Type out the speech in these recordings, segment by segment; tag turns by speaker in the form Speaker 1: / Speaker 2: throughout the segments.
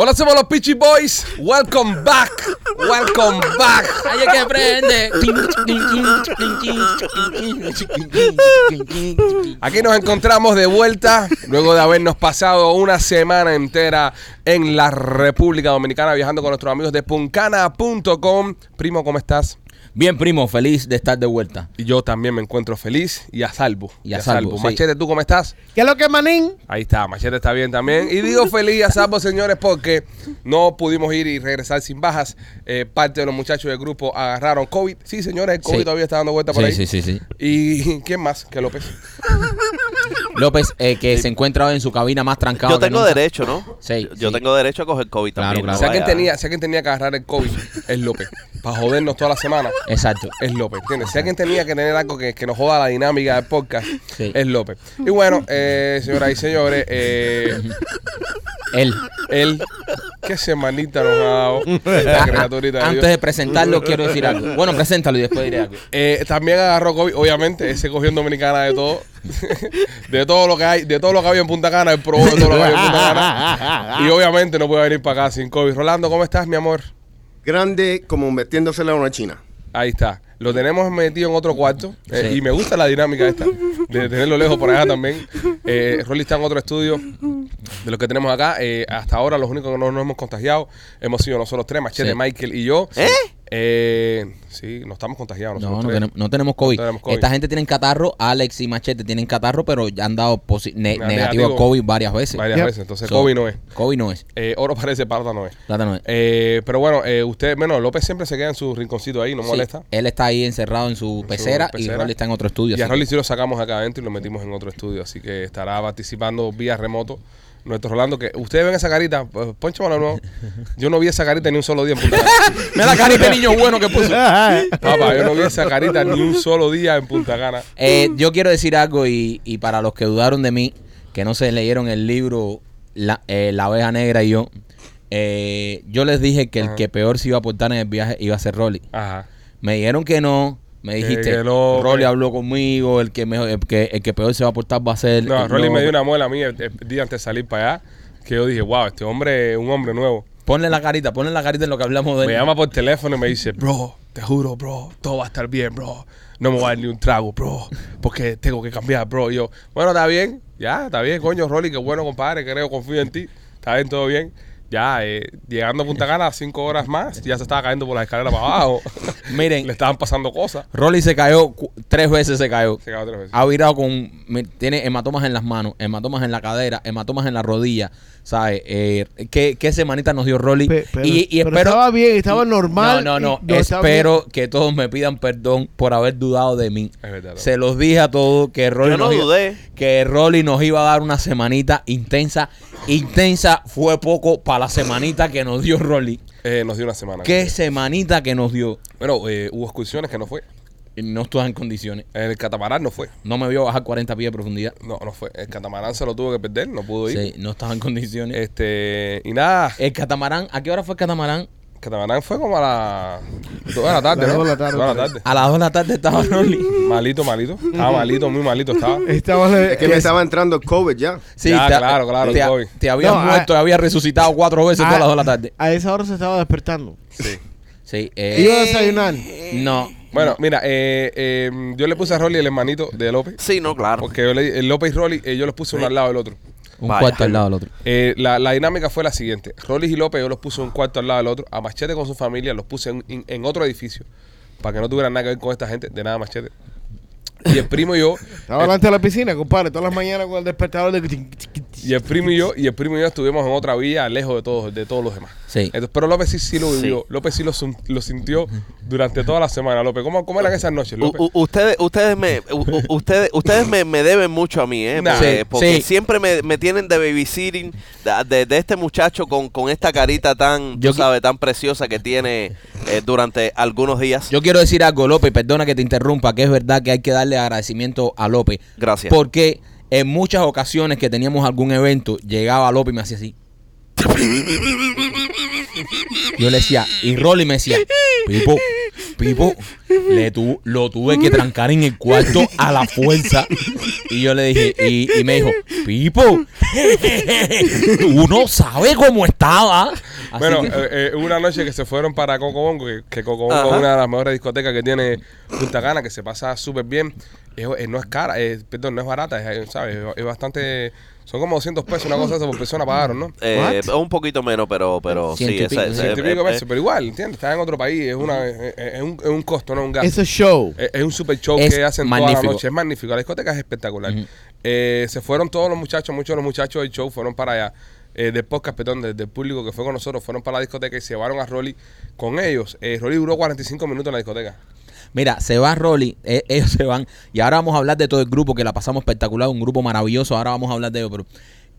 Speaker 1: Hola, somos los Peachy Boys. Welcome back. Welcome back.
Speaker 2: Hay que prende.
Speaker 1: Aquí nos encontramos de vuelta luego de habernos pasado una semana entera en la República Dominicana viajando con nuestros amigos de puncana.com. Primo, ¿cómo estás?
Speaker 3: Bien, primo, feliz de estar de vuelta.
Speaker 1: Y Yo también me encuentro feliz y a salvo.
Speaker 3: Y a salvo, sí.
Speaker 1: Machete, ¿tú cómo estás?
Speaker 4: ¿Qué es lo que es, Manín?
Speaker 1: Ahí está, Machete está bien también. Y digo feliz y a salvo, señores, porque no pudimos ir y regresar sin bajas. Eh, parte de los muchachos del grupo agarraron COVID. Sí, señores, el COVID
Speaker 3: Sí.
Speaker 1: todavía está dando vuelta por
Speaker 3: Sí,
Speaker 1: ahí.
Speaker 3: sí, sí, sí.
Speaker 1: ¿Y quién más que López?
Speaker 3: López, eh, que se encuentra hoy en su cabina más trancado.
Speaker 5: Yo
Speaker 3: que
Speaker 5: tengo
Speaker 3: nunca.
Speaker 5: derecho, ¿no?
Speaker 3: Sí,
Speaker 5: Yo- Yo
Speaker 3: sí.
Speaker 5: tengo derecho a coger COVID
Speaker 3: Claro,
Speaker 5: también.
Speaker 3: claro.
Speaker 1: si,
Speaker 5: ¿no?
Speaker 1: alguien
Speaker 5: Vaya-
Speaker 1: tenía, si alguien tenía que agarrar el COVID, es López. Para jodernos toda la semana.
Speaker 3: Exacto.
Speaker 1: Es López, ¿entiendes? Si alguien tenía que tener algo que, que nos joda la dinámica del podcast,
Speaker 3: Sí.
Speaker 1: es López. Y bueno, eh, señoras y señores, eh,
Speaker 3: Él.
Speaker 1: él, qué semanita nos ha dado la criaturita de Dios.
Speaker 3: Ah, Antes de presentarlo, quiero decir algo. Bueno, preséntalo y después diré algo.
Speaker 1: Eh, también agarró COVID, obviamente, ese cogió en Dominicana de todo, de todo lo que hay, de todo lo que había en Punta Cana, el probó de todo lo que había en Punta Cana. Y obviamente no puede venir para acá sin COVID. Rolando, ¿cómo estás, mi amor?
Speaker 6: grande como metiéndosela a una china.
Speaker 1: Ahí está. Lo tenemos metido en otro cuarto. eh,
Speaker 3: Sí.
Speaker 1: y me gusta la dinámica esta. De tenerlo lejos por allá también. Eh, Rolly está en otro estudio de los que tenemos acá. Eh, hasta ahora los únicos que no nos hemos contagiado hemos sido nosotros tres, Machete,
Speaker 3: Sí.
Speaker 1: Michael y yo.
Speaker 5: ¿Eh?
Speaker 1: Eh, sí, nos estamos contagiados
Speaker 3: No,
Speaker 1: nosotros
Speaker 3: no,
Speaker 1: tres.
Speaker 3: tenem- no tenemos COVID.
Speaker 1: No tenemos COVID.
Speaker 3: Esta gente tiene catarro. Alex y Machete tienen catarro, pero ya han dado posi- ne- negativo
Speaker 1: Ah,
Speaker 3: a
Speaker 1: negativo.
Speaker 3: COVID varias veces.
Speaker 1: Varias
Speaker 4: Yep.
Speaker 1: veces. Entonces,
Speaker 3: So,
Speaker 1: COVID no es.
Speaker 3: COVID no es.
Speaker 1: Eh, oro parece, parda no es.
Speaker 3: Plátano es.
Speaker 1: Eh, pero bueno, eh, usted, bueno, López siempre se queda en su rinconcito ahí, no
Speaker 3: Sí,
Speaker 1: molesta.
Speaker 3: él está ahí encerrado en su, pecera,
Speaker 1: pecera.
Speaker 3: y Rolly está en otro estudio.
Speaker 1: Y a
Speaker 3: así
Speaker 1: Rolly sí lo sacamos acá adentro y lo metimos en otro estudio, así que estará participando vía remoto. Nuestro Rolando, que ustedes ven esa carita, pues pónchamela de nuevo. Yo no vi esa carita ni un solo día en Punta Cana.
Speaker 3: que- Mira la cara de este niño bueno que puso.
Speaker 1: Papá, yo no vi esa carita ni un solo día en Punta Cana.
Speaker 3: Eh, yo quiero decir algo y, y para los que dudaron de mí, que no se leyeron el libro La, eh, La oveja negra y yo, eh, yo les dije que el
Speaker 1: Ajá.
Speaker 3: que peor se iba a portar en el viaje iba a ser Rolly.
Speaker 1: Ajá.
Speaker 3: Me dijeron que no, me
Speaker 1: Que-
Speaker 3: dijiste,
Speaker 1: que no,
Speaker 3: Rolly
Speaker 1: que-
Speaker 3: habló conmigo, el que, mejor, el, que, el que peor se va a portar va a ser...
Speaker 1: No,
Speaker 3: el-
Speaker 1: Rolly
Speaker 3: no".
Speaker 1: me dio una muela a mí el, el día antes de salir para allá, que yo dije, wow, este hombre es un hombre nuevo.
Speaker 3: Ponle la carita, ponle la carita en lo que hablamos de él.
Speaker 1: Me llama por teléfono y me dice, bro, te juro, bro, todo va a estar bien, bro. No me voy a dar ni un trago, bro, porque tengo que cambiar, bro. Y yo, bueno, está bien, ya, está bien, coño, Rolly, qué bueno, compadre, creo, confío en ti. Está bien, todo bien. Ya, eh, llegando a Punta Cana, cinco horas más, ya se estaba cayendo por las escaleras para abajo.
Speaker 3: Miren.
Speaker 1: Le estaban pasando cosas.
Speaker 3: Rolly se cayó, cu- tres veces se cayó.
Speaker 1: Se cagó tres veces.
Speaker 3: ha virado con. me- Tiene hematomas en las manos, hematomas en la cadera, hematomas en la rodilla. ¿Sabes? Eh, ¿qué, qué semanita nos dio Rolly?
Speaker 4: Pe- pero-
Speaker 3: y, y
Speaker 4: pero
Speaker 3: espero.
Speaker 4: estaba bien, estaba normal
Speaker 3: No,
Speaker 4: y-
Speaker 3: no, no.
Speaker 4: no, estaba
Speaker 3: espero que todos me pidan perdón por haber dudado de mí.
Speaker 1: Es verdad,
Speaker 3: Se los dije a todos que Rolly.
Speaker 5: Yo no
Speaker 3: nos iba-
Speaker 5: dudé.
Speaker 3: que Rolly nos iba a dar una semanita intensa. Intensa fue poco para la semanita que nos dio Rolly.
Speaker 1: Eh, nos dio una semana.
Speaker 3: ¿Qué semanita que nos dio?
Speaker 1: Bueno, eh, hubo excursiones que no fue.
Speaker 3: No estuve en condiciones.
Speaker 1: El catamarán no fue.
Speaker 3: No me vio bajar 40 pies de profundidad.
Speaker 1: No, no fue. El catamarán se lo tuvo que perder, no pudo ir.
Speaker 3: Sí, no estaba en condiciones.
Speaker 1: Este, y nada,
Speaker 3: El catamarán, ¿a qué hora fue el catamarán?
Speaker 1: Catamarán fue como a las 2 de la tarde,
Speaker 4: Las
Speaker 1: ¿no?
Speaker 4: dos de la tarde,
Speaker 1: Dos de la
Speaker 4: otra
Speaker 1: tarde.
Speaker 3: A las 2 de la tarde estaba Rolly.
Speaker 1: Malito, malito. Estaba malito, muy malito estaba.
Speaker 4: Estaba
Speaker 6: Es que me estaba entrando COVID ya.
Speaker 3: Sí,
Speaker 1: Ya, claro, claro,
Speaker 3: Te,
Speaker 1: el COVID.
Speaker 3: te habías
Speaker 4: No,
Speaker 3: muerto, te habías resucitado cuatro veces todas
Speaker 4: Ah.
Speaker 3: las 2 de la tarde.
Speaker 4: A esa hora se estaba despertando.
Speaker 3: Sí, eh,
Speaker 4: Iba a desayunar.
Speaker 3: no.
Speaker 1: Bueno, mira, eh, eh, yo le puse a Rolly el hermanito de López.
Speaker 5: Sí, no, claro.
Speaker 1: Porque yo le, el López y Rolly, eh, yo los puse uno al lado del otro.
Speaker 3: Un
Speaker 5: Vaya.
Speaker 3: cuarto al lado del otro.
Speaker 1: Eh, la, la dinámica fue la siguiente. Rolly y López yo los puse un cuarto al lado del otro. A Machete con su familia los puse en, en- en otro edificio. Para que no tuvieran nada que ver con esta gente. De nada, Machete. Y el primo y yo...
Speaker 4: Estaba delante de la piscina, compadre, todas las mañanas con el despertador de...
Speaker 1: Y el primo y yo, y el primo y yo estuvimos en otra villa, lejos de todos, de todos los demás.
Speaker 3: Sí.
Speaker 1: Entonces, pero López sí, sí lo
Speaker 5: Sí.
Speaker 1: vivió. López sí lo, sun- lo sintió durante toda la semana. López, ¿cómo, cómo eran esas noches, López?
Speaker 5: U- u- ustedes ustedes me u- u- ustedes ustedes me, me deben mucho a mí eh
Speaker 1: Nah.
Speaker 5: porque,
Speaker 3: Sí,
Speaker 5: porque
Speaker 3: sí.
Speaker 5: siempre me, me tienen de babysitting de, de, de este muchacho con, con esta carita tan
Speaker 3: Yo
Speaker 5: tú
Speaker 3: qui-
Speaker 5: sabes tan preciosa que tiene eh, durante algunos días
Speaker 3: Yo quiero decir algo, López, perdona que te interrumpa, que es verdad que hay que darle agradecimiento a López.
Speaker 5: Gracias.
Speaker 3: Porque en muchas ocasiones que teníamos algún evento, llegaba López y me hacía así. Yo le decía, y Rolly me decía, Pipo, Pipo, le tu- lo tuve que trancar en el cuarto a la fuerza. Y yo le dije, y, y me dijo, Pipo, uno sabe cómo estaba. Así
Speaker 1: Bueno,
Speaker 3: que-
Speaker 1: eh, eh, hubo una noche que se fueron para Coco Bongo, que, que Coco Bongo
Speaker 5: Ajá.
Speaker 1: es una de las mejores discotecas que tiene Punta Cana, que se pasa súper bien. Es- eh, no es cara, eh, perdón, no es barata, es, eh, ¿sabes? Es, es bastante... Son como 200 pesos, una cosa de esa por persona pagaron, ¿no?
Speaker 5: Eh, un poquito menos, pero, pero
Speaker 3: Ciento y
Speaker 5: sí, esa,
Speaker 3: pico,
Speaker 5: esa-
Speaker 1: Ciento y pico
Speaker 5: eh,
Speaker 1: pesos, pero igual, ¿entiendes? Está en otro país, es, una, es, es un, es un costo, no un gasto.
Speaker 4: Eso es show.
Speaker 1: Es, es un super show
Speaker 3: Es
Speaker 1: que hacen toda la
Speaker 3: magnífico.
Speaker 1: noche. Es magnífico. La discoteca es espectacular. Eh, se fueron todos los muchachos, muchos de los muchachos del show fueron para allá. Eh, del podcast, perdón, del, del público que fue con nosotros, fueron para la discoteca y se llevaron a Rolly con ellos. Eh, Rolly duró 45 minutos en la discoteca.
Speaker 3: Mira, se va Rolly, eh, ellos se van. Y ahora vamos a hablar de todo el grupo que la pasamos espectacular, un grupo maravilloso. Ahora vamos a hablar de ellos, pero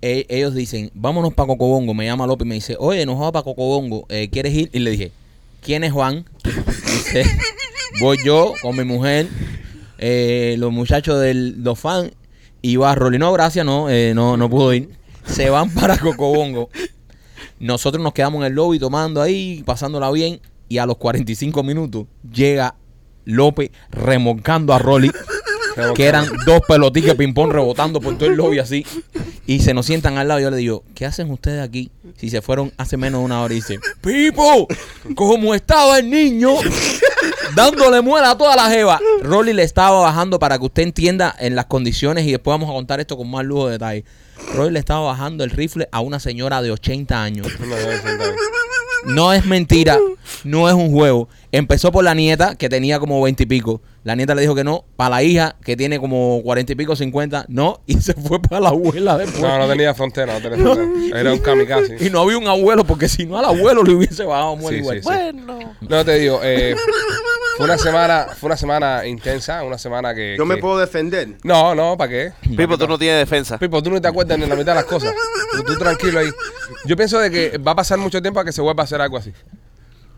Speaker 3: eh, ellos dicen, vámonos para Cocobongo. Me llama López y me dice, oye, nos vamos para Cocobongo, eh, ¿quieres ir? Y le dije, ¿quién es Juan? Dice, voy yo con mi mujer, eh, los muchachos del los fans y va Rolly. No, gracias, no, eh, no, no pudo ir. Se van para Cocobongo. Nosotros nos quedamos en el lobby tomando ahí, pasándola bien. Y a los 45 minutos llega López remolcando a Rolly, que eran dos pelotiques de ping-pong rebotando por todo el lobby así. Y se nos sientan al lado. Y yo le digo, ¿qué hacen ustedes aquí? Si se fueron hace menos de una hora. Y dice, Pipo, ¿cómo estaba el niño? Dándole muela a toda la jeva. Rolly le estaba bajando para que usted entienda en las condiciones y después vamos a contar esto con más lujo de detalle. Rolly le estaba bajando el rifle a una señora de 80 años.
Speaker 1: No, no, no, no.
Speaker 3: No es mentira, no es un juego. Empezó por la nieta, que tenía como 20 y pico. La nieta le dijo que no. Para la hija, que tiene como 40 y pico, 50, no. Y se fue para la abuela después.
Speaker 1: No, no tenía frontera, no tenía frontera. Era un kamikaze.
Speaker 3: Y no había un abuelo, porque si no al abuelo le hubiese bajado muela
Speaker 1: Sí,
Speaker 3: igual.
Speaker 1: sí, sí. No te digo, eh, fue una semana, fue una semana intensa, una semana que.
Speaker 6: Yo me
Speaker 1: que-
Speaker 6: puedo defender.
Speaker 1: No, no, ¿para qué?
Speaker 5: eh, Pipo, tú no tienes defensa.
Speaker 1: Pipo, tú no te acuerdas ni la mitad de las cosas. Tú, tú tranquilo ahí. Yo pienso de que va a pasar mucho tiempo a que se vuelva a hacer algo así.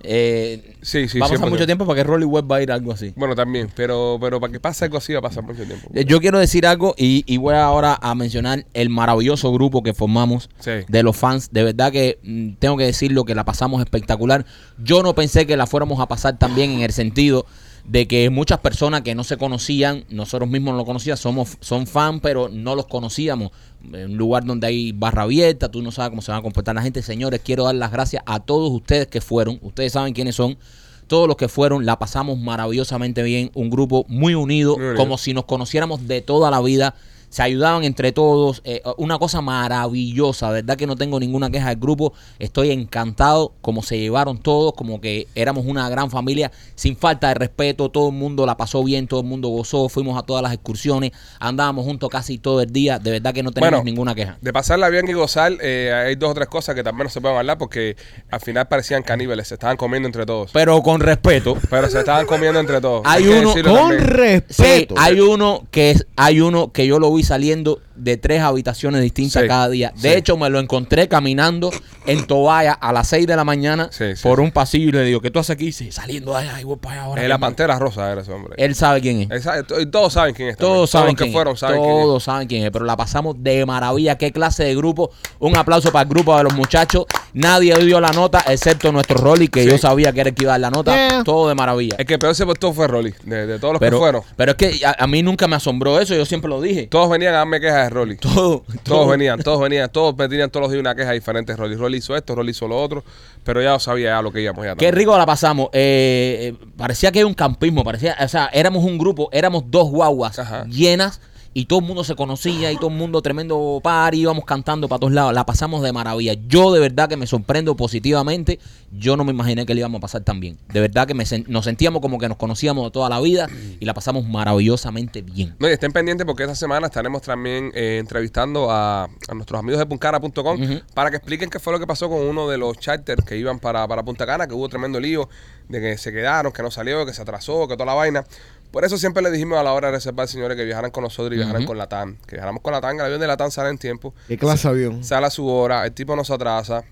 Speaker 3: Eh,
Speaker 1: Sí, sí,
Speaker 3: va a pasar
Speaker 1: 100%.
Speaker 3: mucho tiempo para que Rolly Webb va a ir algo así.
Speaker 1: Bueno, también, pero, pero para que pase algo así va a pasar mucho tiempo.
Speaker 3: Eh, Yo quiero decir algo y, y voy ahora a mencionar el maravilloso grupo que formamos
Speaker 1: Sí.
Speaker 3: de los fans. De verdad que mm, tengo que decirlo que la pasamos espectacular. Yo no pensé que la fuéramos a pasar también en el sentido de que muchas personas que no se conocían, nosotros mismos no lo conocíamos, somos, son fan, pero no los conocíamos. En un lugar donde hay barra abierta, tú no sabes cómo se van a comportar la gente. Señores, quiero dar las gracias a todos ustedes que fueron. Ustedes saben quiénes son. Todos los que fueron, la pasamos maravillosamente bien. Un grupo muy unido,
Speaker 1: Muy unido.
Speaker 3: como si nos conociéramos de toda la vida. Se ayudaban entre todos. eh, una cosa maravillosa. de verdad que no tengo ninguna queja del grupo. Estoy encantado como se llevaron todos, como que éramos una gran familia. Sin falta de respeto, todo el mundo la pasó bien, todo el mundo gozó. Fuimos a todas las excursiones, andábamos juntos casi todo el día. De verdad que no tenemos
Speaker 1: Bueno,
Speaker 3: ninguna queja.
Speaker 1: De pasarla bien y gozar, eh, hay dos o tres cosas que también no se pueden hablar porque al final parecían caníbales, se estaban comiendo entre todos.
Speaker 3: Pero con respeto.
Speaker 1: Pero se estaban comiendo entre todos.
Speaker 3: Pues- Hay
Speaker 1: que
Speaker 3: uno
Speaker 1: decirlo
Speaker 4: Con
Speaker 1: también.
Speaker 3: Sí,
Speaker 4: respeto.
Speaker 3: hay uno que es, hay uno que yo lo vi saliendo de tres habitaciones distintas
Speaker 1: Sí,
Speaker 3: cada día. De
Speaker 1: sí.
Speaker 3: hecho, me lo encontré caminando en Toalla a las 6 de la mañana
Speaker 1: Sí, sí,
Speaker 3: por
Speaker 1: sí.
Speaker 3: un pasillo y le digo, ¿qué tú haces aquí? Y dice, saliendo de allá, y voy para allá ahora.
Speaker 1: Eh, la
Speaker 3: hermano".
Speaker 1: pantera rosa era ese hombre.
Speaker 3: Él sabe quién es.
Speaker 1: Él sabe- to- todos saben quién es. también.
Speaker 3: Todos saben
Speaker 1: los que
Speaker 3: quién es.
Speaker 1: fueron saben
Speaker 3: Todos saben quién es. Pero la pasamos de maravilla. Qué clase de grupo. Un aplauso para el grupo de los muchachos. Nadie dio la nota excepto nuestro Rolly, que yo sabía que era el que iba a dar la nota.
Speaker 4: Yeah.
Speaker 3: Todo de maravilla.
Speaker 1: quién es. El que peor se portó fue Rolly, de, de todos Eh. los
Speaker 3: Pero,
Speaker 1: que fueron.
Speaker 3: pero es que a, a mí nunca me asombró eso. Yo siempre lo dije.
Speaker 1: Todos venían a darme quejas de Rolly.
Speaker 3: Todo,
Speaker 1: Todos venían, todos venían, todos me tenían todos los días una queja diferente. Rolly, Rolly hizo esto, Rolly hizo lo otro, pero ya sabía ya lo que íbamos ya.
Speaker 3: Qué
Speaker 1: también.
Speaker 3: rico la pasamos. Eh, eh, parecía que era un campismo, parecía, o sea, éramos un grupo, éramos dos guaguas
Speaker 1: Ajá.
Speaker 3: llenas y todo el mundo se conocía y todo el mundo tremendo par íbamos cantando para todos lados. La pasamos de maravilla. Yo de verdad que me sorprendo positivamente. Yo no me imaginé que le íbamos a pasar tan bien. De verdad que me sen- nos sentíamos como que nos conocíamos de toda la vida y la pasamos maravillosamente bien.
Speaker 1: No, y estén pendientes porque esta semana estaremos también eh, entrevistando a, a nuestros amigos de puncara.com para que expliquen qué fue lo que pasó con uno de los charters que iban para, para Punta Cana, que hubo tremendo lío de que se quedaron, que no salió, que se atrasó, que toda la vaina. Por eso siempre le dijimos a la hora de reservar, señores, que viajaran con nosotros y viajaran con la TAN. Que viajáramos con la TAN, el avión de la TAN sale en tiempo,
Speaker 4: ¿Qué clase avión?
Speaker 1: sale a su hora, el tipo nos atrasa.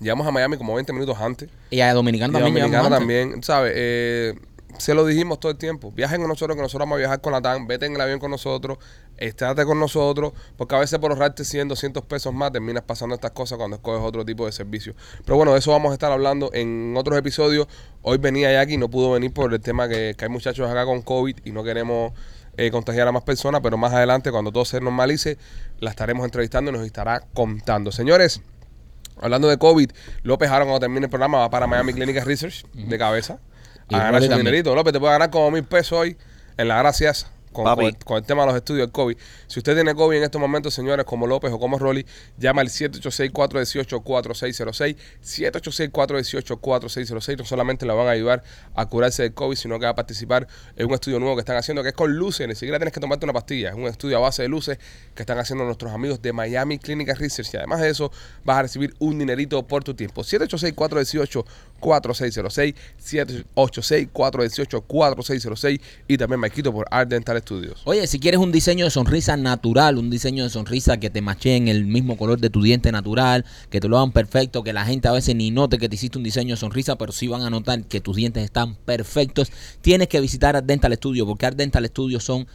Speaker 1: Llegamos a Miami como 20 minutos antes.
Speaker 3: Y a Dominicana
Speaker 1: Y
Speaker 3: también.
Speaker 1: Dominicana
Speaker 3: llegamos antes.
Speaker 1: también, ¿sabes? Eh, se lo dijimos todo el tiempo. Viajen con nosotros, que nosotros vamos a viajar con la TAN. Vete en el avión con nosotros. estate con nosotros, porque a veces por ahorrarte 100, 200 pesos más terminas pasando estas cosas cuando escoges otro tipo de servicio. Pero bueno, de eso vamos a estar hablando en otros episodios. Hoy venía Jackie, no pudo venir por el tema que, que hay muchachos acá con COVID y no queremos eh, contagiar a más personas, pero más adelante, cuando todo se normalice, la estaremos entrevistando y nos estará contando. Señores, Hablando de COVID, López ahora cuando termine el programa va para Miami Clinic Research de cabeza
Speaker 3: Y
Speaker 1: a ganar
Speaker 3: Rolly
Speaker 1: su
Speaker 3: también.
Speaker 1: dinerito. López, te puede ganar como mil pesos hoy en la gracia esa, Con,
Speaker 5: Papi.
Speaker 1: con el, con el tema de los estudios del COVID. Si usted tiene COVID en estos momentos, señores, como López o como Rolly, llama al 786-418-4606. 786-418-4606. No solamente la van a ayudar a curarse del COVID, sino que va a participar en un estudio nuevo que están haciendo, que es con luces. Ni siquiera tienes que tomarte una pastilla. Es un estudio a base de luces que están haciendo nuestros amigos de Miami Clinic Research. Y además de eso, vas a recibir un dinerito por tu tiempo. 786-418-4606. 786-418-4606. Y también me quito por Art Dental Studios.
Speaker 3: Oye, si quieres un diseño de sonrisa natural, un diseño de sonrisa que te macheen el mismo color de tu diente natural, que te lo hagan perfecto, que la gente a veces ni note que te hiciste un diseño de sonrisa, pero sí van a notar que tus dientes están perfectos, tienes que visitar Art Dental Studio, porque Art Dental Studio son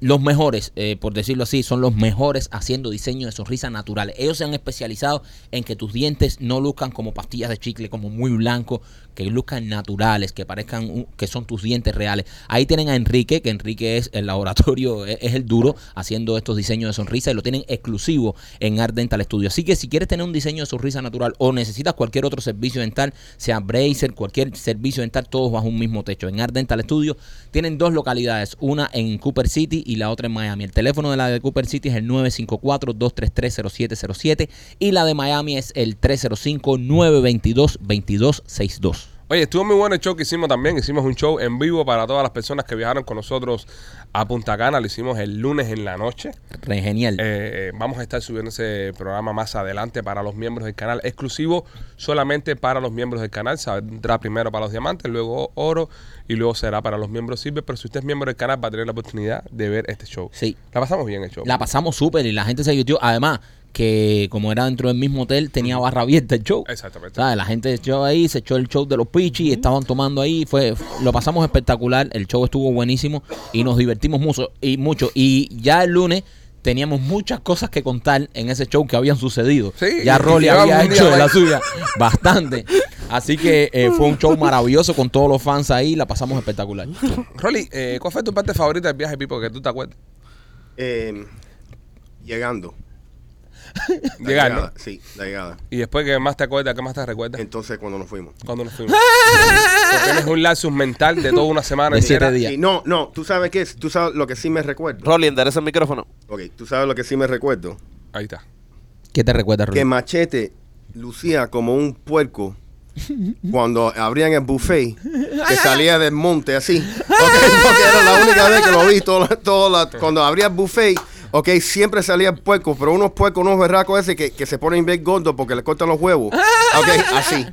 Speaker 3: los mejores, eh, por decirlo así, son los mejores haciendo diseño de sonrisa natural. Ellos se han especializado en que tus dientes no luzcan como pastillas de chicle, como muy blanco, que luzcan naturales, que parezcan un- que son tus dientes reales. Ahí tienen a Enrique, que Enrique es el laboratorio, e- es el duro haciendo estos diseños de sonrisa y lo tienen exclusivo en Art Dental Studio. Así que si quieres tener un diseño de sonrisa natural o necesitas cualquier otro servicio dental, sea bracer, cualquier servicio dental, todos bajo un mismo techo. En Art Dental Studio tienen dos localidades, una en Cooper City y la otra en Miami. El teléfono de la de Cooper City es el 954-233-0707 y la de Miami es el 305-922-2262.
Speaker 1: Oye, estuvo muy bueno el show que hicimos también. Hicimos un show en vivo para todas las personas que viajaron con nosotros a Punta Cana. Lo hicimos el lunes en la noche.
Speaker 3: Re genial.
Speaker 1: Eh, eh, vamos a estar subiendo ese programa más adelante para los miembros del canal, exclusivo solamente para los miembros del canal. Saldrá primero para los diamantes, luego oro y luego será para los miembros silver. Pero si usted es miembro del canal, va a tener la oportunidad de ver este show.
Speaker 3: Sí.
Speaker 1: La pasamos bien el show.
Speaker 3: La pasamos súper y la gente se divirtió. Además, que como era dentro del mismo hotel, tenía barra abierta el show.
Speaker 1: Exactamente.
Speaker 3: ¿Sabes? La gente echó ahí, se echó el show de los pichis, estaban tomando ahí, fue, lo pasamos espectacular, el show estuvo buenísimo y nos divertimos mucho y mucho. Y ya el lunes teníamos muchas cosas que contar en ese show que habían sucedido.
Speaker 1: Sí,
Speaker 3: ya
Speaker 1: y- y
Speaker 3: Rolly
Speaker 1: llevamos
Speaker 3: había
Speaker 1: un día
Speaker 3: hecho
Speaker 1: de-
Speaker 3: la suya bastante. Así que eh, fue un show maravilloso con todos los fans ahí, la pasamos espectacular.
Speaker 1: Rolly, eh, ¿cuál fue tu parte favorita del viaje, Pipo? Que tú te acuerdas.
Speaker 6: Eh, llegando. La
Speaker 1: Llegar, ¿no?
Speaker 6: llegada, Sí, la llegada.
Speaker 1: Y después, ¿qué más te acuerdas? ¿Qué más te recuerdas?
Speaker 6: Entonces, cuando nos fuimos.
Speaker 1: Cuando nos fuimos. Porque Tienes un lapsus mental de toda una semana
Speaker 3: De
Speaker 1: entera.
Speaker 3: siete días.
Speaker 6: Sí, no, no, tú sabes qué es. Tú sabes lo que sí me recuerdo.
Speaker 5: Rolly, endereza el micrófono.
Speaker 6: Ok, tú sabes lo que sí me recuerdo.
Speaker 1: Ahí está.
Speaker 3: ¿Qué te recuerda,
Speaker 6: Que
Speaker 3: Rolly?
Speaker 6: Machete lucía como un puerco cuando abrían el buffet que salía del monte así. Ok, porque era la única vez que lo vi. todo la- todo la- cuando abría el buffet, ok, siempre salía el puerco, pero unos puercos, unos berracos ese que, que se ponen bien gordos porque le cortan los huevos. Ok, así.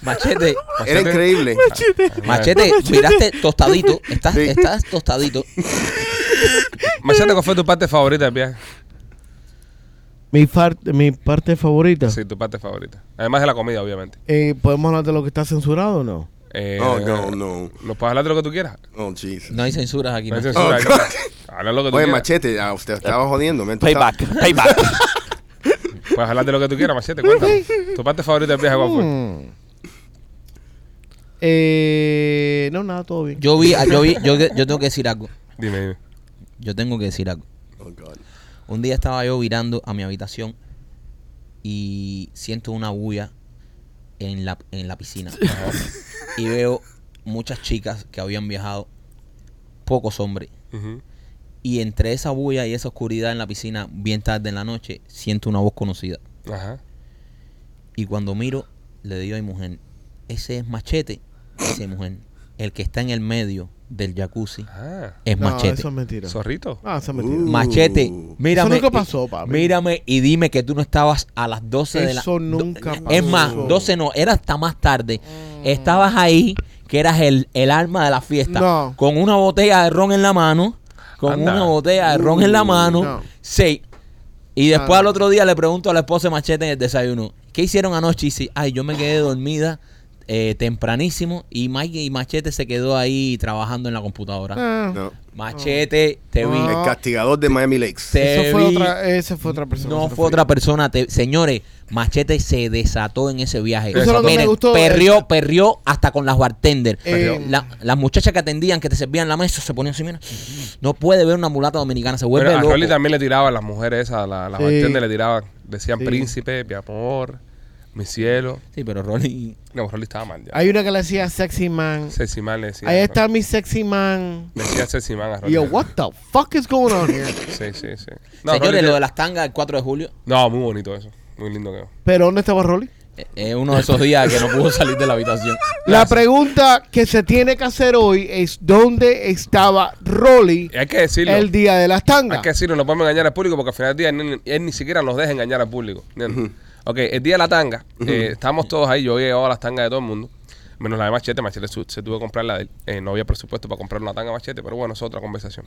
Speaker 3: Machete.
Speaker 6: Era increíble.
Speaker 3: Machete, miraste tostadito, estás,
Speaker 6: Sí.
Speaker 3: estás tostadito.
Speaker 1: Machete, ¿cuál fue tu parte favorita del viaje?
Speaker 4: Mi, far- mi parte favorita.
Speaker 1: Sí, tu parte favorita. Además de la comida, obviamente.
Speaker 4: Eh, ¿Podemos hablar de lo que está censurado o no?
Speaker 1: Eh,
Speaker 6: Oh, no, no.
Speaker 1: ¿Nos puedes hablar de lo que tú quieras?
Speaker 6: Oh, Jesus.
Speaker 3: No hay censuras aquí.
Speaker 1: No hay
Speaker 3: macho.
Speaker 1: censura.
Speaker 6: Oh,
Speaker 1: aquí.
Speaker 6: God.
Speaker 1: Habla lo que tú
Speaker 6: Oye,
Speaker 1: quieras.
Speaker 6: Machete, ah, usted
Speaker 3: Eh,
Speaker 6: estaba jodiendo. men, tú estabas-
Speaker 5: Payback, payback.
Speaker 1: Puedes hablar de lo que tú quieras, Machete. Cuéntame. ¿Tu parte favorita del viaje cuál fue?
Speaker 4: Mm. Eh, no, nada, todo bien.
Speaker 3: Yo vi, yo vi, yo, yo tengo que decir algo.
Speaker 1: Dime, dime.
Speaker 3: Yo tengo que decir algo.
Speaker 6: Oh, God.
Speaker 3: Un día estaba yo virando a mi habitación y siento una bulla en la, en la piscina. y veo muchas chicas que habían viajado, pocos hombres.
Speaker 1: Ujú.
Speaker 3: Y entre esa bulla y esa oscuridad en la piscina, bien tarde en la noche, siento una voz conocida.
Speaker 1: Ajá.
Speaker 3: Y cuando miro, le digo a mi mujer, ese es machete. Dice mi mujer, el que está en el medio del jacuzzi
Speaker 1: Ah.
Speaker 3: es
Speaker 4: no,
Speaker 3: machete.
Speaker 4: eso es mentira.
Speaker 1: Zorrito.
Speaker 4: No, eso es mentira.
Speaker 6: Uh,
Speaker 3: Machete,
Speaker 6: Uh.
Speaker 3: mírame.
Speaker 4: Eso nunca
Speaker 3: y-
Speaker 4: pasó, papi.
Speaker 3: Mírame y dime que tú no estabas a las 12 de la
Speaker 4: Eso
Speaker 3: do-
Speaker 4: nunca
Speaker 3: Es
Speaker 4: pasó.
Speaker 3: más, 12 no, era hasta más tarde. Estabas ahí, que eras el, el alma de la fiesta,
Speaker 4: No.
Speaker 3: con una botella de ron en la mano, con
Speaker 1: Anda.
Speaker 3: una botella de ron en la mano.
Speaker 4: Uh, no.
Speaker 3: Sí. Y después
Speaker 4: Ah,
Speaker 3: al
Speaker 4: no.
Speaker 3: otro día le pregunto a la esposa de Machete en el desayuno, ¿qué hicieron anoche? Y dice, ay, yo me quedé dormida. eh, eh, tempranísimo y Mike y Machete se quedó ahí trabajando en la computadora.
Speaker 4: Ah,
Speaker 6: No.
Speaker 3: Machete, te vi.
Speaker 6: El castigador de Miami Lakes.
Speaker 3: Te
Speaker 4: eso fue
Speaker 3: Eh, vi.
Speaker 4: otra, esa fue otra persona.
Speaker 3: No
Speaker 4: esa
Speaker 3: fue otra persona. te- señores, Machete se desató en ese viaje.
Speaker 4: Eso es lo que me
Speaker 3: Miren,
Speaker 4: gustó.
Speaker 3: perrió, perrió hasta con las bartender.
Speaker 4: Eh,
Speaker 3: La- las muchachas que atendían, que te servían la mesa, se ponían así, mira. No puede ver una mulata dominicana, se vuelve
Speaker 1: Bueno, a
Speaker 3: loco.
Speaker 1: Rolly también le tiraban las mujeres esas, la- las
Speaker 4: Pues Sí.
Speaker 1: bartenders le tiraban. Decían
Speaker 4: Sí.
Speaker 1: príncipe, mi amor, mi cielo.
Speaker 3: Sí, pero Rolly...
Speaker 1: No, Rolly estaba mal ya.
Speaker 4: Hay una que le decía sexy man.
Speaker 1: Sexy Man le decía.
Speaker 4: Ahí está mi sexy man.
Speaker 1: Le decía Sexy Man a
Speaker 4: Y
Speaker 1: Rolly.
Speaker 4: yo, what the fuck is going on here?
Speaker 1: Sí, sí, sí. No,
Speaker 3: Señores,
Speaker 1: Rolly
Speaker 3: lo
Speaker 1: te-
Speaker 3: de las tangas el 4 de julio
Speaker 1: no, muy bonito eso. Muy lindo quedó.
Speaker 4: Pero ¿dónde estaba Rolly?
Speaker 3: eh, es uno de esos días que no pudo salir de la habitación.
Speaker 4: La pregunta que se tiene que hacer hoy es ¿dónde estaba Rolly
Speaker 1: Y hay que decirlo.
Speaker 4: el día de las tangas?
Speaker 1: Hay que decirlo, no podemos engañar al público porque al final del día él, ni- él ni siquiera nos deja engañar al público. ¿entiendes? Ok, el día de la tanga, eh, estamos todos ahí, yo he llevado las tangas de todo el mundo, menos la de Machete, Machete su- se tuvo que comprar la de él, eh, no había presupuesto para comprar una tanga de Machete, pero bueno, es otra conversación.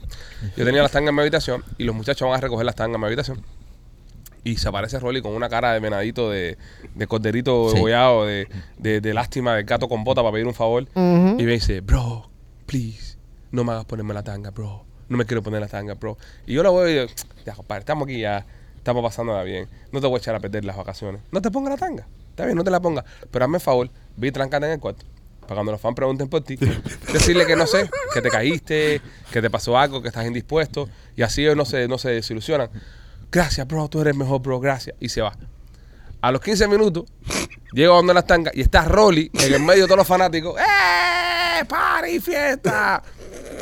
Speaker 1: Yo tenía las tangas en mi habitación y los muchachos van a recoger las tangas en mi habitación. Y se aparece Rolly con una cara de venadito, de, de corderito
Speaker 3: Sí.
Speaker 1: degollado, de, de, de lástima, de gato con bota para pedir un favor.
Speaker 4: Ujú.
Speaker 1: Y me dice, bro, please, no me hagas ponerme la tanga, bro. No me quiero poner la tanga, bro. Y yo lo veo y digo, ya, compadre, estamos aquí ya, estamos pasándola bien. No te voy a echar a perder las vacaciones. No te pongas la tanga. Está bien, no te la pongas. Pero hazme el favor, vi trancada en el cuarto. Para cuando los fans pregunten por ti, decirle que no sé, que te caíste, que te pasó algo, que estás indispuesto. Y así ellos no se, no se desilusionan. Gracias, bro, tú eres mejor, bro, gracias. Y se va. A los 15 minutos, llego a donde las tangas y está Rolly en el medio de todos los fanáticos. ¡Eh! ¡Party, fiesta!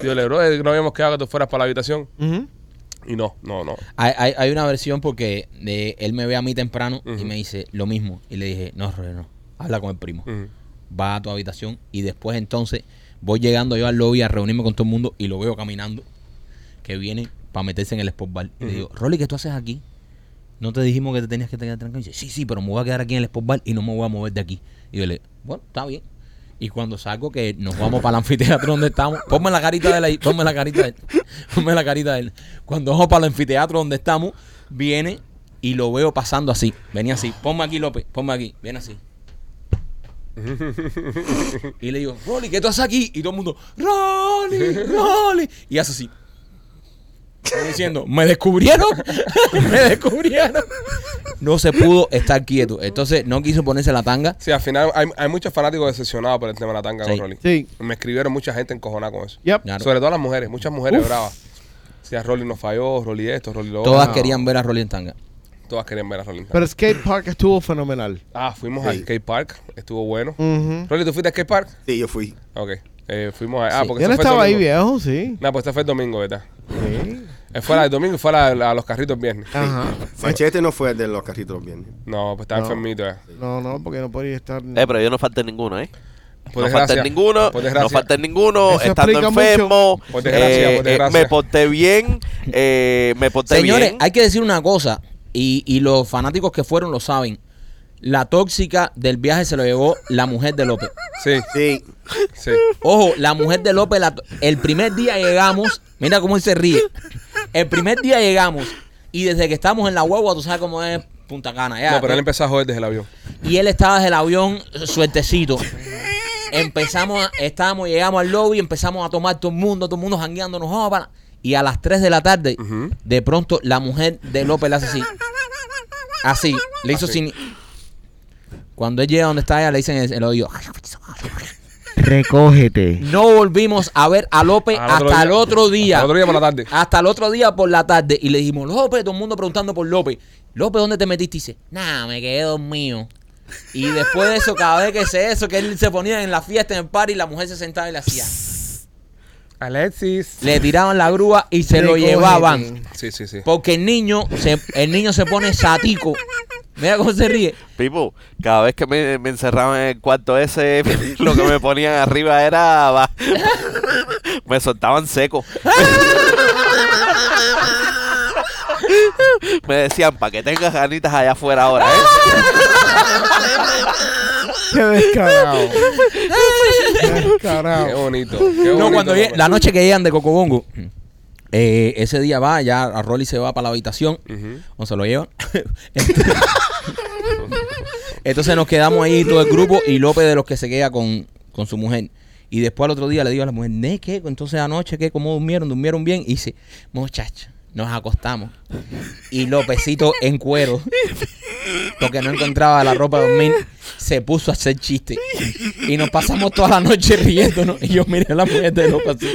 Speaker 1: Yo le bro, eh, no habíamos quedado que tú fueras para la habitación.
Speaker 4: Ujú.
Speaker 1: Y no, no, no.
Speaker 3: Hay, hay, hay una versión porque de, él me ve a mí temprano y
Speaker 1: Ujú.
Speaker 3: me dice lo mismo. Y le dije, no, Rolly, no. Habla con el primo.
Speaker 1: Mm.
Speaker 3: Va a tu habitación y después entonces voy llegando yo al lobby a reunirme con todo el mundo y lo veo caminando que viene para meterse en el sport bar. Y le digo, Rolly, ¿qué tú haces aquí? ¿No te dijimos que te tenías que te quedar tranquilo? Y dice, sí, sí, pero me voy a quedar aquí en el sport bar y no me voy a mover de aquí. Y yo le bueno, está bien. Y cuando salgo que nos vamos para el anfiteatro donde estamos, ponme la carita de él ahí, ponme la carita de él, ponme la carita de él. Cuando vamos para el anfiteatro donde estamos, viene y lo veo pasando así, venía así, ponme aquí López, ponme aquí, viene así. Y le digo, Rolly, ¿qué tú haces aquí? Y todo el mundo, Rolly, Rolly. Y hace así. Como diciendo, ¿me descubrieron? ¿Me descubrieron? No se pudo estar quieto. Entonces no quiso ponerse la tanga.
Speaker 1: Sí, al final hay, hay muchos fanáticos decepcionados por el tema de la tanga
Speaker 3: Sí.
Speaker 1: con Rolly.
Speaker 4: Sí.
Speaker 1: Me escribieron mucha gente encojonada con eso.
Speaker 4: Yep.
Speaker 3: Claro.
Speaker 1: Sobre todo las mujeres, muchas mujeres
Speaker 4: Uf.
Speaker 1: bravas. O sea, Rolly nos falló, Rolly esto, Rolly lo otro.
Speaker 3: Todas querían ver a Rolly en tanga.
Speaker 1: Todas querían ver a Rolly.
Speaker 4: Pero Skate Park estuvo fenomenal.
Speaker 1: ah, fuimos al
Speaker 6: Sí.
Speaker 1: skate park, estuvo bueno.
Speaker 4: Ujú.
Speaker 1: Rolly, ¿tú fuiste al skate park?
Speaker 6: Sí, yo fui.
Speaker 1: Ok. Eh, fuimos a... Ah,
Speaker 3: Sí.
Speaker 1: porque
Speaker 4: Él
Speaker 1: eso fue el
Speaker 4: estaba ahí
Speaker 1: domingo.
Speaker 4: viejo, sí.
Speaker 1: No, pues este fue el domingo, ¿verdad?
Speaker 4: Sí.
Speaker 1: Eh, Fue la del domingo y fue la, la- los carritos el viernes.
Speaker 4: Ajá.
Speaker 6: Machete no fue el de los carritos bien.
Speaker 1: No, pues estaba
Speaker 4: No.
Speaker 1: enfermito. Eh.
Speaker 4: No, no, porque no podía estar.
Speaker 5: Eh, pero yo no falté ninguno, ¿eh?
Speaker 1: Por
Speaker 5: no
Speaker 1: desgracia,
Speaker 5: falté ninguno,
Speaker 1: por
Speaker 5: no
Speaker 1: desgracia.
Speaker 5: falté ninguno,
Speaker 4: Eso
Speaker 5: estando
Speaker 4: explica mucho.
Speaker 5: enfermo.
Speaker 1: Por desgracia,
Speaker 5: eh,
Speaker 1: por
Speaker 5: eh,
Speaker 1: desgracia.
Speaker 5: me porté bien, eh, me porté
Speaker 3: Señores,
Speaker 5: bien.
Speaker 3: hay que decir una cosa, y, y los fanáticos que fueron lo saben. La tóxica del viaje se lo llevó la mujer de López.
Speaker 1: Sí,
Speaker 6: Sí.
Speaker 1: sí.
Speaker 3: Ojo, la mujer de López, la to- el primer día llegamos, mira cómo él se ríe. El primer día llegamos y desde que estamos en la hueva, tú sabes cómo es Punta Cana. ya,
Speaker 1: No, pero él empezó a joder desde el avión.
Speaker 3: Y él estaba desde el avión, suertecito. Empezamos, a- estábamos, llegamos al lobby, empezamos a tomar todo el mundo, todo el mundo jangueándonos. vamos para- Y a las 3 de la tarde,
Speaker 1: Ujú.
Speaker 3: de pronto, la mujer de López le hace así. Así, le hizo
Speaker 1: Así.
Speaker 3: sin... Cuando él llega donde está ella, le dicen en el- el oído.
Speaker 4: Recógete.
Speaker 3: No volvimos a ver a López
Speaker 1: Al otro
Speaker 3: hasta el
Speaker 1: día.
Speaker 3: otro día.
Speaker 1: Al otro día por la tarde.
Speaker 3: Hasta el otro día por la tarde. Y le dijimos, López, todo el mundo preguntando por López. López, ¿dónde te metiste? Y dice, nada, me quedé dormido. Y después de eso, cada vez que se eso, que él se ponía en la fiesta, en el party, la mujer se sentaba y le hacía.
Speaker 1: Alexis.
Speaker 3: Le tiraban la grúa y se lo
Speaker 4: Recógete.
Speaker 3: llevaban.
Speaker 1: Sí, sí, sí.
Speaker 3: Porque el niño se, el niño se pone satico. Mira cómo se ríe.
Speaker 5: Pipo, cada vez que me, me encerraban en el cuarto ese, lo que me ponían arriba era... ba- me soltaban seco. me decían, para que tengas ganitas allá afuera ahora, ¿eh?
Speaker 4: Qué descarado. descarado.
Speaker 1: Qué bonito. Qué
Speaker 3: No,
Speaker 1: bonito,
Speaker 3: cuando lleg-
Speaker 1: López.
Speaker 3: la noche que llegan de Cocobongo, eh, ese día va, ya a Rolly se va para la habitación.
Speaker 1: Ujú.
Speaker 3: O se lo llevan. Entonces nos quedamos ahí todo el grupo y López de los que se queda con, con su mujer. Y después al otro día le digo a la mujer, ¿ne qué? Entonces anoche, ¿qué? ¿Cómo durmieron? ¿Durmieron bien? Y dice, muchacha, nos acostamos. Y Lópezito en cuero, porque no encontraba la ropa de dormir, se puso a hacer chiste. Y nos pasamos toda la noche riéndonos. Y yo miré a la mujer de López así.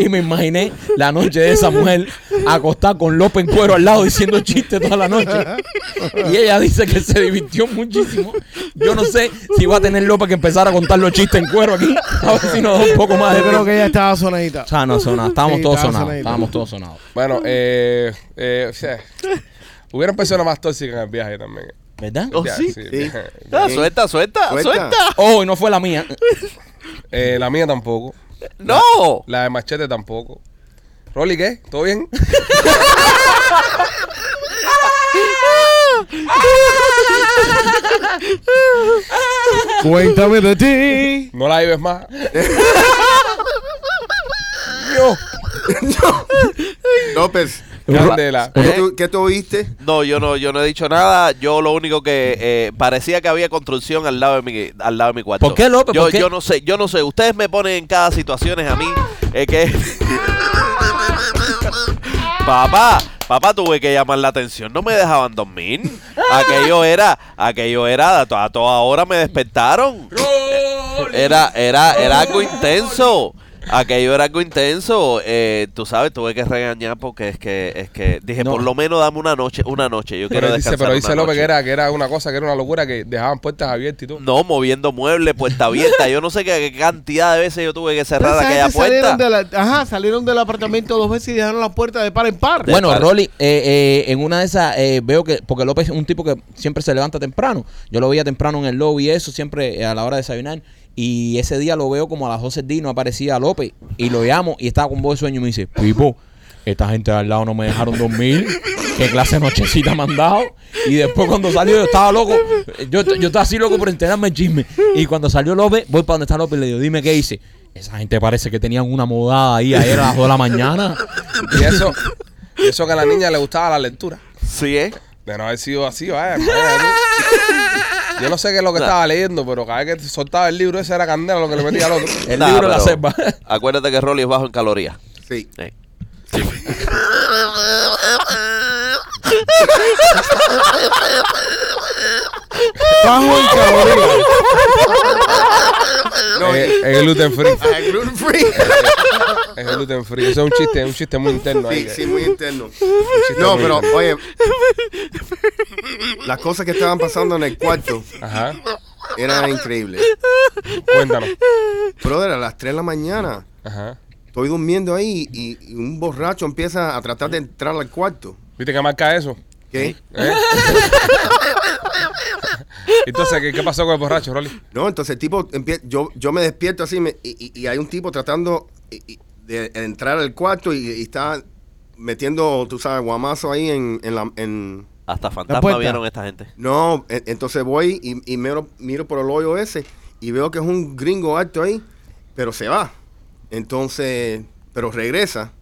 Speaker 3: Y me imaginé la noche de esa mujer acostada con López en cuero al lado diciendo chiste toda la noche. Y ella dice que se divirtió muchísimo. Yo no sé si va a tener López que empezar a contar los chistes en cuero aquí. A ver si nos da un poco más de
Speaker 4: Yo creo
Speaker 3: pena.
Speaker 4: que ella estaba sonadita.
Speaker 3: O sea, no, sonado. Estábamos
Speaker 4: Sí,
Speaker 3: todos
Speaker 4: estaba
Speaker 3: sonados.
Speaker 4: sonadita.
Speaker 3: Estábamos todos sonados.
Speaker 1: Bueno, eh, eh, o sea, hubieron personas más tóxicas en el viaje también.
Speaker 3: ¿Verdad?
Speaker 5: Oh,
Speaker 1: Ya,
Speaker 5: sí.
Speaker 1: sí,
Speaker 6: Sí.
Speaker 1: ya.
Speaker 5: Ah, suelta, suelta,
Speaker 6: Suelta.
Speaker 5: suelta.
Speaker 3: Oh, y no fue la mía.
Speaker 1: Eh, la mía tampoco.
Speaker 5: No.
Speaker 1: La de Machete tampoco. Rolly, ¿qué? ¿Todo bien?
Speaker 4: Cuéntame de ti.
Speaker 1: ¿No la vives más?
Speaker 6: López,
Speaker 1: Candela.
Speaker 6: ¿qué
Speaker 5: ¿Eh?
Speaker 6: tú, qué tú oíste?
Speaker 5: No, yo no, yo no he dicho nada. Yo lo único que eh, parecía que había construcción al lado de mi, al lado de mi cuarto.
Speaker 3: ¿Por qué, López?
Speaker 5: Yo,
Speaker 3: ¿Por qué?
Speaker 5: yo no sé, yo no sé. Ustedes me ponen en cada situaciones a mí eh, que. papá, papá, tuve que llamar la atención. No me dejaban dormir. Aquello era, aquello era. A toda, a toda hora me despertaron. Era, era, era algo intenso. Aquello era algo intenso. Eh, tú sabes, tuve que regañar porque es que, es que dije,
Speaker 3: No.
Speaker 5: por lo menos dame una noche, una noche. Yo quiero
Speaker 1: Pero dice,
Speaker 5: descansar
Speaker 1: pero
Speaker 5: una
Speaker 1: dice López
Speaker 5: noche.
Speaker 1: que era, que era una cosa, que era una locura, que dejaban puertas abiertas y todo.
Speaker 5: No, moviendo muebles, puerta abierta. Yo no sé qué, qué cantidad de veces yo tuve que cerrar
Speaker 4: Esa
Speaker 5: aquella
Speaker 4: gente
Speaker 5: puerta.
Speaker 4: salieron, de la- ajá, salieron del apartamento dos veces y dejaron la puerta de par en par.
Speaker 3: Bueno,
Speaker 5: padre.
Speaker 3: Rolly, eh, eh, en una de esas eh, veo que, porque López es un tipo que siempre se levanta temprano. Yo lo veía temprano en el lobby, y eso, siempre eh, a la hora de desayunar. Y ese día lo veo como a las 12 del día y no aparecía López. Y lo llamo y estaba con voz de sueño y me dice, Pipo, esta gente de al lado no me dejaron dormir. ¿Qué clase de nochecita me han dado? Y después cuando salió yo estaba loco. Yo, yo estaba así loco por enterarme el chisme. Y cuando salió López, voy para donde está López y le digo, dime qué hice. Esa gente parece que tenían una modada ahí ayer a las 2 de la mañana.
Speaker 1: Y eso, y eso que a la niña le gustaba la lectura.
Speaker 5: Sí, ¿eh?
Speaker 1: De no haber sido así, vaya. imagínate tú. Yo no sé qué es lo que estaba leyendo, pues. pero cada vez que soltaba el libro, ese era candela lo que le metía al otro.
Speaker 3: El
Speaker 5: Nah,
Speaker 3: libro de la
Speaker 5: pero
Speaker 3: selva.
Speaker 5: Acuérdate que Rolly es bajo en calorías.
Speaker 6: Sí.
Speaker 5: Eh.
Speaker 4: Bajo en calorías.
Speaker 6: No,
Speaker 1: es, es gluten free.
Speaker 6: I gluten free.
Speaker 1: Es gluten free. Eso es un chiste, es un chiste muy interno ahí.
Speaker 6: Sí,
Speaker 1: que-
Speaker 6: sí, muy interno.
Speaker 1: un chiste
Speaker 6: No,
Speaker 1: muy
Speaker 6: pero
Speaker 1: interno.
Speaker 6: oye, las cosas que estaban pasando en el cuarto
Speaker 1: Ajá.
Speaker 6: eran increíbles.
Speaker 1: Cuéntanos.
Speaker 6: Brother, a las 3 de la mañana
Speaker 1: Ajá.
Speaker 6: estoy durmiendo ahí y, y un borracho empieza a tratar de entrar al cuarto.
Speaker 1: ¿Viste que marca eso?
Speaker 6: ¿Qué?
Speaker 1: ¿Eh? Entonces, ¿qué, qué pasó con el borracho, Rolly?
Speaker 6: No, entonces el tipo, empie- yo, yo me despierto así me- y, y- y hay un tipo tratando y- y de entrar al cuarto y, y está metiendo, tú sabes, guamazo ahí en, en la... en-
Speaker 5: Hasta
Speaker 4: La
Speaker 5: fantasma
Speaker 4: puerta.
Speaker 5: vieron esta gente.
Speaker 6: no, e- entonces voy y, y miro, miro por el hoyo ese y veo que es un gringo alto ahí, pero se va. Entonces, pero regresa.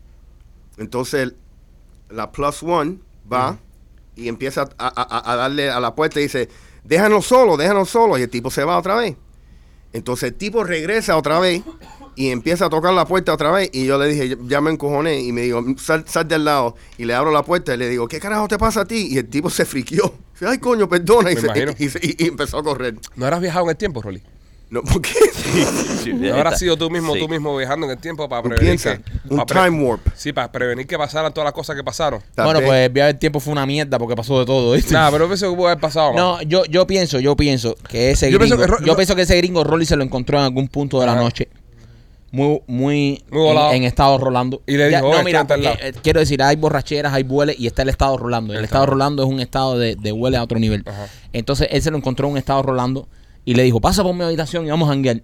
Speaker 6: Entonces la plus one va y empieza a, a- a- a darle a la puerta y dice, déjanos solo, déjanos solo. Y el tipo se va otra vez. Entonces el tipo regresa otra vez y empieza a tocar la puerta otra vez. Y yo le dije, ya me encojoné. Y me dijo, sal, sal del lado. Y le abro la puerta y le digo, ¿qué carajo te pasa a ti? Y el tipo se friquió. Dice, Ay, coño, perdona. Y,
Speaker 1: Me
Speaker 6: se-
Speaker 1: imagino.
Speaker 6: y se- y- y empezó a correr.
Speaker 1: ¿No habrás viajado en el tiempo, Rolly?
Speaker 6: No, ¿Por qué?
Speaker 5: Sí,
Speaker 1: ¿No
Speaker 5: ahí
Speaker 1: habrás
Speaker 5: está.
Speaker 1: sido tú mismo,
Speaker 5: Sí.
Speaker 1: tú mismo viajando en el tiempo para
Speaker 6: Tú
Speaker 1: prevenir
Speaker 6: piensas,
Speaker 1: que-
Speaker 6: un
Speaker 1: para pre-
Speaker 6: time warp.
Speaker 1: Sí, para prevenir que pasaran todas las cosas que pasaron.
Speaker 6: Tal
Speaker 3: bueno,
Speaker 6: vez.
Speaker 3: pues el viaje del tiempo fue una mierda porque pasó de todo, ¿viste?
Speaker 1: Nada, pero eso que pudo haber pasado. man.
Speaker 3: No, yo, yo pienso, yo pienso que ese
Speaker 1: Yo
Speaker 3: gringo,
Speaker 1: pienso que Ro-
Speaker 3: yo
Speaker 1: Ro-
Speaker 3: pienso que ese gringo Rolly se lo encontró en algún punto de la
Speaker 1: Ajá.
Speaker 3: noche. Muy, muy,
Speaker 1: Muy volado.
Speaker 3: en, en estado Rolando.
Speaker 1: Y le dijo, "Oye,
Speaker 3: no, mira,
Speaker 1: está en tal
Speaker 3: porque,
Speaker 1: lado".
Speaker 3: eh, quiero decir, hay borracheras, hay vueles y está el estado Rolando. El
Speaker 1: Está
Speaker 3: estado
Speaker 1: bien.
Speaker 3: Rolando es un estado de, de huele a otro nivel.
Speaker 1: Ajá.
Speaker 3: Entonces él se lo encontró en un estado Rolando y le dijo, pasa por mi habitación y vamos a hanguear.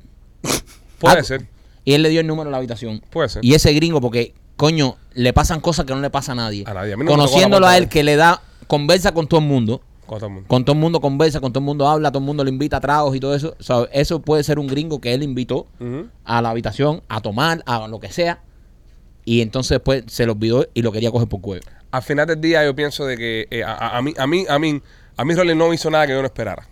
Speaker 1: Puede
Speaker 3: Ah,
Speaker 1: ser.
Speaker 3: Y él le dio el número de la habitación.
Speaker 1: Puede ser.
Speaker 3: Y ese gringo, porque, coño, le pasan cosas que no le pasa a nadie.
Speaker 1: A nadie. A mí no me tocó
Speaker 3: Conociéndolo a
Speaker 1: la puerta,
Speaker 3: él, que le da, conversa con todo el mundo.
Speaker 1: Con todo el mundo.
Speaker 3: Con todo el mundo conversa, con todo el mundo habla, todo el mundo le invita a tragos y todo eso. O sea, eso puede ser un gringo que él invitó
Speaker 1: Ujú.
Speaker 3: a la habitación a tomar, a lo que sea. Y entonces después se lo olvidó y lo quería coger por cuello.
Speaker 1: Al final del día yo pienso de que eh, a, a- a mí, a mí, a mí, a mí Rolly no me hizo nada que yo no esperara.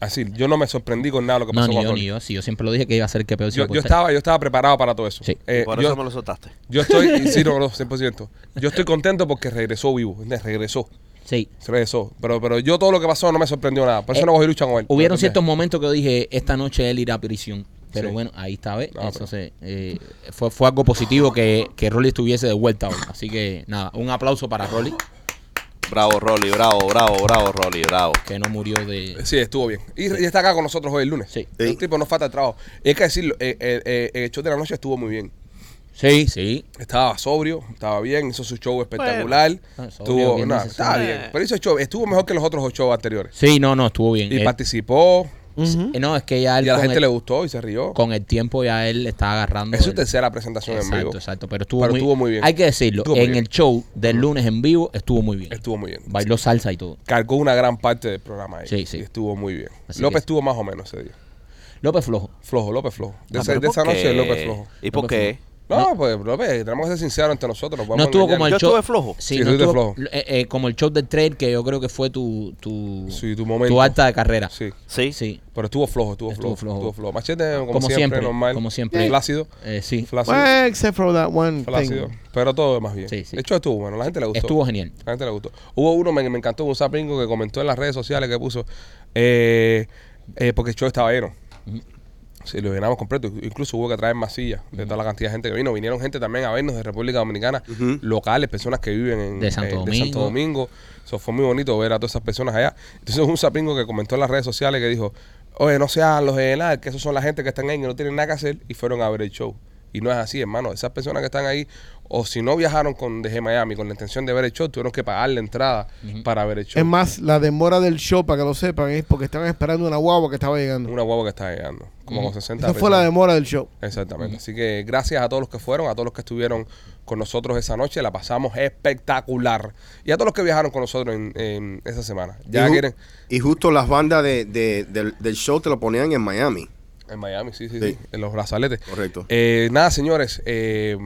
Speaker 7: Así, yo no me sorprendí con nada de lo que
Speaker 3: No,
Speaker 7: pasó
Speaker 3: ni
Speaker 7: con
Speaker 3: yo,
Speaker 7: Rolly.
Speaker 3: ni yo. Sí, yo siempre lo dije que iba a ser el que peor se
Speaker 7: Yo,
Speaker 3: iba a
Speaker 7: yo
Speaker 3: portar.
Speaker 7: estaba, yo estaba preparado para todo eso.
Speaker 3: Sí.
Speaker 7: Eh,
Speaker 5: Por
Speaker 7: yo,
Speaker 5: eso me lo soltaste.
Speaker 7: yo estoy, sí, no, no, 100%. Yo estoy contento porque regresó vivo, ¿entiendes? regresó,
Speaker 3: Sí.
Speaker 7: regresó. Pero, pero yo todo lo que pasó no me sorprendió nada. Por eso
Speaker 3: Eh,
Speaker 7: no cogí lucha con él.
Speaker 3: Hubieron
Speaker 7: ¿Entiendes?
Speaker 3: ciertos momentos que yo dije, esta noche él irá a prisión. Pero
Speaker 7: Sí.
Speaker 3: bueno, ahí está, ¿ves?
Speaker 7: Ah,
Speaker 3: Eso se- eh, fue, fue algo positivo que, que Rolly estuviese de vuelta hoy. Así que nada, un aplauso para Rolly,
Speaker 5: Bravo, Rolly, bravo, bravo, bravo, Rolly, bravo.
Speaker 3: que no murió de...
Speaker 7: Sí, estuvo bien. Y, y está acá con nosotros hoy el lunes.
Speaker 3: Sí.
Speaker 7: El tipo no falta el trabajo. Y hay que decirlo, eh, eh, eh, el show de la noche estuvo muy bien.
Speaker 3: Sí, sí.
Speaker 7: Estaba sobrio, estaba bien, hizo su show espectacular.
Speaker 3: Ah, sobrio,
Speaker 7: estuvo,
Speaker 3: bien
Speaker 7: nada,
Speaker 3: necesario.
Speaker 7: estaba bien. Pero hizo show, estuvo mejor que los otros shows anteriores.
Speaker 3: Sí, no, no, estuvo bien.
Speaker 7: Y
Speaker 3: Él-
Speaker 7: participó,
Speaker 3: eh, no, es que ya él
Speaker 7: y a la
Speaker 3: con
Speaker 7: gente
Speaker 3: el-
Speaker 7: le gustó y se rió.
Speaker 3: con el tiempo ya él está agarrando.
Speaker 7: Es su
Speaker 3: el-
Speaker 7: tercera presentación en
Speaker 3: Exacto,
Speaker 7: vivo.
Speaker 3: exacto. Pero estuvo,
Speaker 7: Pero
Speaker 3: muy,
Speaker 7: estuvo muy bien.
Speaker 3: Hay que decirlo,
Speaker 7: Estuvo muy
Speaker 3: en
Speaker 7: bien.
Speaker 3: el show del lunes en vivo estuvo muy bien.
Speaker 7: Estuvo muy bien.
Speaker 3: Bailó salsa y todo.
Speaker 7: Cargó una gran parte del programa ahí.
Speaker 3: Sí, sí.
Speaker 7: Y estuvo muy bien.
Speaker 3: Así
Speaker 7: López
Speaker 3: que-
Speaker 7: estuvo más o menos ese día.
Speaker 3: López Flojo.
Speaker 7: Flojo, López flojo. De,
Speaker 3: Ah,
Speaker 7: ese-
Speaker 3: pero
Speaker 7: de esa
Speaker 5: ¿Por
Speaker 7: noche,
Speaker 5: qué?
Speaker 7: López flojo.
Speaker 5: ¿Y por
Speaker 3: López
Speaker 5: qué?
Speaker 7: No, pues López, tenemos que ser sinceros entre nosotros. nos vamos
Speaker 3: No
Speaker 7: a
Speaker 3: estuvo
Speaker 7: engañar.
Speaker 3: como el
Speaker 5: Yo
Speaker 3: show.
Speaker 5: estuve flojo.
Speaker 3: Sí,
Speaker 7: Sí,
Speaker 3: no
Speaker 7: estuviste
Speaker 3: estuvo-
Speaker 7: flojo.
Speaker 3: eh, eh, como el show del trade que yo creo que fue tu tu
Speaker 7: Sí, tu momento.
Speaker 3: alta de carrera.
Speaker 7: Sí.
Speaker 5: Sí.
Speaker 3: Sí.
Speaker 7: Pero estuvo flojo, estuvo,
Speaker 3: Estuvo
Speaker 7: flojo,
Speaker 3: flojo.
Speaker 7: Estuvo flojo. Machete, como,
Speaker 3: Como
Speaker 7: siempre,
Speaker 3: siempre,
Speaker 7: normal.
Speaker 3: como siempre.
Speaker 7: Flácido.
Speaker 3: Eh, sí.
Speaker 7: Flácido.
Speaker 4: Well, except for that one
Speaker 7: flácido.
Speaker 4: thing.
Speaker 7: Pero todo más bien.
Speaker 3: Sí, sí.
Speaker 7: De hecho, estuvo bueno. La gente le gustó.
Speaker 3: Estuvo genial.
Speaker 7: La gente le gustó. Hubo uno me, me encantó, un sapingo que comentó en las redes sociales que puso, eh, eh, porque el show estaba lleno. Sí, lo llenamos completo. Incluso hubo que traer más sillas de toda la cantidad de gente que vino. Vinieron gente también a vernos de República Dominicana, locales, personas que viven en, eh,
Speaker 3: De Santo
Speaker 7: de Santo
Speaker 3: Domingo.
Speaker 7: Domingo. Eso fue muy bonito ver a todas esas personas allá. Entonces un sapingo que comentó en las redes sociales que dijo, oye, no sean los de nada, que esos son la gente que están ahí que no tienen nada que hacer y fueron a ver el show. Y no es así, hermano. Esas personas que están ahí, o si no viajaron con desde Miami con la intención de ver el show, tuvieron que pagar la entrada para ver el show.
Speaker 4: Es más, la demora del show, para que lo sepan, es porque estaban esperando una guagua que estaba llegando.
Speaker 7: Una guagua que está llegando, como con 60
Speaker 4: Esa fue la
Speaker 7: personas.
Speaker 4: demora del show.
Speaker 7: Exactamente. Así que gracias a todos los que fueron, a todos los que estuvieron con nosotros esa noche. La pasamos espectacular. Y a todos los que viajaron con nosotros en, en esa semana. Ya
Speaker 6: y, ju-
Speaker 7: quieren.
Speaker 6: y justo las bandas de, de- del, del show te lo ponían en Miami.
Speaker 7: En Miami, sí, sí, sí.
Speaker 6: Sí.
Speaker 7: En los brazaletes.
Speaker 6: Correcto.
Speaker 7: Eh, nada, señores. eh,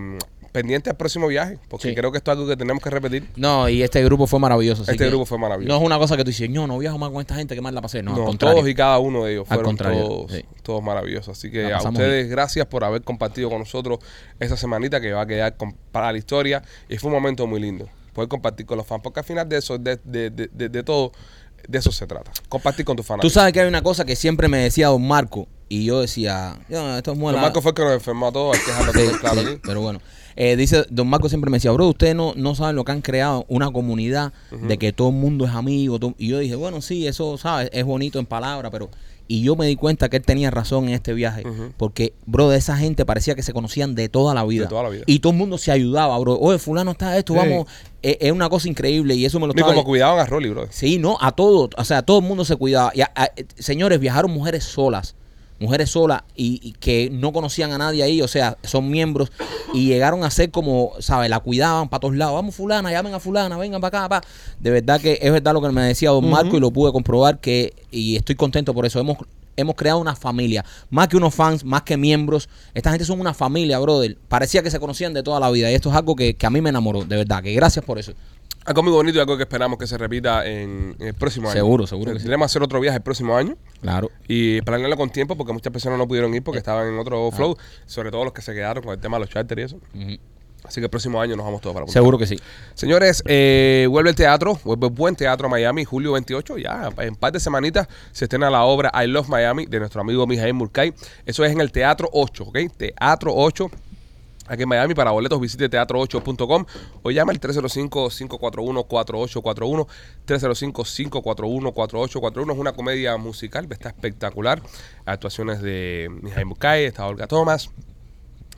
Speaker 7: pendiente al próximo viaje, porque
Speaker 3: Sí.
Speaker 7: creo que esto es algo que tenemos que repetir.
Speaker 3: No, y este grupo fue maravilloso. así
Speaker 7: Este
Speaker 3: que
Speaker 7: grupo fue maravilloso.
Speaker 3: No es una cosa que tú dices, no, no viajo más con esta gente, que mal la pasé. No, al
Speaker 7: No,
Speaker 3: contrario.
Speaker 7: todos y cada uno de ellos
Speaker 3: Al
Speaker 7: fueron
Speaker 3: contrario,
Speaker 7: todos,
Speaker 3: sí.
Speaker 7: todos maravillosos. Así que
Speaker 3: La
Speaker 7: a
Speaker 3: pasamos
Speaker 7: ustedes, gracias por haber compartido con nosotros esa semanita que va a quedar con- para la historia. Y fue un momento muy lindo. Poder compartir con los fans, porque al final de eso, de, de- de- de- de todo, de eso se trata. Compartir con tus fans.
Speaker 3: Tú sabes que hay una cosa que siempre me decía Don Marco y yo decía, "Ya, esto es muy
Speaker 7: Don
Speaker 3: la-
Speaker 7: Marco fue el que nos enfermó a todos, hay que dejarlo
Speaker 3: Sí,
Speaker 7: todo claro
Speaker 3: sí,
Speaker 7: aquí.
Speaker 3: pero bueno, Eh, dice Don Marco siempre me decía, bro, ustedes no, no saben lo que han creado, una comunidad de que todo el mundo es amigo. todo-". Y yo dije, bueno, sí, eso, ¿sabes? Es bonito en palabras, pero. Y yo me di cuenta que él tenía razón en este viaje,
Speaker 7: Ujú.
Speaker 3: porque, bro, de esa gente parecía que se conocían de toda la vida.
Speaker 7: De toda la vida.
Speaker 3: Y todo el mundo se ayudaba, bro. Oye, Fulano está esto,
Speaker 7: Sí.
Speaker 3: vamos. Es, es una cosa increíble y eso me lo
Speaker 7: Ni
Speaker 3: estaba-
Speaker 7: como cuidaban a Rolly, bro.
Speaker 3: Sí, no, a todo, o sea, todo el mundo se cuidaba. Y a- a- eh, señores, viajaron mujeres solas, mujeres solas y, y que no conocían a nadie ahí, o sea, son miembros y llegaron a ser como, ¿sabes? La cuidaban para todos lados. Vamos fulana, llamen a fulana, vengan para acá, Ah, pa. De verdad que es verdad lo que me decía Don Marco y lo pude comprobar que y estoy contento por eso. Hemos hemos creado una familia, más que unos fans, más que miembros. Esta gente son una familia, brother. Parecía que se conocían de toda la vida y esto es algo que, que a mí me enamoró, de verdad, que gracias por eso.
Speaker 7: Algo muy bonito y algo que esperamos que se repita en el próximo año.
Speaker 3: Seguro, seguro que sí.
Speaker 7: Tendremos que hacer otro viaje el próximo año.
Speaker 3: Claro.
Speaker 7: Y planearlo con tiempo porque muchas personas no pudieron ir
Speaker 3: Eh,
Speaker 7: porque estaban en
Speaker 3: ah.
Speaker 7: otro flow, sobre todo los que se quedaron con el tema de los charters y eso. Así que el próximo año nos vamos todos para Punta
Speaker 3: Seguro que sí.
Speaker 7: Cana. Señores, eh, vuelve el teatro, vuelve el buen teatro a Miami, julio 28, ya en par de semanitas se estrena la obra I Love Miami de nuestro amigo Mijael Murkay. Eso es en el Teatro 8, ¿ok? Teatro 8. Aquí en Miami, para boletos visite teatro8.com o llama al 305-541-4841. 305-541-4841. Es una comedia musical, está espectacular. Actuaciones de Mijay Mukai, está Olga Thomas.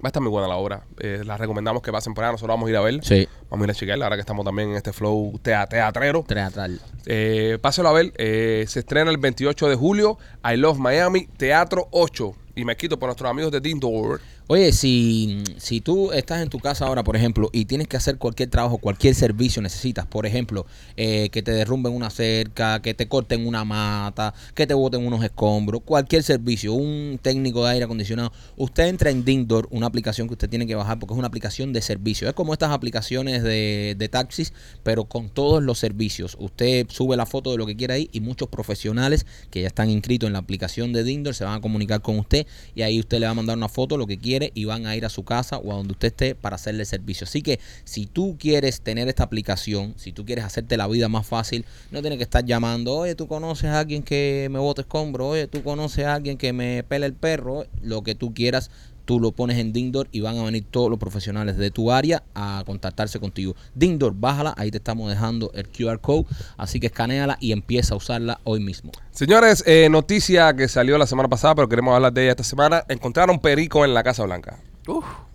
Speaker 7: Va a estar muy buena la obra. Eh, la recomendamos que pasen por ahora. Nosotros vamos a ir a verla.
Speaker 3: Sí.
Speaker 7: Vamos a ir a chequearla ahora que estamos también en este flow tea- teatrero.
Speaker 3: Tratar.
Speaker 7: Eh, páselo a ver. Eh, se estrena el 28 de julio. I Love Miami, Teatro 8. Y me quito por nuestros amigos de Team Door.
Speaker 3: Oye, si, si tú estás en tu casa ahora, por ejemplo, y tienes que hacer cualquier trabajo, cualquier servicio necesitas, por ejemplo, eh, que te derrumben una cerca, que te corten una mata, que te boten unos escombros, cualquier servicio, un técnico de aire acondicionado, usted entra en Dingdoor, una aplicación que usted tiene que bajar porque es una aplicación de servicio. Es como estas aplicaciones de, de taxis, pero con todos los servicios. Usted sube la foto de lo que quiera ahí y muchos profesionales que ya están inscritos en la aplicación de Dindor se van a comunicar con usted y ahí usted le va a mandar una foto, lo que quiere y van a ir a su casa o a donde usted esté para hacerle el servicio. Así que si tú quieres tener esta aplicación, si tú quieres hacerte la vida más fácil, no tienes que estar llamando, oye, tú conoces a alguien que me bote escombro, oye, tú conoces a alguien que me pele el perro, lo que tú quieras. Tú lo pones en Dindor y van a venir todos los profesionales de tu área a contactarse contigo. Dindor, bájala, ahí te estamos dejando el QR code, así que escaneala y empieza a usarla hoy mismo.
Speaker 7: Señores, eh, noticia que salió la semana pasada, pero queremos hablar de ella esta semana. Encontraron perico en la Casa Blanca.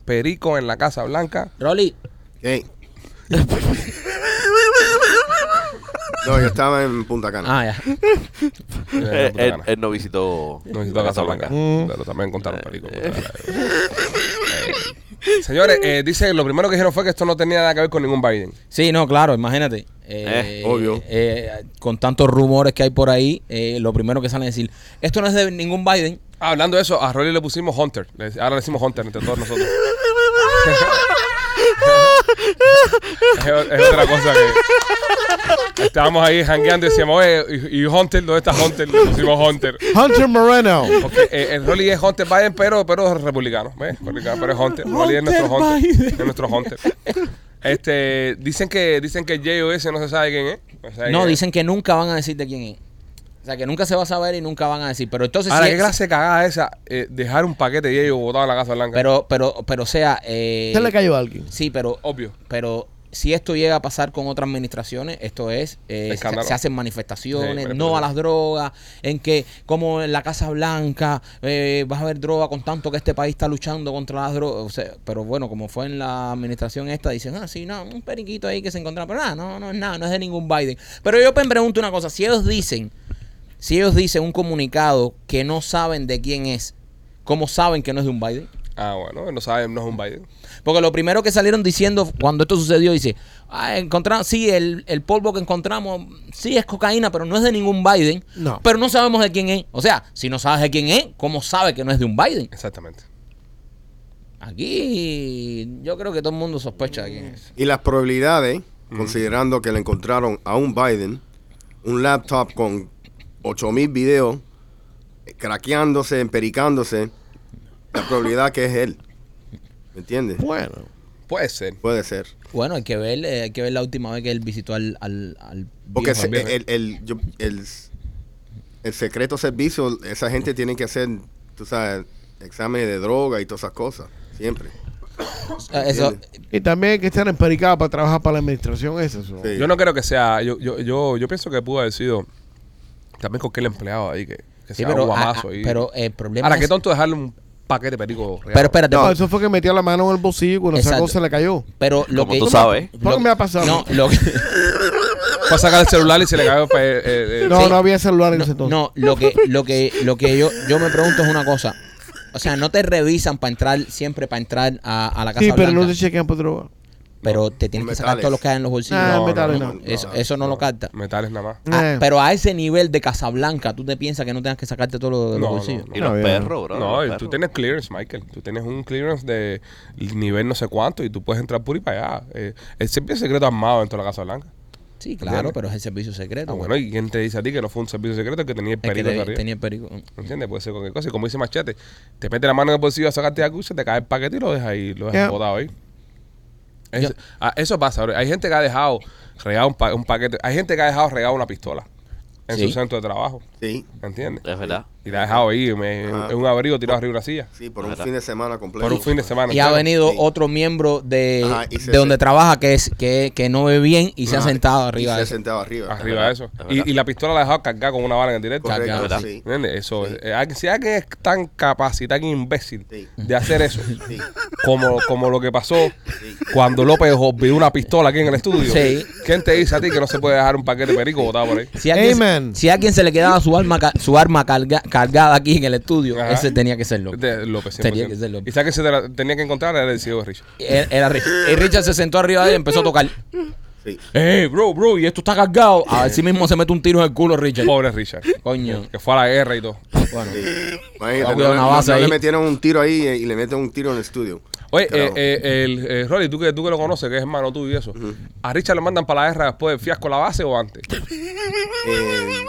Speaker 7: Perico en la Casa Blanca.
Speaker 3: Rolly,
Speaker 6: Ey. No, yo estaba en Punta Cana.
Speaker 3: ah, ya.
Speaker 7: Eh,
Speaker 5: Él,
Speaker 7: no,
Speaker 5: él-
Speaker 7: no,
Speaker 5: él no visitó,
Speaker 7: No visitó la Casa Blanca. Pero también encontraron perico. Eh, Señores, eh, dice, lo primero que dijeron fue que esto no tenía nada que ver con ningún Biden.
Speaker 3: Sí, no, claro, imagínate. Eh,
Speaker 5: Eh,
Speaker 6: obvio.
Speaker 3: eh, con tantos rumores que hay por ahí, eh, lo primero que sale es decir, esto no es de ningún Biden.
Speaker 7: Ah, Hablando de eso, a Rolly le pusimos Hunter. Le- Ahora le decimos Hunter entre todos nosotros. es, o- es otra cosa que. Estábamos ahí jangueando y decíamos, oye, y, y Hunter? ¿Dónde está Hunter? Le pusimos Hunter.
Speaker 4: Hunter Moreno.
Speaker 7: Porque eh, el Rolly es Hunter Biden, pero, pero es republicano. ¿ves? Republicano, Pero es Hunter. Rolly es nuestro
Speaker 3: Hunter
Speaker 7: Hunter.
Speaker 3: Biden.
Speaker 7: Es nuestro Hunter. Este, dicen que dicen que JOS no se sabe quién es. No, se sabe
Speaker 3: No,
Speaker 7: quién es.
Speaker 3: dicen que nunca van a decir de quién es. O sea, que nunca se va a saber y nunca van a decir. Pero entonces
Speaker 7: Ahora,
Speaker 3: sí
Speaker 7: qué
Speaker 3: es-
Speaker 7: clase de cagada esa, eh, dejar un paquete de ellos botado en la Casa Blanca.
Speaker 3: Pero, pero, pero, o sea, eh,
Speaker 4: Se le cayó a alguien.
Speaker 3: sí, pero,
Speaker 7: Obvio.
Speaker 3: pero si esto llega a pasar con otras administraciones, esto es, eh, se,
Speaker 7: Escándalo.
Speaker 3: se hacen
Speaker 7: Sí,
Speaker 3: manifestaciones,
Speaker 7: pero-
Speaker 3: no a las drogas, en que como en la Casa Blanca eh, vas a haber droga con tanto que este país está luchando contra las drogas. O sea, pero bueno, como fue en la administración esta, dicen, ah, sí, no, un periquito ahí que se encontraba, pero nada, no, no es nada, no es de ningún Biden. Pero yo me pregunto una cosa, si ellos dicen, si ellos dicen un comunicado que no saben de quién es, ¿cómo saben que no es de un Biden?
Speaker 7: Ah, bueno, no saben, no es un Biden.
Speaker 3: Porque lo primero que salieron diciendo cuando esto sucedió, dice, ah, encontramos, sí, el, el polvo que encontramos, sí es cocaína, pero no es de ningún Biden.
Speaker 4: No.
Speaker 3: Pero no sabemos de quién es. O sea, si no sabes de quién es, ¿cómo sabe que no es de un Biden?
Speaker 7: Exactamente.
Speaker 3: Aquí yo creo que todo el mundo sospecha de quién es.
Speaker 6: Y las probabilidades, considerando que le encontraron a un Biden, un laptop con 8000 videos, eh, craqueándose, empericándose, la probabilidad que es él. ¿Me entiendes?
Speaker 4: Bueno.
Speaker 7: Puede ser.
Speaker 6: Puede ser.
Speaker 3: Bueno, hay que ver, eh, hay que ver la última vez que él visitó al, al, al
Speaker 6: Porque
Speaker 3: viejo
Speaker 6: se-
Speaker 3: amigo.
Speaker 7: eh,
Speaker 6: el, el, yo- el- el secreto servicio, esa gente tiene que hacer, tú sabes, exámenes de droga y todas esas cosas, siempre.
Speaker 3: Ah,
Speaker 7: eh,
Speaker 3: eso,
Speaker 4: Y también hay que estar empericados para trabajar para la administración esa. eso.
Speaker 6: Sí.
Speaker 7: Yo no creo que sea. Yo, yo, yo, yo pienso que pudo haber sido también con aquel empleado ahí que, que se
Speaker 3: sí,
Speaker 7: pero,
Speaker 3: pero,
Speaker 7: un
Speaker 3: ah,
Speaker 7: guamazo
Speaker 3: ah,
Speaker 7: ahí.
Speaker 3: pero el problema
Speaker 7: Ahora, qué
Speaker 3: es-
Speaker 7: tonto dejarle un paquete de perico. regado.
Speaker 3: Pero espérate,
Speaker 4: No, eso fue que metió la mano en el bolsillo y cuando
Speaker 3: Exacto.
Speaker 4: sacó se le cayó.
Speaker 3: pero lo
Speaker 5: Como
Speaker 3: que
Speaker 5: tú sabes.
Speaker 3: lo-
Speaker 4: ¿Por qué me ha pasado?
Speaker 3: No, lo que
Speaker 7: Fue a sacar el celular y se le cayó. el pe- eh, eh,
Speaker 4: No,
Speaker 3: Sí.
Speaker 4: no había celular en
Speaker 3: No,
Speaker 4: ese entonces.
Speaker 3: no, lo que, lo que, lo que yo, yo me pregunto es una cosa. O sea, no te revisan para entrar, siempre para entrar a, a la casa
Speaker 4: sí, pero
Speaker 3: blanca,
Speaker 4: no te chequean por droga.
Speaker 3: pero te tienes que sacar
Speaker 6: Metales.
Speaker 3: todos los que hay en los bolsillos.
Speaker 4: Ah,
Speaker 7: no,
Speaker 4: metales
Speaker 7: no,
Speaker 4: no.
Speaker 3: eso, eso no, lo capta.
Speaker 7: Metales nada más.
Speaker 3: Ah,
Speaker 4: Eh.
Speaker 3: pero a ese nivel de Casablanca, tú te piensas que no tengas que sacarte todos los, los
Speaker 7: No, no,
Speaker 3: bolsillos.
Speaker 5: Y
Speaker 4: No,
Speaker 5: los
Speaker 4: ya.
Speaker 5: perros, bro.
Speaker 7: No,
Speaker 5: los
Speaker 7: y tú
Speaker 5: perros.
Speaker 7: tienes clearance, Michael. Tú tienes un clearance de nivel no sé cuánto y tú puedes entrar por y para allá. Eh, es siempre el secreto armado dentro de la Casa Blanca.
Speaker 3: Sí, claro, pero es el servicio secreto.
Speaker 7: Ah,
Speaker 3: güey.
Speaker 7: bueno, ¿y quién te dice a ti que no fue un servicio secreto que tenía el
Speaker 3: es que
Speaker 7: perico
Speaker 3: te-
Speaker 7: de arriba?
Speaker 3: tenía el perico.
Speaker 7: ¿Entiendes? Puede ser cualquier cosa. Y como dice Machete, te mete la mano en el bolsillo a sacarte de se te cae el paquete y lo dejas ahí, lo dejas
Speaker 4: Yeah.
Speaker 7: botado ahí. Es-
Speaker 3: Yo-
Speaker 7: ah, eso pasa. bro. Hay gente que ha dejado regado un, pa- un paquete. Hay gente que ha dejado regado una pistola en
Speaker 3: Sí.
Speaker 7: su centro de trabajo.
Speaker 6: Sí,
Speaker 7: ¿Entiendes?
Speaker 5: Es verdad.
Speaker 7: Y la ha dejado ahí me-
Speaker 6: Ajá.
Speaker 7: en un abrigo tirado arriba de una silla.
Speaker 6: sí, por un
Speaker 5: Ahora.
Speaker 6: fin de semana completo.
Speaker 7: Por un fin de semana.
Speaker 3: Y ha
Speaker 7: entero.
Speaker 3: venido
Speaker 6: Sí.
Speaker 3: otro miembro de,
Speaker 6: Ajá, y se-
Speaker 3: de donde trabaja que es
Speaker 7: Ah.
Speaker 3: que, que no ve bien y se ha
Speaker 6: Ajá,
Speaker 3: sentado
Speaker 6: y
Speaker 3: arriba.
Speaker 6: Se
Speaker 3: de
Speaker 6: ha
Speaker 3: eso.
Speaker 6: sentado arriba.
Speaker 7: Arriba de eso.
Speaker 5: Es verdad.
Speaker 7: Y, y la pistola la ha dejado cargada con una bala en el directo.
Speaker 6: Correcto,
Speaker 3: Ah, claro,
Speaker 6: sí.
Speaker 7: ¿Entiendes? Eso,
Speaker 6: Sí.
Speaker 7: eh, alguien- si alguien es tan capacitado, tan imbécil
Speaker 6: Sí.
Speaker 7: de hacer eso,
Speaker 6: Sí.
Speaker 7: como, como lo que pasó cuando López vio una pistola aquí en el estudio.
Speaker 3: Sí.
Speaker 7: ¿Quién te dice a ti que no se puede dejar un paquete de perico botado por ahí?
Speaker 3: Si a alguien,
Speaker 4: Amen.
Speaker 3: si a alguien se le quedaba su arma, ca- su arma carga- cargada aquí en el estudio,
Speaker 7: Ajá.
Speaker 3: ese tenía que ser López.
Speaker 7: De Este, López, 100%.
Speaker 3: Tenía que ser López.
Speaker 7: ¿Y sabes que se te la- tenía que encontrar? Era el CEO de Rich.
Speaker 3: Era era Richard. Y Richard se sentó arriba de él y empezó a tocar.
Speaker 6: Sí.
Speaker 3: ¡Eh, bro, bro! Y esto está cargado. A ver si mismo se mete un tiro en el culo, Richard.
Speaker 7: Pobre Richard.
Speaker 3: Coño.
Speaker 7: Que fue a la guerra y todo.
Speaker 3: Bueno.
Speaker 6: Imagínate,
Speaker 3: Había
Speaker 6: no,
Speaker 3: una
Speaker 6: no-
Speaker 3: base
Speaker 6: no le
Speaker 3: ahí.
Speaker 6: metieron un tiro ahí eh, y le meten un tiro en el estudio.
Speaker 7: Oye, eh,
Speaker 6: Carajo.
Speaker 7: eh, el, eh, Rolly, tú que, tú que lo conoces, que es hermano tuyo y eso. ¿A Richard lo mandan para la guerra después del fiasco a la base o antes?
Speaker 6: Eh,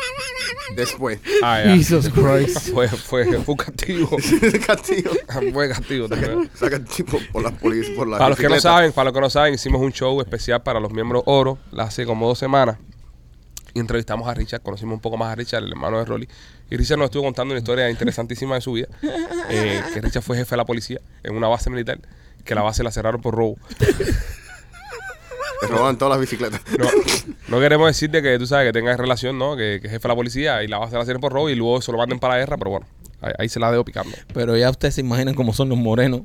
Speaker 6: después.
Speaker 7: Ah, ya.
Speaker 4: Jesus Christ.
Speaker 7: Fue, fue, fue un castigo.
Speaker 6: Castillo.
Speaker 7: Fue castigo. te creo.
Speaker 6: Saca el tipo por la policía, por la
Speaker 7: Para los que no
Speaker 6: bicicleta.
Speaker 7: saben, para los que no saben, hicimos un show especial para los miembros Oro la- hace como dos semanas. Y entrevistamos a Richard, conocimos un poco más a Richard, el hermano de Rolly. Y Richard nos estuvo contando una historia interesantísima de su vida. eh, que Richard fue jefe de la policía en una base militar, que la base la cerraron por robo.
Speaker 6: Te roban todas las bicicletas.
Speaker 7: No, no queremos decirte que tú sabes que tengas relación, ¿no? Que, que jefe de la policía y la base la cerraron por robo y luego se lo manden para la guerra, pero bueno, ahí, ahí se la debo picando.
Speaker 3: Pero ya ustedes se imaginan cómo son los morenos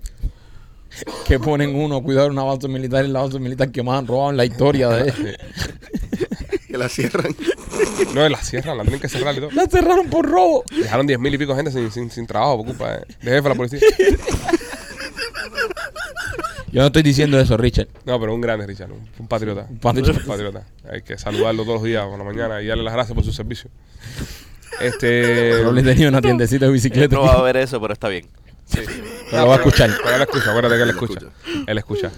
Speaker 3: que ponen uno a cuidar una base militar en la base militar que más han robado en la historia de
Speaker 6: Que la cierran.
Speaker 7: No, la cierran, la tienen que cerrar y todo.
Speaker 3: La cerraron por robo.
Speaker 7: Dejaron diez mil y pico gente sin, sin, sin trabajo por culpa de de jefe de la policía.
Speaker 3: Yo no estoy diciendo eso, Richard.
Speaker 7: No, pero un grande, Richard, un, un patriota. Un
Speaker 3: patriota.
Speaker 7: patriota. Hay que saludarlo todos los días por la mañana y darle las gracias por su servicio. Este.
Speaker 3: Pero le tenía una tiendecita de bicicleta.
Speaker 5: No va a ver eso, pero está bien.
Speaker 3: Pero lo va a escuchar.
Speaker 7: Pero él escucha, acuérdate que él escucha. Él escucha.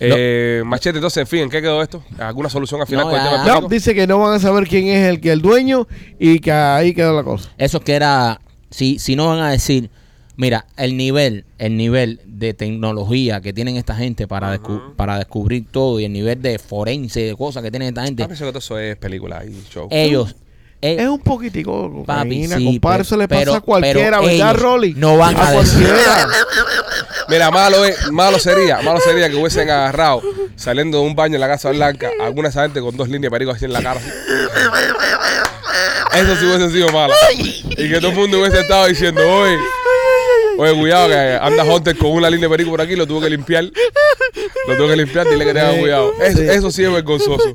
Speaker 7: Eh, Machete, entonces, en fin, ¿en qué quedó esto? ¿Alguna solución al final
Speaker 3: No,
Speaker 7: con el
Speaker 3: ya,
Speaker 7: tema
Speaker 3: ya.
Speaker 7: del
Speaker 4: No,
Speaker 7: perrito?
Speaker 4: dice que no van a saber quién es el que el dueño y que ahí queda la cosa.
Speaker 3: Eso que era, si, si no van a decir, mira, el nivel, el nivel de tecnología que tienen esta gente para, descu- para descubrir todo y el nivel de forense y de cosas que tienen esta
Speaker 7: Ah,
Speaker 3: gente,
Speaker 7: pienso que todo eso es película y show.
Speaker 3: ellos... eh,
Speaker 4: Es un poquitico de
Speaker 3: papi,
Speaker 4: cocaína,
Speaker 3: sí,
Speaker 4: compadre, eso le pasa
Speaker 3: pero-
Speaker 4: a cualquiera,
Speaker 3: pero
Speaker 4: ¿verdad,
Speaker 3: ellos
Speaker 4: Rolly?
Speaker 3: No van a, decir...
Speaker 4: cualquiera.
Speaker 7: Mira, malo es, malo sería, malo sería que hubiesen agarrado saliendo de un baño en la Casa Blanca alguna esa gente con dos líneas de perico así en la cara. así. Eso sí hubiese sido malo. Y que todo el mundo hubiese estado diciendo, oye, oye, cuidado que anda Hunter con una línea de perico por aquí, lo tuvo que limpiar. Lo tuvo que limpiar, dile que tenga cuidado. Eso, eso sí es vergonzoso.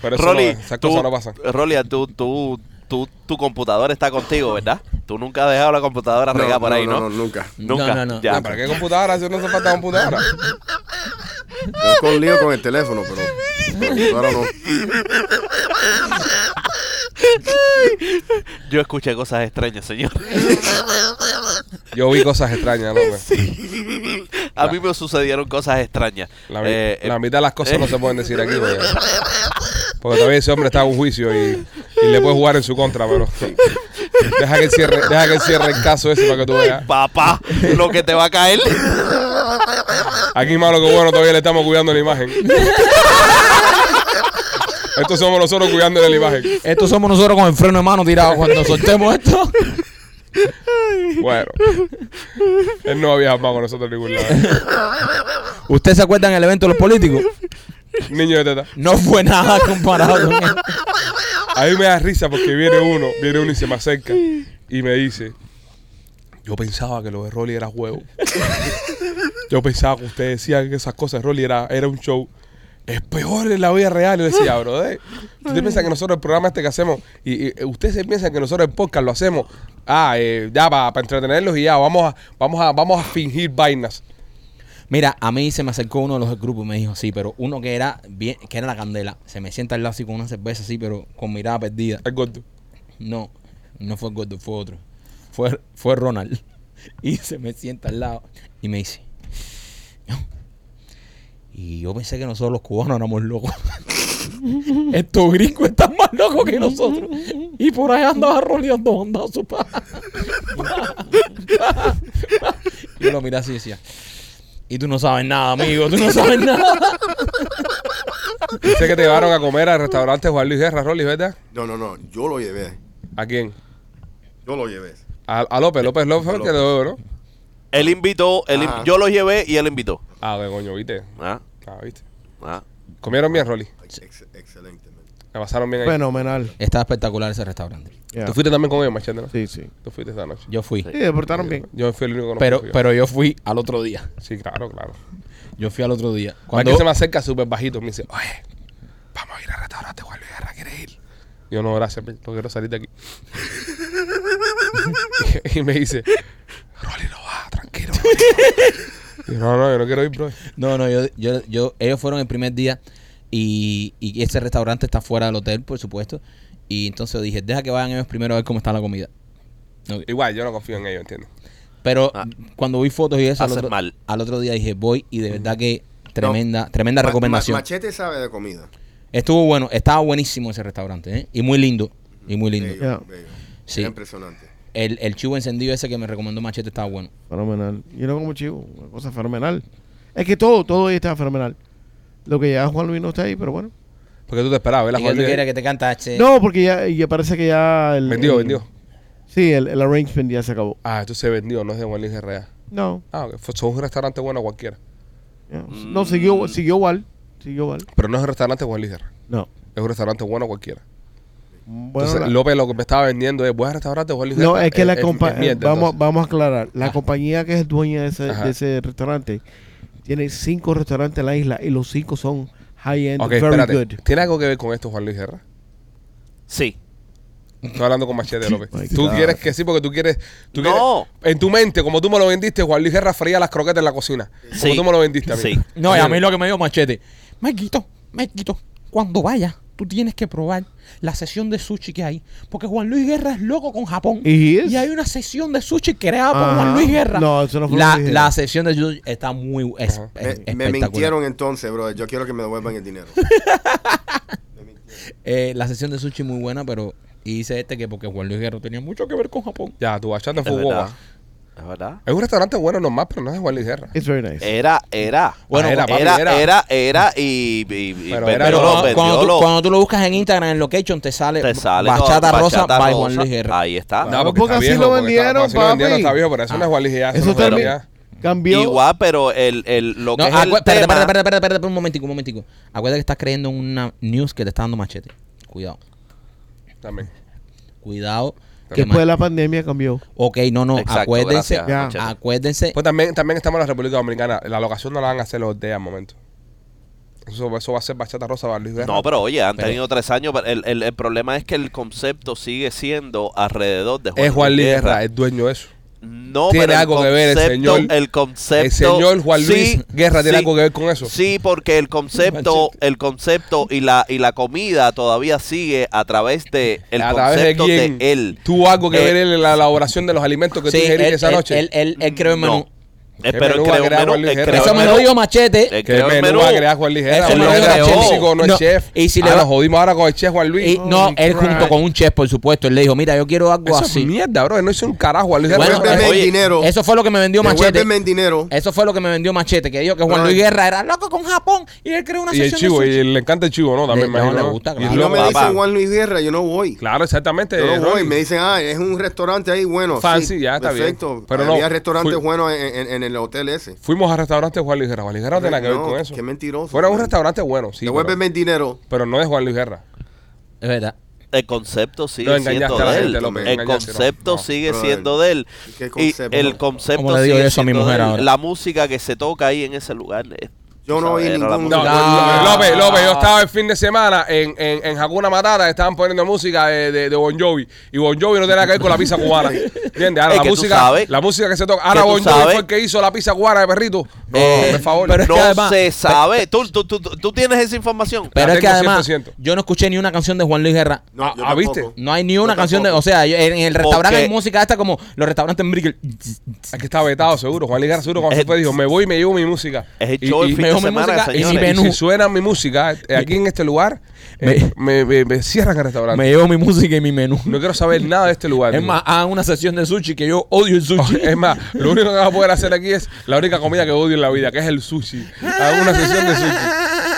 Speaker 7: Pero eso
Speaker 5: Rolly,
Speaker 7: no, esas
Speaker 5: tú,
Speaker 7: cosas no pasan.
Speaker 5: Rolly, tú, tú, tú, tu computadora está contigo, ¿verdad? Tú nunca has dejado la computadora regada por ahí, ¿no?
Speaker 6: nunca.
Speaker 3: No,
Speaker 5: Nunca.
Speaker 3: no, no.
Speaker 5: Ya.
Speaker 7: Ah, ¿Para qué computadora? Si no hace falta computadora.
Speaker 6: Yo con lío con el teléfono, pero. pero Ahora no.
Speaker 5: Yo escuché cosas extrañas, señor.
Speaker 7: Yo vi cosas extrañas, López.
Speaker 5: A mí me sucedieron cosas extrañas.
Speaker 7: La, mi-
Speaker 5: Eh, eh,
Speaker 7: la mitad de las cosas
Speaker 5: eh.
Speaker 7: no se pueden decir aquí. Porque, porque todavía ese hombre está en un juicio y, y le puede jugar en su contra, pero. Deja que él cierre, deja que él cierre el caso ese para que tú veas.
Speaker 5: Papá, lo que te va a caer.
Speaker 7: Aquí malo que bueno, todavía le estamos cuidando la imagen. Estos somos nosotros cuidándole la imagen.
Speaker 3: Estos somos nosotros con el freno de mano tirado cuando soltemos esto.
Speaker 7: Bueno. Él no había jamás con nosotros en ningún lado.
Speaker 3: ¿Ustedes se acuerdan del evento de los políticos?
Speaker 7: Niño de teta.
Speaker 3: No fue nada comparado con esto.
Speaker 7: A mí me da risa porque viene uno, viene uno y se me acerca y me dice, yo pensaba que lo de Rolly era juego. Yo pensaba que ustedes decían que esas cosas de Rolly era, era un show. Es peor en la vida real. Yo decía, bro, ¿eh? ¿ustedes piensan que nosotros el programa este que hacemos, y, y, eh, ustedes se piensan que nosotros el podcast lo hacemos, ah, eh, ya para entretenerlos y ya, vamos a, vamos a, vamos a fingir vainas.
Speaker 3: Mira, a mí se me acercó uno de los del grupo y me dijo, sí, pero uno que era bien, que era la candela. Se me sienta al lado así con una cerveza así, pero con mirada perdida.
Speaker 7: Es gordo.
Speaker 3: No, no fue el gordo, fue otro. Fue, fue Ronald. Y se me sienta al lado y me dice. "No". Y yo pensé que nosotros los cubanos éramos locos. Estos gringos están más locos que nosotros. Y por ahí andaba roleando bandazos. Pa, pa, pa, pa. Yo lo miré así y decía. Y tú no sabes nada, amigo. Tú no sabes nada.
Speaker 7: Sé que te llevaron a comer al restaurante Juan Luis Guerra, Rolly, ¿verdad?
Speaker 6: No, no, no. Yo lo llevé.
Speaker 7: ¿A quién?
Speaker 6: Yo lo llevé.
Speaker 7: A, a López, López López, fue el que te dio, ¿no?
Speaker 5: Él invitó, él in-
Speaker 6: Ah.
Speaker 5: yo lo llevé y él invitó.
Speaker 7: Ah, de coño, viste.
Speaker 5: Ah,
Speaker 7: Ah, viste.
Speaker 5: ah.
Speaker 7: Comieron bien, Rolly.
Speaker 6: Ex- excelente. man.
Speaker 7: La pasaron bien ahí.
Speaker 4: Fenomenal.
Speaker 3: Estaba espectacular ese restaurante.
Speaker 4: Ya.
Speaker 7: Tú fuiste también con ellos, Machete, ¿no?
Speaker 4: Sí, sí.
Speaker 7: Tú fuiste esa noche.
Speaker 3: Yo fui.
Speaker 4: Sí, se portaron bien.
Speaker 7: Yo fui el único que no
Speaker 3: Pero,
Speaker 7: fui.
Speaker 3: pero yo fui al otro día.
Speaker 7: Sí, claro, claro.
Speaker 3: Yo fui al otro día.
Speaker 7: Cuando
Speaker 3: Cuando,
Speaker 7: que se me acerca súper bajito, me dice, oye, vamos a ir al restaurante Juan Luis Guerra, ¿quieres ir? Yo no, gracias, men, no quiero salir de aquí.
Speaker 1: y me dice, Rolly no va, tranquilo. Y yo, no, no, yo no quiero ir, bro.
Speaker 3: No, no, yo, yo, yo, ellos fueron el primer día y, y ese restaurante está fuera del hotel, por supuesto. Y entonces dije, deja que vayan ellos primero a ver cómo está la comida. Ok.
Speaker 1: Igual, yo no confío en ellos, ¿entiendes?
Speaker 3: Pero
Speaker 5: Ah.
Speaker 3: cuando vi fotos y eso, al
Speaker 5: Haces
Speaker 3: otro,
Speaker 5: mal.
Speaker 3: al otro día dije, voy y de verdad que tremenda, tremenda
Speaker 6: Ma-
Speaker 3: recomendación.
Speaker 6: ma- machete sabe de comida.
Speaker 3: Estuvo bueno, estaba buenísimo ese restaurante, ¿eh? Y muy lindo, y muy lindo.
Speaker 6: Bello,
Speaker 4: Ya.
Speaker 6: bello.
Speaker 3: Sí.
Speaker 6: Era impresionante.
Speaker 3: El, el chivo encendido ese que me recomendó Machete estaba bueno.
Speaker 4: Fenomenal. Yo no como chivo, una cosa fenomenal. Es que todo, todo ahí está fenomenal. Lo que ya Juan Luis no está ahí, pero bueno.
Speaker 1: Porque tú te esperabas,
Speaker 3: Y que tú quieres
Speaker 1: ¿verdad?
Speaker 3: que te cantaste.
Speaker 4: No, porque ya, ya parece que ya el.
Speaker 1: Vendió,
Speaker 4: el-
Speaker 1: vendió.
Speaker 4: Sí, el, el arrangement ya se acabó.
Speaker 1: Ah, esto se vendió, no es de Juan Luis Herrera.
Speaker 4: No,
Speaker 1: Ah, ok. Fue, son un restaurante bueno cualquiera.
Speaker 4: ya. no
Speaker 3: Mm.
Speaker 4: siguió, siguió igual. Siguió igual.
Speaker 1: Pero no es un restaurante Juan Luis Herrera.
Speaker 4: No.
Speaker 1: Es un restaurante bueno cualquiera.
Speaker 4: Bueno,
Speaker 1: Entonces,
Speaker 4: la-
Speaker 1: López lo que me estaba vendiendo es, buen restaurante Juan Luis
Speaker 4: no,
Speaker 1: Herrera.
Speaker 4: es que la compa-
Speaker 1: compañía
Speaker 4: vamos, vamos a aclarar. La compañía que es dueña de ese,
Speaker 1: Ajá.
Speaker 4: de ese restaurante tiene cinco restaurantes en la isla y los cinco son high-end,
Speaker 1: Ok,
Speaker 4: very
Speaker 1: espérate.
Speaker 4: good. Ah,
Speaker 1: ¿Tiene algo que ver con esto Juan Luis Herrera?
Speaker 5: Sí.
Speaker 1: Estoy hablando con Machete López.
Speaker 4: My
Speaker 1: tú
Speaker 4: God.
Speaker 1: quieres que sí, porque tú quieres. Tú
Speaker 5: No.
Speaker 1: quieres- en tu mente, como tú me lo vendiste, Juan Luis Guerra fría las croquetas en la cocina. Como
Speaker 5: Sí.
Speaker 1: tú me lo vendiste a mí.
Speaker 5: Sí.
Speaker 3: No, y a
Speaker 4: Eh.
Speaker 3: mí lo que me dio machete. Maikito, Maikito, cuando vayas, tú tienes que probar la sesión de sushi que hay. Porque Juan Luis Guerra es loco con Japón.
Speaker 4: Y es-
Speaker 3: hay una sesión de sushi creada por
Speaker 4: Ajá.
Speaker 3: Juan Luis Guerra.
Speaker 4: No, eso no fue
Speaker 3: la,
Speaker 4: Juan Luis Guerra.
Speaker 3: la sesión de sushi está muy es,
Speaker 1: Ajá.
Speaker 3: es-
Speaker 6: Me- Me,
Speaker 3: espectacular.
Speaker 6: mintieron entonces, bro. Yo quiero que me devuelvan el dinero.
Speaker 3: Eh, la sesión de sushi muy buena, pero hice este que porque Juan Luis Guerra tenía mucho que ver con Japón.
Speaker 1: Ya, tu bachata
Speaker 5: Es
Speaker 1: fue
Speaker 5: verdad.
Speaker 1: boba.
Speaker 5: Es verdad.
Speaker 1: Es un restaurante bueno normal, pero no es de Juan Luis Guerra.
Speaker 4: It's very
Speaker 3: Eh,
Speaker 4: nice.
Speaker 5: Era, era.
Speaker 1: Bueno,
Speaker 5: era,
Speaker 1: papi,
Speaker 5: era,
Speaker 1: era.
Speaker 5: era, y, y, y
Speaker 1: Pero
Speaker 5: vendió
Speaker 1: era,
Speaker 3: Pero
Speaker 1: Yo
Speaker 5: lo-
Speaker 3: cuando,
Speaker 5: vendió
Speaker 3: cuando tú,
Speaker 5: pues, lo-
Speaker 3: cuando tú lo buscas en Instagram, en Location, te sale,
Speaker 5: te sale
Speaker 3: Bachata
Speaker 5: todo,
Speaker 3: Rosa
Speaker 5: Bachata
Speaker 3: by
Speaker 5: Rosa.
Speaker 3: Juan Luis Guerra.
Speaker 5: Ahí está.
Speaker 1: No, porque,
Speaker 4: porque
Speaker 1: está
Speaker 4: así
Speaker 1: viejo,
Speaker 4: lo
Speaker 1: porque está-
Speaker 4: vendieron,
Speaker 1: así lo vendieron,
Speaker 4: papi. Ah,
Speaker 1: está viejo, pero eso
Speaker 5: Ah.
Speaker 1: no es Juan Luis Guerra.
Speaker 4: Eso
Speaker 1: no es
Speaker 4: también
Speaker 1: Juan Luis Guerra.
Speaker 4: cambió.
Speaker 5: Igual, pero el, el, lo que
Speaker 3: No,
Speaker 5: es el
Speaker 3: acu- espérate,
Speaker 5: tema-
Speaker 3: espérate, espérate, espérate, espérate, un momentico, un momentico. Acuérdate que estás creyendo en una news que te está dando machete. Cuidado,
Speaker 1: También.
Speaker 3: cuidado. que
Speaker 4: Después de
Speaker 3: ma-
Speaker 4: la pandemia cambió.
Speaker 3: Ok, no, no,
Speaker 5: Exacto,
Speaker 3: acuérdense,
Speaker 5: gracias,
Speaker 4: Ya.
Speaker 5: Machete.
Speaker 3: acuérdense.
Speaker 1: Pues también, también estamos en la República Dominicana. La locación no la van a hacer los de al momento. Eso, eso va a ser bachata rosa Juan Luis Guerra.
Speaker 5: No, pero oye, han
Speaker 3: Pero-
Speaker 5: tenido tres años. pero El, el- el problema es que el concepto sigue siendo alrededor de Juan,
Speaker 1: es Juan Luis
Speaker 5: Luis
Speaker 1: Guerra, es dueño de eso.
Speaker 5: No,
Speaker 1: Tiene
Speaker 5: pero el
Speaker 1: algo que ver el
Speaker 5: concepto-
Speaker 1: señor-
Speaker 5: El concepto.
Speaker 1: el señor Juan Luis Guerra tiene algo que ver con eso.
Speaker 5: Sí, porque el concepto, el concepto y la y la comida todavía sigue a través de el
Speaker 1: a través de
Speaker 5: concepto de,
Speaker 1: quién
Speaker 5: él.
Speaker 1: tuvo algo que
Speaker 5: Eh,
Speaker 1: ver él en la elaboración de los alimentos que tú
Speaker 3: Sí, él,
Speaker 1: ingeriste esa
Speaker 3: él-
Speaker 1: noche.
Speaker 3: él- él- él creó el menú.
Speaker 5: No. Eh, pero él
Speaker 1: menú va a
Speaker 5: creó un
Speaker 1: crear
Speaker 5: menú,
Speaker 1: Juan Luis
Speaker 5: él
Speaker 1: Guerra?
Speaker 5: creó
Speaker 3: Eso
Speaker 5: un
Speaker 3: me
Speaker 5: menú.
Speaker 3: lo dijo machete.
Speaker 5: Él
Speaker 1: que el
Speaker 5: creó un
Speaker 1: menú
Speaker 5: menú.
Speaker 1: va a crear Juan Luis Guerra.
Speaker 3: Eso
Speaker 1: Juan Luis
Speaker 3: no lo
Speaker 1: Guerra es
Speaker 3: creó.
Speaker 1: músico, no,
Speaker 3: No.
Speaker 1: es chef.
Speaker 3: Y si
Speaker 1: Ah,
Speaker 3: le va-
Speaker 1: nos jodimos ahora con el chef Juan Luis. Oh,
Speaker 3: Y no, él
Speaker 1: Christ.
Speaker 3: junto con un chef, por supuesto. Él le dijo, mira, yo quiero algo
Speaker 1: Eso es
Speaker 3: así.
Speaker 1: mierda, bro. Él no hizo un carajo. Juan Luis Guerra.
Speaker 3: Bueno,
Speaker 6: Devuélveme
Speaker 3: eh,
Speaker 6: el
Speaker 5: oye,
Speaker 6: dinero.
Speaker 3: Eso fue lo que me vendió machete. Eh,
Speaker 6: Devuélveme el dinero.
Speaker 3: Eso fue lo que me vendió Machete, que dijo que Juan
Speaker 6: Ay.
Speaker 3: Luis Guerra era loco con Japón y él creó una
Speaker 1: y el
Speaker 3: sesión
Speaker 1: chivo,
Speaker 3: de
Speaker 1: y
Speaker 3: sushi.
Speaker 1: le encanta el chivo, ¿no?
Speaker 3: Le-
Speaker 1: También me
Speaker 3: no,
Speaker 1: imagino,
Speaker 3: le
Speaker 1: ¿no?
Speaker 3: gusta,
Speaker 1: Y
Speaker 3: claro.
Speaker 6: Si no
Speaker 1: luego-
Speaker 6: me
Speaker 5: papá.
Speaker 6: dicen Juan Luis Guerra, yo no voy.
Speaker 1: Claro, exactamente.
Speaker 6: Yo no voy.
Speaker 1: Rolly.
Speaker 6: Me dicen, ah, es un restaurante ahí bueno.
Speaker 1: Fancy, ya está bien.
Speaker 6: perfecto.
Speaker 1: Pero no,
Speaker 6: Había restaurantes
Speaker 1: fui-
Speaker 6: buenos en, en- en el hotel ese.
Speaker 1: Fuimos al restaurante Juan Luis Guerra. Juan Luis Guerra no tiene nada que ver
Speaker 6: No,
Speaker 1: con eso.
Speaker 6: qué mentiroso,
Speaker 1: Bueno, es un
Speaker 6: man.
Speaker 1: restaurante bueno, sí.
Speaker 6: Devuélveme
Speaker 1: Pero,
Speaker 6: el dinero.
Speaker 1: pero no es Juan Luis Guerra.
Speaker 3: Es verdad.
Speaker 5: El concepto sigue
Speaker 1: No, engañaste
Speaker 5: siendo
Speaker 1: a la
Speaker 5: de él.
Speaker 1: gente, López,
Speaker 5: el
Speaker 1: engañaste, no.
Speaker 5: concepto
Speaker 1: No,
Speaker 5: sigue
Speaker 6: brother.
Speaker 5: siendo de él.
Speaker 6: ¿Qué
Speaker 5: Y
Speaker 6: concepto?
Speaker 5: el concepto
Speaker 3: ¿Cómo le digo
Speaker 5: sigue
Speaker 3: eso a mi
Speaker 5: siendo
Speaker 3: mujer
Speaker 5: de él.
Speaker 3: ahora?
Speaker 5: La música que se toca ahí en ese lugar. eh,
Speaker 6: Yo no
Speaker 5: tú
Speaker 6: oí
Speaker 5: sabes, era la
Speaker 6: ningún-
Speaker 1: No,
Speaker 5: música.
Speaker 3: No.
Speaker 1: López, López, yo estaba el fin de semana en, en, en Hakuna Matata, estaban poniendo música de, de, de Bon Jovi. Y Bon Jovi no tiene nada que ver con la pizza cubana. ¿Entiendes? Ahora
Speaker 5: Es
Speaker 1: la
Speaker 5: que tú
Speaker 1: música,
Speaker 5: sabes.
Speaker 1: la música que se toca. Ahora
Speaker 5: tú
Speaker 1: Bon Jovi
Speaker 5: sabes.
Speaker 1: fue el que hizo la pizza cubana de perrito. No,
Speaker 3: Eh,
Speaker 1: por favor.
Speaker 3: pero- es
Speaker 5: no
Speaker 3: que además-
Speaker 5: se sabe. ¿Tú, tú, tú, tú tienes esa información?
Speaker 3: Pero
Speaker 1: La
Speaker 3: es que
Speaker 1: tengo
Speaker 3: además,
Speaker 1: 100%.
Speaker 3: yo no escuché ni una canción de Juan Luis Guerra.
Speaker 6: No,
Speaker 1: Ah,
Speaker 6: yo
Speaker 1: ah, ¿viste?
Speaker 6: tampoco.
Speaker 3: No hay ni
Speaker 6: Yo
Speaker 3: una canción de.
Speaker 6: tampoco.
Speaker 3: O sea, yo- en el restaurante hay
Speaker 5: Porque-
Speaker 3: música esta como los restaurantes en Brickell.
Speaker 1: Es que está vetado, seguro. Juan Ligara, seguro, cuando se
Speaker 5: Es-
Speaker 1: fue, dijo: Me voy y me llevo mi música.
Speaker 5: Es el
Speaker 1: Y-
Speaker 5: show el
Speaker 1: y-
Speaker 5: fin
Speaker 3: me
Speaker 5: de
Speaker 3: dio mi
Speaker 5: semana,
Speaker 3: música y mi
Speaker 5: señores.
Speaker 3: menú.
Speaker 1: Si suena mi música eh, aquí en este lugar, eh, me, me- me cierran el restaurante.
Speaker 3: Me llevo mi música y mi menú.
Speaker 1: No quiero saber nada de este lugar.
Speaker 3: es
Speaker 1: tío.
Speaker 3: más, hagan una sesión de sushi que yo odio el sushi.
Speaker 1: Es más, lo único que vas a poder hacer aquí es la única comida que odio en la vida, que es el sushi. Hago una sesión de sushi.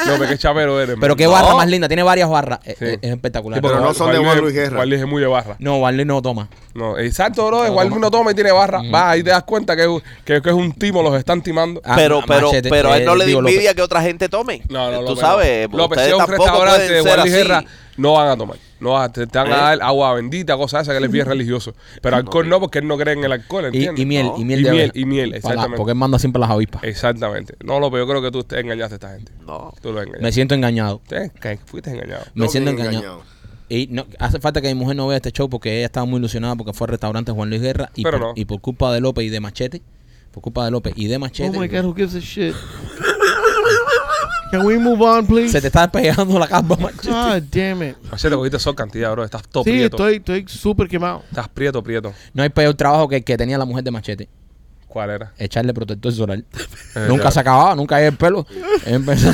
Speaker 1: López, qué chapero eres.
Speaker 3: Pero
Speaker 1: man.
Speaker 3: qué barra más linda, tiene varias barras. Eh,
Speaker 1: Sí.
Speaker 3: eh, Es, espectacular.
Speaker 1: Sí,
Speaker 6: pero
Speaker 1: porque
Speaker 6: no son de
Speaker 1: Juan
Speaker 6: Juan Luis Guerra.
Speaker 1: Juan Luis es muy de barra.
Speaker 3: No, Juan Luis no toma.
Speaker 1: No, exacto, bro. Juan Luis no toma y tiene barra. Va, ahí te das cuenta que, que, que es un timo, los están timando.
Speaker 3: Mm. Ah,
Speaker 5: pero,
Speaker 3: ma-
Speaker 5: pero,
Speaker 3: Machete,
Speaker 5: pero a él
Speaker 3: eh,
Speaker 5: no le da
Speaker 3: digo, López.
Speaker 5: envidia que otra gente tome.
Speaker 1: No, no,
Speaker 5: Tú
Speaker 1: López, no.
Speaker 5: sabes,
Speaker 1: López, si
Speaker 5: ustedes
Speaker 1: es un
Speaker 5: tampoco
Speaker 3: este,
Speaker 1: restaurante de
Speaker 5: pueden ser
Speaker 1: Juan Luis
Speaker 5: así.
Speaker 1: Guerra, no van a tomar. No van a- te, te van a
Speaker 5: ¿Eh?
Speaker 1: dar agua bendita, cosas esas que él es bien religioso. Pero alcohol no, porque él no cree en el alcohol,
Speaker 3: Y,
Speaker 1: ¿entiendes?
Speaker 3: y miel, y miel
Speaker 1: Y
Speaker 3: de
Speaker 1: miel,
Speaker 3: abeja.
Speaker 1: y miel,
Speaker 3: Para-
Speaker 1: exactamente. Eh,
Speaker 3: Porque él manda siempre las avispas.
Speaker 1: Exactamente. No, López, yo creo que tú te engañaste a esta gente.
Speaker 5: No.
Speaker 1: Tú lo
Speaker 3: Me
Speaker 1: engañaste.
Speaker 3: siento engañado.
Speaker 1: Te- que fuiste engañado.
Speaker 3: Me
Speaker 6: No,
Speaker 3: siento
Speaker 6: bien
Speaker 3: engañado. Y no, hace falta que mi mujer no vea este show porque ella estaba muy ilusionada porque fue al restaurante Juan Luis Guerra y,
Speaker 1: Pero
Speaker 3: por,
Speaker 1: no.
Speaker 3: y por culpa de López y de Machete. Por culpa de López y de Machete.
Speaker 4: Oh my God, who gives a shit? Can we move on, please?
Speaker 3: se te está despegando la capa, Machete.
Speaker 4: God damn it.
Speaker 1: Machete, cogiste sol cantidad, bro. Estás todo
Speaker 4: Sí,
Speaker 1: prieto.
Speaker 4: estoy, estoy súper quemado.
Speaker 1: Estás prieto, prieto.
Speaker 3: No hay peor trabajo que el que tenía la mujer de Machete.
Speaker 1: ¿Cuál era?
Speaker 3: Echarle protector solar.
Speaker 1: Eh,
Speaker 3: nunca
Speaker 1: ya.
Speaker 3: se acababa, nunca había el pelo. Empezó-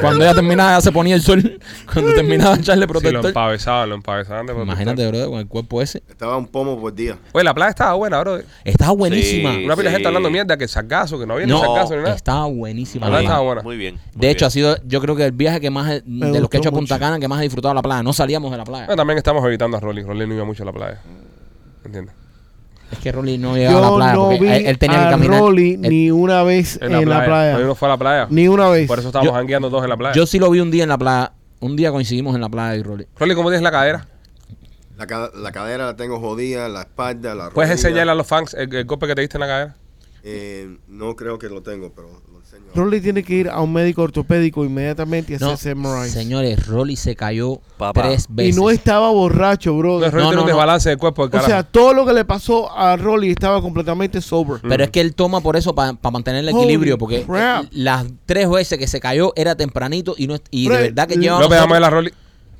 Speaker 3: Cuando ella terminaba, ya se ponía el sol. Cuando terminaba de echarle
Speaker 1: Sí, lo
Speaker 3: protector.
Speaker 1: empavesaban, lo empavesaban. de protector.
Speaker 3: Imagínate, bro, con el cuerpo ese.
Speaker 6: Estaba un pomo por día.
Speaker 1: Oye, la playa estaba buena, bro.
Speaker 3: Estaba buenísima.
Speaker 5: Sí,
Speaker 1: Una pila de gente
Speaker 5: sí.
Speaker 1: hablando mierda, que sargazo, que no había ni
Speaker 3: No,
Speaker 1: sargazo ni nada.
Speaker 3: estaba buenísima.
Speaker 1: La
Speaker 3: la
Speaker 1: playa estaba
Speaker 3: playa.
Speaker 1: buena.
Speaker 5: Muy bien. muy
Speaker 3: de hecho,
Speaker 5: bien.
Speaker 3: ha sido, yo creo que el viaje que más, de los que he hecho a
Speaker 4: gustó
Speaker 3: Punta
Speaker 4: mucho.
Speaker 3: Cana, que más he disfrutado la playa. No salíamos de la playa.
Speaker 1: Bueno, también estamos evitando a Rolly. Rolly no iba mucho a la playa. ¿Entiendes?
Speaker 3: Es que Rolly no llegaba a la
Speaker 4: Yo
Speaker 3: playa
Speaker 4: no
Speaker 3: porque
Speaker 4: vi
Speaker 3: él, él tenía que
Speaker 4: a
Speaker 3: caminar. Eh,
Speaker 4: Rolly
Speaker 3: Él-
Speaker 4: ni una vez en, la playa.
Speaker 1: Rolly no fue a la playa.
Speaker 4: Ni una vez.
Speaker 1: Por eso estábamos
Speaker 3: Yo-
Speaker 1: jangueando todos en la playa.
Speaker 3: yo sí lo vi un día en la playa. Un día coincidimos en la playa y Rolly.
Speaker 1: Rolly, ¿cómo tienes la cadera?
Speaker 6: La, ca- la cadera la tengo jodida, la espalda, la rodilla.
Speaker 1: ¿Puedes enseñarle a los fans el, el golpe que te diste en la cadera?
Speaker 6: Eh, no creo que lo tengo, pero lo enseño.
Speaker 4: Rolly tiene que ir a un médico ortopédico inmediatamente y
Speaker 3: No,
Speaker 4: hacerse MRI.
Speaker 3: señores, Rolly se cayó
Speaker 5: Papá.
Speaker 3: tres
Speaker 4: Y
Speaker 3: veces.
Speaker 4: no estaba borracho, bro.
Speaker 3: No,
Speaker 1: No, Rolly tiene
Speaker 3: no,
Speaker 1: un
Speaker 3: no.
Speaker 1: desbalance de cuerpo, el
Speaker 4: o
Speaker 1: carajo.
Speaker 4: sea, eh, todo lo que le pasó a Rolly estaba completamente sober.
Speaker 3: Pero es que él toma por eso, para mantener el
Speaker 4: Holy
Speaker 3: equilibrio, porque
Speaker 4: crap.
Speaker 3: eh, las tres veces que se cayó era tempranito y no y de
Speaker 4: Fred,
Speaker 3: verdad que
Speaker 4: López,
Speaker 3: llevamos.
Speaker 1: López, dame la Rolly.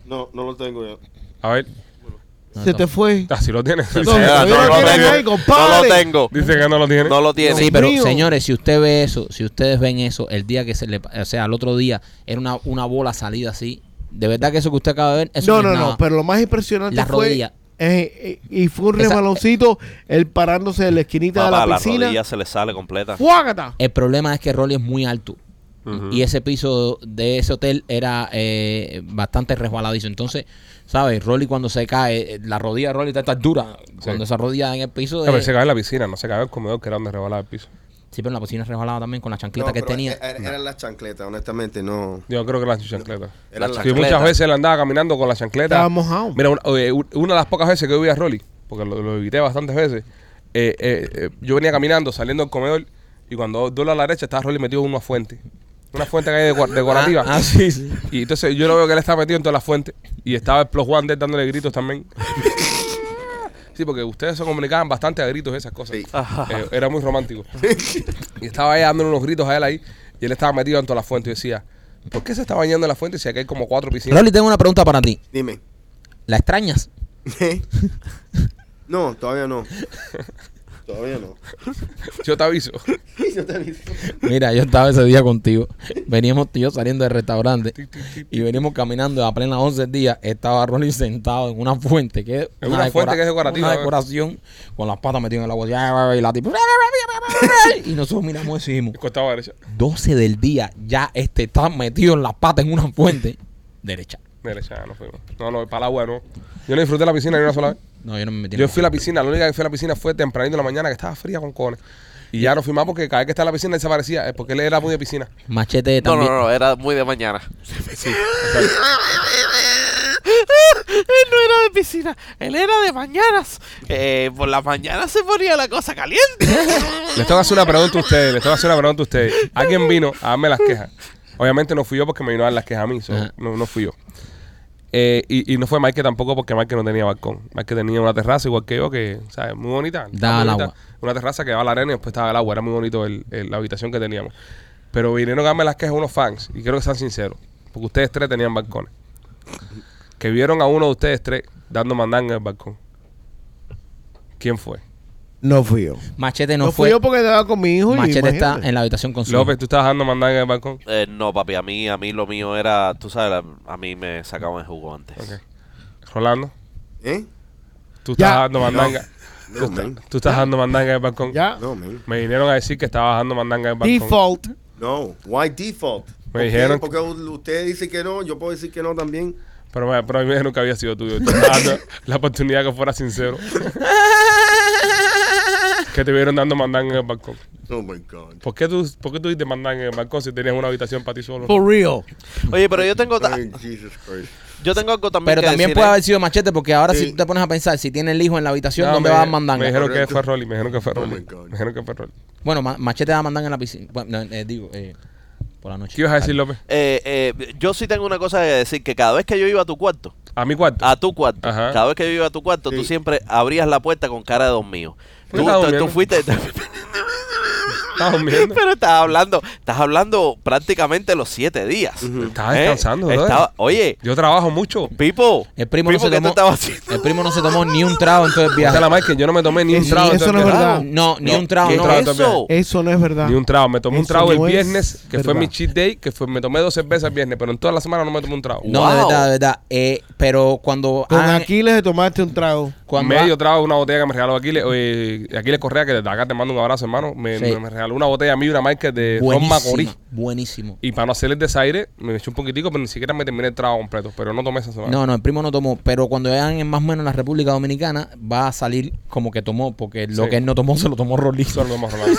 Speaker 6: No, no lo tengo yo.
Speaker 1: A ver,
Speaker 4: Se te fue.
Speaker 1: así lo tienes.
Speaker 4: No,
Speaker 5: O
Speaker 1: Dice-
Speaker 5: sea, no,
Speaker 4: Pero yo
Speaker 5: lo
Speaker 4: quiero
Speaker 5: tengo.
Speaker 4: ahí,
Speaker 5: no
Speaker 4: compadre.
Speaker 5: lo tengo.
Speaker 1: Dice que no lo tiene.
Speaker 5: No lo tiene.
Speaker 3: Sí, pero
Speaker 4: mío.
Speaker 3: señores, si usted ve eso, si ustedes ven eso, el día que se le, o sea, al otro día era una, una bola salida así. De verdad que eso que usted acaba de ver, eso
Speaker 4: No,
Speaker 3: es
Speaker 4: no,
Speaker 3: nada.
Speaker 4: no. Pero lo más impresionante
Speaker 3: La
Speaker 4: fue.
Speaker 3: rodilla.
Speaker 4: eh, eh, y fue un
Speaker 3: Esa-
Speaker 4: rebaloncito, él parándose de la esquinita
Speaker 5: Papá,
Speaker 4: de la
Speaker 5: la
Speaker 4: piscina.
Speaker 5: rodilla se le sale completa.
Speaker 4: ¡Fuágata!
Speaker 3: El problema es que Rolly es muy alto.
Speaker 1: Ujú.
Speaker 3: Y ese piso de ese hotel era eh, bastante resbaladizo. Entonces, ¿sabes? Rolly cuando se cae, eh, la rodilla de Rolly está tan dura. Cuando se arrodilla en el piso.
Speaker 1: No,
Speaker 3: De...
Speaker 1: pero se cayó en la piscina, no se cayó en el comedor, que era donde rebalaba el piso.
Speaker 3: Sí, pero en la piscina resbalaba también con la chanquita
Speaker 6: No,
Speaker 3: que
Speaker 6: pero
Speaker 3: tenía.
Speaker 6: e- Era, eran las chancletas, honestamente, no.
Speaker 1: Yo creo que era la chancleta.
Speaker 6: Era
Speaker 5: La
Speaker 6: la
Speaker 1: Sí,
Speaker 5: chancleta.
Speaker 1: muchas veces él andaba caminando con la chancleta.
Speaker 4: Estaba mojado.
Speaker 1: Mira, una, oye, u- una de las pocas veces que yo vi a Rolly, porque lo, lo evité bastantes veces, eh, eh, eh, yo venía caminando, saliendo del comedor, y cuando doblo a la derecha estaba Rolly metido en una fuente. Una fuente que hay decor- decorativa.
Speaker 3: Ah, ah, sí, sí.
Speaker 1: Y entonces yo lo veo que él estaba metido en todas las fuentes. Y estaba el Plus One de él dándole gritos también. Sí, porque ustedes se comunicaban bastante a gritos esas cosas.
Speaker 6: Sí.
Speaker 1: Eh, era muy romántico. Y estaba ahí dándole unos gritos a él ahí. Y él estaba metido en todas las fuentes. Y decía, ¿por qué se está bañando en la fuente si aquí hay como cuatro piscinas?
Speaker 3: Rolly, tengo una pregunta para ti.
Speaker 6: Dime. ¿Eh?
Speaker 3: ¿La extrañas?
Speaker 6: no, todavía no. Todavía no.
Speaker 1: Yo te aviso.
Speaker 3: Mira, yo estaba ese día contigo. Veníamos tú y yo saliendo del restaurante y veníamos caminando a plena 11 del día. Estaba Rolly sentado en una fuente que es
Speaker 1: En una fuente que es decorativa,
Speaker 3: Una
Speaker 1: eh.
Speaker 3: decoración con las patas metidas en el agua. así, Y la tipa, Y nosotros miramos eso y dijimos:
Speaker 1: Costaba derecha.
Speaker 3: 12 del día ya este está metido en las patas en una fuente derecha.
Speaker 1: Derecha, no fuimos. No, no, para el agua no. Yo no disfruté la piscina ni una sola vez.
Speaker 3: No, yo no me metí. en
Speaker 1: Yo
Speaker 3: la
Speaker 1: fui a la piscina, la única que fui a la piscina fue tempranito en la mañana, que estaba fría con cones. Y ya no fui más porque cada vez que estaba en la piscina él se aparecía, eh, porque él era muy de piscina.
Speaker 3: fuente. Machete
Speaker 5: No, no,
Speaker 3: también.
Speaker 5: no, no, era muy de mañana. Él no era de piscina, él era de mañanas. Eh, por las mañanas se ponía la cosa caliente.
Speaker 1: Les tengo que hacer una pregunta a ustedes, les tengo que hacer una pregunta a ustedes. ¿Alguien vino a darme las quejas? Obviamente no fui yo porque me vino a dar las quejas a mí, so,
Speaker 3: Ajá.
Speaker 1: no, no fui yo. Eh, y, y no fue Mike tampoco porque Mike no tenía balcón. Mike tenía una terraza igual que yo, que, ¿sabes? Muy bonita.
Speaker 3: Daba
Speaker 1: Muy
Speaker 3: al
Speaker 1: bonita.
Speaker 3: agua.
Speaker 1: Una terraza que daba la arena y después estaba el agua. Era muy bonito el- el- la habitación que teníamos. Pero vinieron a darme las quejas unos fans, y quiero que sean sinceros, porque ustedes tres tenían balcones. Que vieron a uno de ustedes tres dando mandanga en el balcón. ¿Quién fue?
Speaker 4: No fui yo.
Speaker 3: Machete no,
Speaker 4: No, fui
Speaker 3: fue.
Speaker 4: yo porque estaba con mi hijo. y
Speaker 3: Machete está
Speaker 4: imagínate.
Speaker 3: en la habitación con su.
Speaker 1: López, ¿tú estabas dando mandanga en el balcón?
Speaker 5: Eh, no, papi, a mí, a mí lo mío era, tú sabes, la- a mí me sacaban el jugo antes.
Speaker 1: Ok. Rolando.
Speaker 6: ¿Eh?
Speaker 1: Tú
Speaker 4: Ya.
Speaker 1: estás dando mandanga.
Speaker 6: No,
Speaker 1: tú, estás-
Speaker 6: man.
Speaker 1: tú estás dando mandanga en el balcón.
Speaker 4: Ya.
Speaker 6: No, man.
Speaker 1: Me vinieron a decir que estabas dando mandanga en el balcón.
Speaker 4: Default.
Speaker 6: No. Why default? ¿Por qué?
Speaker 1: dijeron-
Speaker 6: Porque usted dice que no, yo puedo decir que no también.
Speaker 1: Pero, me- pero a mí me dijeron que había sido tuyo. Te estaba dando la oportunidad que fuera sincero. que te vieron dando mandanga en el balcón.
Speaker 6: Oh my God.
Speaker 1: ¿Por qué tú, por qué tú diste mandanga en el balcón si tenías una habitación para ti solo?
Speaker 4: For real.
Speaker 5: Oye, pero yo tengo, ta-
Speaker 6: Ay, Jesus Christ.
Speaker 5: yo tengo algo también
Speaker 3: Pero
Speaker 5: que
Speaker 3: también
Speaker 5: decir,
Speaker 3: puede
Speaker 5: ¿eh?
Speaker 3: haber sido machete, porque ahora
Speaker 6: Sí.
Speaker 3: si tú te pones a pensar, si tiene el hijo en la habitación,
Speaker 1: No,
Speaker 3: ¿dónde
Speaker 1: me-
Speaker 3: va a mandanga?
Speaker 1: Me dijeron que
Speaker 6: Correcto.
Speaker 1: fue Rolly, me dijeron que fue
Speaker 6: Oh my
Speaker 1: Rolly.
Speaker 6: God.
Speaker 1: me dijeron que fue Rolly.
Speaker 3: Bueno, ma- machete va a mandar en la piscina. Bueno, no, eh, digo, eh, por la noche.
Speaker 1: ¿Qué ibas a decir,
Speaker 4: Ah.
Speaker 1: López?
Speaker 5: Eh, eh, yo sí tengo una cosa que decir, que cada vez que yo iba a tu cuarto,
Speaker 1: A mi cuarto.
Speaker 4: Ah.
Speaker 5: a tu cuarto,
Speaker 1: Ajá.
Speaker 5: cada vez que yo iba a tu cuarto, tú
Speaker 6: Sí.
Speaker 5: siempre abrías la puerta con cara de dormido. Tú,
Speaker 1: Porque Pues estaba
Speaker 5: tú- tú
Speaker 1: durmiendo.
Speaker 5: fuiste,
Speaker 1: Estaba durmiendo.
Speaker 5: pero estás hablando, estás hablando prácticamente los siete días. ¿Eh?
Speaker 1: Estaba descansando, brother.
Speaker 5: estaba- Oye,
Speaker 1: Yo trabajo mucho.
Speaker 5: Pipo,
Speaker 3: El primo, no
Speaker 5: Pipo,
Speaker 3: se
Speaker 5: ¿qué tú
Speaker 3: tomó,
Speaker 5: estabas haciendo?
Speaker 3: el primo no se tomó ni un trago en todo el
Speaker 1: Esa
Speaker 3: viaje.
Speaker 1: es la Michael, yo no me tomé ni un
Speaker 4: Eso-
Speaker 1: trago. en
Speaker 4: eso
Speaker 1: todo
Speaker 4: no es
Speaker 1: el
Speaker 4: verdad.
Speaker 3: No, ni un trago.
Speaker 5: ¿Qué
Speaker 3: no. eh,
Speaker 1: trago
Speaker 5: es
Speaker 1: también.
Speaker 5: eso?
Speaker 4: Eso no es verdad.
Speaker 1: Ni un trago. Me tomé un
Speaker 4: Eso
Speaker 1: trago el
Speaker 4: no es
Speaker 1: viernes, que fue
Speaker 4: verdad.
Speaker 1: mi cheat day, que fue, me tomé dos cervezas el viernes, pero en toda la semana no me tomé un trago.
Speaker 3: No,
Speaker 5: Wow.
Speaker 3: de verdad, de verdad. Eh, pero cuando
Speaker 4: Con
Speaker 3: han-
Speaker 4: Aquiles te tomaste un trago.
Speaker 3: cuando
Speaker 1: medio
Speaker 3: ha-
Speaker 1: trago, una botella que me regaló Aquiles, eh, Aquiles Correa, que desde acá te mando un abrazo, hermano. Me,
Speaker 3: Sí.
Speaker 1: me- me regaló una botella a mí, una Michael de Ron Macorí.
Speaker 3: buenísimo, buenísimo.
Speaker 1: Y para no hacer el desaire, me eché un poquitico, pero ni siquiera me terminé el trago completo. Pero no tomé esa semana.
Speaker 3: No, no, el primo no tomó, pero cuando vean en más o menos la República Dominicana va a salir como que tomó, porque lo
Speaker 1: Sí.
Speaker 3: que él no tomó se lo tomó Rolly.
Speaker 1: Eso no lo hemos hablado.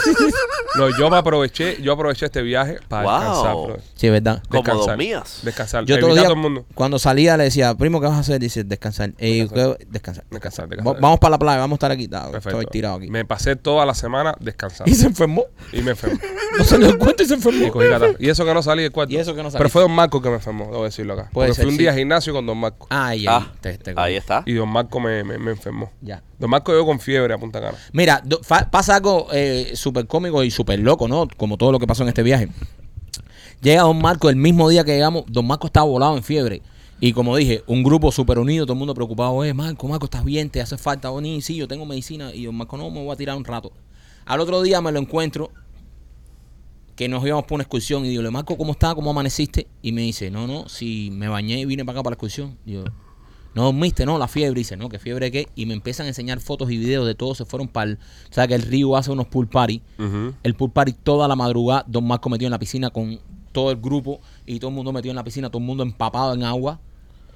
Speaker 1: No, yo me aproveché, yo aproveché este viaje para
Speaker 5: Wow.
Speaker 1: descansar, brother.
Speaker 3: Sí, verdad.
Speaker 5: Como
Speaker 1: Descansar.
Speaker 5: dormías.
Speaker 1: Descansar.
Speaker 3: Yo todos
Speaker 1: Evitar
Speaker 3: los
Speaker 1: a
Speaker 3: días,
Speaker 1: todo el mundo.
Speaker 3: cuando salía le decía, primo, ¿qué vas a hacer? Dice, descansar. Eh, ¿qué- descansar.
Speaker 1: Descansar,
Speaker 3: Va-
Speaker 1: descansar.
Speaker 3: Vamos para la playa, vamos a estar aquí. Ah,
Speaker 1: Perfecto.
Speaker 3: Estoy tirado aquí.
Speaker 1: Me pasé toda la semana descansando.
Speaker 3: Y se enfermó.
Speaker 1: y me enfermé.
Speaker 3: No se dio cuenta y se
Speaker 1: Y,
Speaker 3: enfermó.
Speaker 1: cogí catarro. Y eso que no salí del cuarto.
Speaker 3: Y eso que no salí.
Speaker 1: Pero fue Don Marco que me enfermó, debo decirlo acá.
Speaker 3: Puede
Speaker 1: Porque
Speaker 3: ser,
Speaker 1: fui un
Speaker 3: sí.
Speaker 1: día al gimnasio con Don Marco.
Speaker 3: Ay, ay,
Speaker 5: Ah,
Speaker 3: te- te-
Speaker 5: ahí está.
Speaker 1: Y Don Marco me, me- me enfermó.
Speaker 3: Ya.
Speaker 1: Don Marco llegó con fiebre a Punta Cana.
Speaker 3: Mira, do- fa- pasa algo eh, súper cómico y súper loco, ¿no? Como todo lo que pasó en este viaje. Llega Don Marco el mismo día que llegamos. Don Marco estaba volado en fiebre. Y como dije, un grupo súper unido, todo el mundo preocupado. Eh, Marco, Marco, ¿estás bien? ¿Te hace falta? Oh, ni, sí, yo tengo medicina. Y Don Marco, no, me voy a tirar un rato. Al otro día me lo encuentro que nos íbamos por una excursión y digo, le Marco, ¿cómo está? ¿Cómo amaneciste? Y me dice, no, no, si me bañé y vine para acá para la excursión. Digo, no dormiste, no, la fiebre. Y dice, no, ¿qué fiebre qué? Y me empiezan a enseñar fotos y videos de todos se fueron para el... O sea, que el río hace unos pool party. El pool party toda la madrugada, Don Marco metido en la piscina con todo el grupo y todo el mundo metido en la piscina, todo el mundo empapado en agua.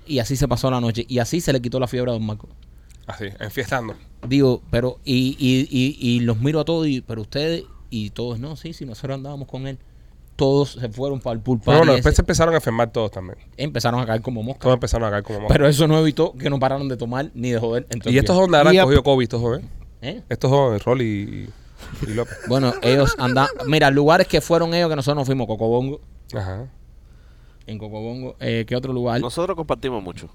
Speaker 3: Y así se pasó la noche. Y así se le quitó la fiebre a Don Marco.
Speaker 1: Así, enfiestando.
Speaker 3: Digo, pero, y, y, y, y los miro a todos, y, pero ustedes, y todos, no, sí, sí, nosotros andábamos con él. Todos se fueron para el pool party
Speaker 1: Pero bueno,
Speaker 3: ese.
Speaker 1: después se empezaron a enfermar todos también.
Speaker 3: Empezaron a caer como moscas.
Speaker 1: Todos empezaron a caer como moscas.
Speaker 3: Pero eso no evitó que no pararon de tomar ni de joder. en todo el
Speaker 1: ¿Y estos
Speaker 3: viaje.
Speaker 1: dónde
Speaker 4: Y
Speaker 1: habrán
Speaker 4: a-
Speaker 1: cogido COVID, estos jóvenes?
Speaker 3: ¿Eh?
Speaker 1: Estos jóvenes, Rolly y, y López.
Speaker 3: Bueno, ellos andan. Mira, lugares que fueron ellos que nosotros nos fuimos, Cocobongo.
Speaker 1: Ajá.
Speaker 3: En Cocobongo, eh, ¿qué otro lugar?
Speaker 5: Nosotros compartimos mucho.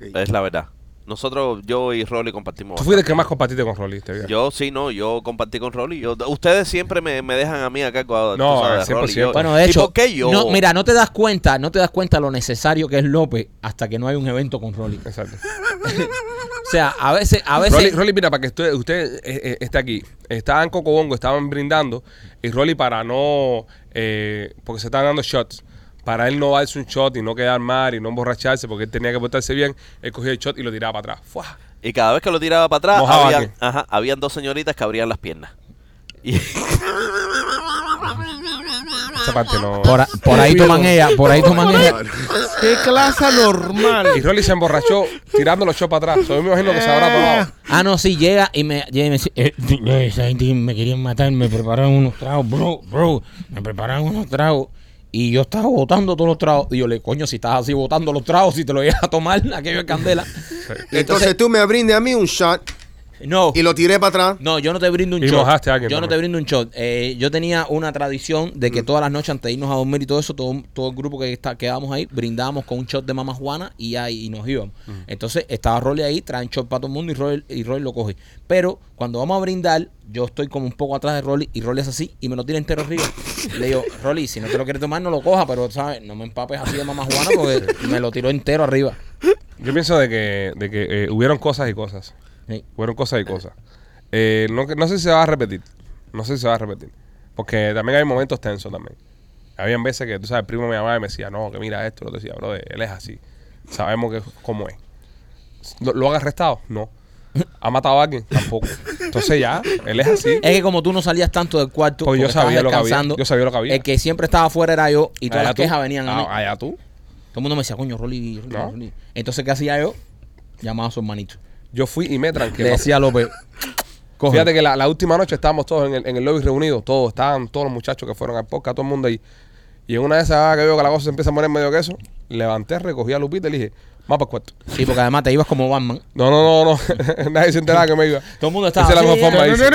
Speaker 6: Sí.
Speaker 5: Es la verdad. Nosotros, yo y Rolly compartimos.
Speaker 1: Tú fuiste el
Speaker 5: bastante.
Speaker 1: que más compartiste con Rolly este viaje.
Speaker 5: Yo sí, no, yo compartí con Rolly. Yo, ustedes siempre me, me dejan a mí acá con
Speaker 1: No,
Speaker 5: tú
Speaker 1: al 100%.
Speaker 5: yo-
Speaker 3: Bueno, de
Speaker 5: ¿Y
Speaker 3: hecho,
Speaker 5: por qué yo?
Speaker 3: No, mira, no te das cuenta, no te das cuenta lo necesario que es López hasta que no hay un evento con Rolly.
Speaker 1: Exacto.
Speaker 3: O sea, a veces, a veces.
Speaker 1: Rolly, Rolly, mira, para que usted, usted eh, eh, esté aquí, estaban Cocobongo, estaban brindando, y Rolly para no, eh, porque se estaban dando shots, para él no darse un shot y no quedar mal y no emborracharse, porque él tenía que portarse bien, él cogía el shot y lo tiraba para atrás. ¡Fua!
Speaker 5: Y cada vez que lo tiraba para atrás,
Speaker 1: Mojaba
Speaker 5: habían,
Speaker 1: aquí.
Speaker 5: ajá, habían dos señoritas que abrían las piernas. Y
Speaker 1: Esa parte no...
Speaker 3: Por, a- por ahí toman ella, por ahí toman ella.
Speaker 4: ¡Qué clase normal!
Speaker 1: Y Rolly se emborrachó tirando los shots para atrás. Yo me imagino que se habrá tomado.
Speaker 3: Ah, no, sí, llega y me, llega y me dice, eh, eh, esa gente me querían matar, me prepararon unos tragos, bro, bro, me prepararon unos tragos. Y yo estaba botando todos los tragos. Y yo le, coño, si estás así botando los tragos, si te lo llegas a tomar, aquello es candela.
Speaker 6: Entonces, Oh. tú me brindes a mí un shot
Speaker 3: No,
Speaker 6: y lo tiré para atrás.
Speaker 3: no, yo no te brindo un
Speaker 1: Y
Speaker 3: shot.
Speaker 1: mojaste a alguien Mm.
Speaker 3: yo no
Speaker 1: también.
Speaker 3: te brindo un shot. Eh, yo tenía una tradición de que todas las noches antes de irnos a dormir y todo eso, todo, todo el grupo que está, quedábamos ahí, brindábamos con un shot de mamá Juana y ahí y nos íbamos.
Speaker 1: Mm.
Speaker 3: Entonces estaba Rolly ahí, traen shot para todo el mundo y Rolly, y Rolly lo coge. Pero cuando vamos a brindar, yo estoy como un poco atrás de Rolly y Rolly es así y me lo tira entero arriba. Le digo, Rolly, si no te lo quieres tomar, no lo coja, pero sabes, no me empapes así de mamá Juana porque me lo tiró entero arriba.
Speaker 1: Yo pienso de que, de que eh, hubieron cosas y cosas.
Speaker 3: Sí.
Speaker 1: Fueron cosas y cosas. Eh, no, que- no sé si se va a repetir. No sé si se va a repetir. Porque también hay momentos tensos también. Habían veces que, tú sabes, el primo me llamaba y me decía, no, que mira esto, lo decía, bro, él es así. Sabemos que es como es. ¿Lo, lo han arrestado? No. ¿Ha matado a alguien? Tampoco. Entonces ya, él es así.
Speaker 3: Es que como tú no salías tanto del cuarto,
Speaker 1: Pues yo
Speaker 3: porque estabas
Speaker 1: sabía lo que había,
Speaker 3: descansando,
Speaker 1: yo sabía lo que había.
Speaker 3: El que siempre estaba afuera era yo y todas
Speaker 1: Allá
Speaker 3: las
Speaker 1: tú.
Speaker 3: quejas venían a mí.
Speaker 1: Ah, Allá tú.
Speaker 3: Todo el mundo me decía, coño, Rolly, Rolly,
Speaker 1: No.
Speaker 3: Rolly. Entonces, ¿qué hacía yo? Llamaba a su hermanito.
Speaker 1: Yo fui y me tranquilé.
Speaker 3: Le decía a López, coge.
Speaker 1: Fíjate que la, la última noche estábamos todos en el, en el lobby reunidos, todos, estaban todos los muchachos que fueron al podcast, todo el mundo ahí. Y en una de esas que veo que la cosa se empieza a poner medio queso, levanté, recogí a Lupita y le dije,
Speaker 7: Más para el cuarto.
Speaker 3: Sí, porque además te ibas como Batman.
Speaker 7: No, no, no, no. Nadie se enteraba que me iba.
Speaker 3: Todo el mundo
Speaker 7: Esa es la mejor forma. de irse.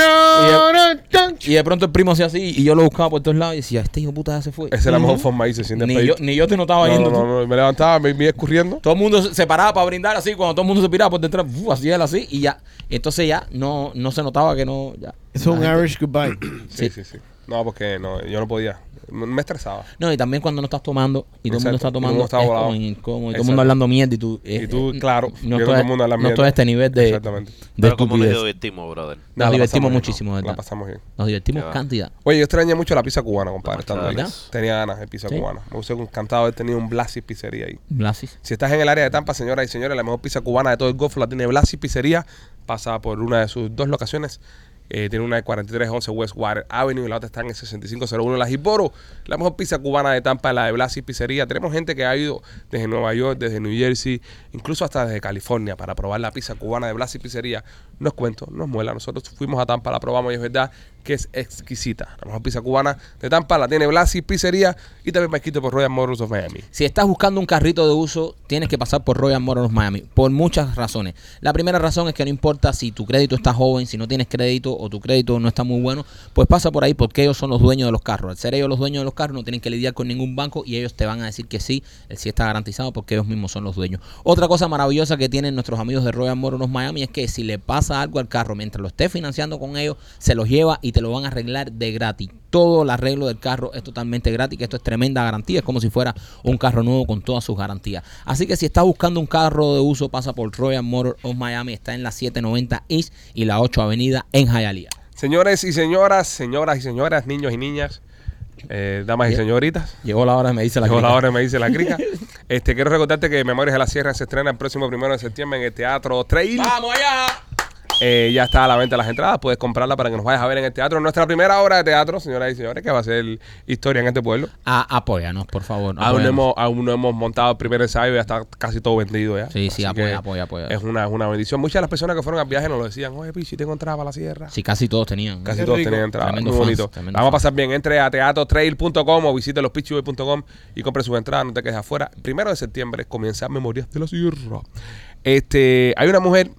Speaker 3: Y de pronto el primo hacía así y yo lo buscaba por todos lados y decía, este hijo puta ya se fue.
Speaker 7: Esa es la mejor forma de irse sin
Speaker 3: Ni yo,
Speaker 7: despedir.
Speaker 3: ni yo te notaba
Speaker 7: No,
Speaker 3: yendo.
Speaker 7: no, no, no, Me levantaba, me me iba escurriendo.
Speaker 3: Todo el mundo se se paraba para brindar así, cuando todo el mundo se piraba por detrás, ¡fu! así él así y ya. Entonces ya no, no se notaba que no. Ya.
Speaker 4: Es un
Speaker 3: La gente-
Speaker 4: Irish goodbye.
Speaker 7: Sí, sí, sí. No, porque no, yo no podía. Me me estresaba.
Speaker 3: No, y también cuando no estás tomando y todo el
Speaker 7: Exacto.
Speaker 3: mundo
Speaker 7: Y
Speaker 3: está
Speaker 7: todo el
Speaker 3: tomando,
Speaker 7: mundo está
Speaker 3: es
Speaker 7: volado.
Speaker 3: como incómodo, y todo el
Speaker 7: Exacto.
Speaker 3: mundo hablando mierda y tú. eh,
Speaker 7: Y tú,
Speaker 3: eh,
Speaker 7: claro,
Speaker 3: no
Speaker 7: vieron
Speaker 3: estoy,
Speaker 7: todo el mundo hablar
Speaker 3: no
Speaker 7: mierda.
Speaker 3: estoy a este nivel de,
Speaker 7: Exactamente.
Speaker 3: de
Speaker 5: Pero como eh, nos
Speaker 3: estupidez.
Speaker 5: divertimos, brother.
Speaker 7: No, la
Speaker 3: divertimos
Speaker 7: pasamos bien.
Speaker 3: muchísimo, ¿verdad?
Speaker 7: La pasamos bien.
Speaker 3: Nos divertimos
Speaker 5: Ya va.
Speaker 3: cantidad.
Speaker 7: Oye, yo extrañé mucho la pizza cubana, compadre.
Speaker 5: Mucho,
Speaker 7: estando
Speaker 5: ¿verdad?
Speaker 7: aquí. Tenía ganas de pizza
Speaker 3: Sí.
Speaker 7: cubana. Me hubiese encantado haber tenido un Blasi Pizzería ahí.
Speaker 3: Blasis.
Speaker 7: Si estás en el área de Tampa, señoras y señores, la mejor pizza cubana de todo el Golfo la tiene Blasi Pizzería. Pasa por una de sus dos locaciones. Eh, tiene una de 4311 West Water Avenue y la otra está en el 6501 La Gilboro. La mejor pizza cubana de Tampa es la de Blasi Pizzería. Tenemos gente que ha ido desde Nueva York, desde New Jersey, incluso hasta desde California para probar la pizza cubana de Blasi Pizzería. No es cuento, no es muela. Nosotros fuimos a Tampa, la probamos y es verdad que es exquisita. La mejor pizza cubana de Tampa la tiene Blasi Pizzería y también Pesquito por Royal Motors of Miami.
Speaker 3: Si estás buscando un carrito de uso, tienes que pasar por Royal Motors Miami por muchas razones. La primera razón es que no importa si tu crédito está joven, si no tienes crédito o tu crédito no está muy bueno, pues pasa por ahí porque ellos son los dueños de los carros. Al ser ellos los dueños de los carros, no tienen que lidiar con ningún banco y ellos te van a decir que sí, el sí está garantizado porque ellos mismos son los dueños. Otra cosa maravillosa que tienen nuestros amigos de Royal Motors Miami es que si le pasa algo al carro mientras lo estés financiando con ellos, se los lleva y te lo van a arreglar de gratis. Todo el arreglo del carro es totalmente gratis, que esto es tremenda garantía, es como si fuera un carro nuevo con todas sus garantías. Así que si estás buscando un carro de uso, pasa por Royal Motor of Miami, está en la 790 East y la 8 Avenida en Hialeah.
Speaker 7: Señores y señoras, señoras y señoras, niños y niñas, eh, damas y
Speaker 3: Bien.
Speaker 7: señoritas.
Speaker 3: Llegó la hora, me dice la
Speaker 7: Llegó la
Speaker 3: crítica.
Speaker 7: hora, me dice la crica. Este, quiero recordarte que Memorias de la Sierra se estrena el próximo primero de septiembre en el Teatro Trail.
Speaker 3: ¡Vamos allá!
Speaker 7: Eh, ya está a la venta las entradas, puedes comprarla para que nos vayas a ver en el teatro. Nuestra primera obra de teatro, señoras y señores, que va a ser historia en este pueblo.
Speaker 3: A- Ah, apóyanos, por favor.
Speaker 7: Aún no,
Speaker 3: apóyanos.
Speaker 7: hemos, aún no hemos montado el primer ensayo y ya está casi todo vendido ya.
Speaker 3: Sí,
Speaker 7: Así
Speaker 3: sí, apoya,
Speaker 7: que
Speaker 3: apoya, apoya.
Speaker 7: Es una, es una bendición. Muchas de las personas que fueron al viaje nos lo decían, oye, Pichi, tengo entrada para la sierra.
Speaker 3: Sí, casi todos tenían.
Speaker 7: Casi
Speaker 4: Qué
Speaker 7: todos
Speaker 4: rico.
Speaker 7: tienen entradas.
Speaker 3: Tremendo
Speaker 7: Muy
Speaker 3: fans,
Speaker 7: bonito. La
Speaker 3: tremendo
Speaker 7: Vamos a
Speaker 3: fans.
Speaker 7: pasar bien. Entre a teatrotrail.com o visite lospitchyboy.com y compre sus entradas. No te quedes afuera. Primero de septiembre comienza Memorias de la Sierra. Este, hay una mujer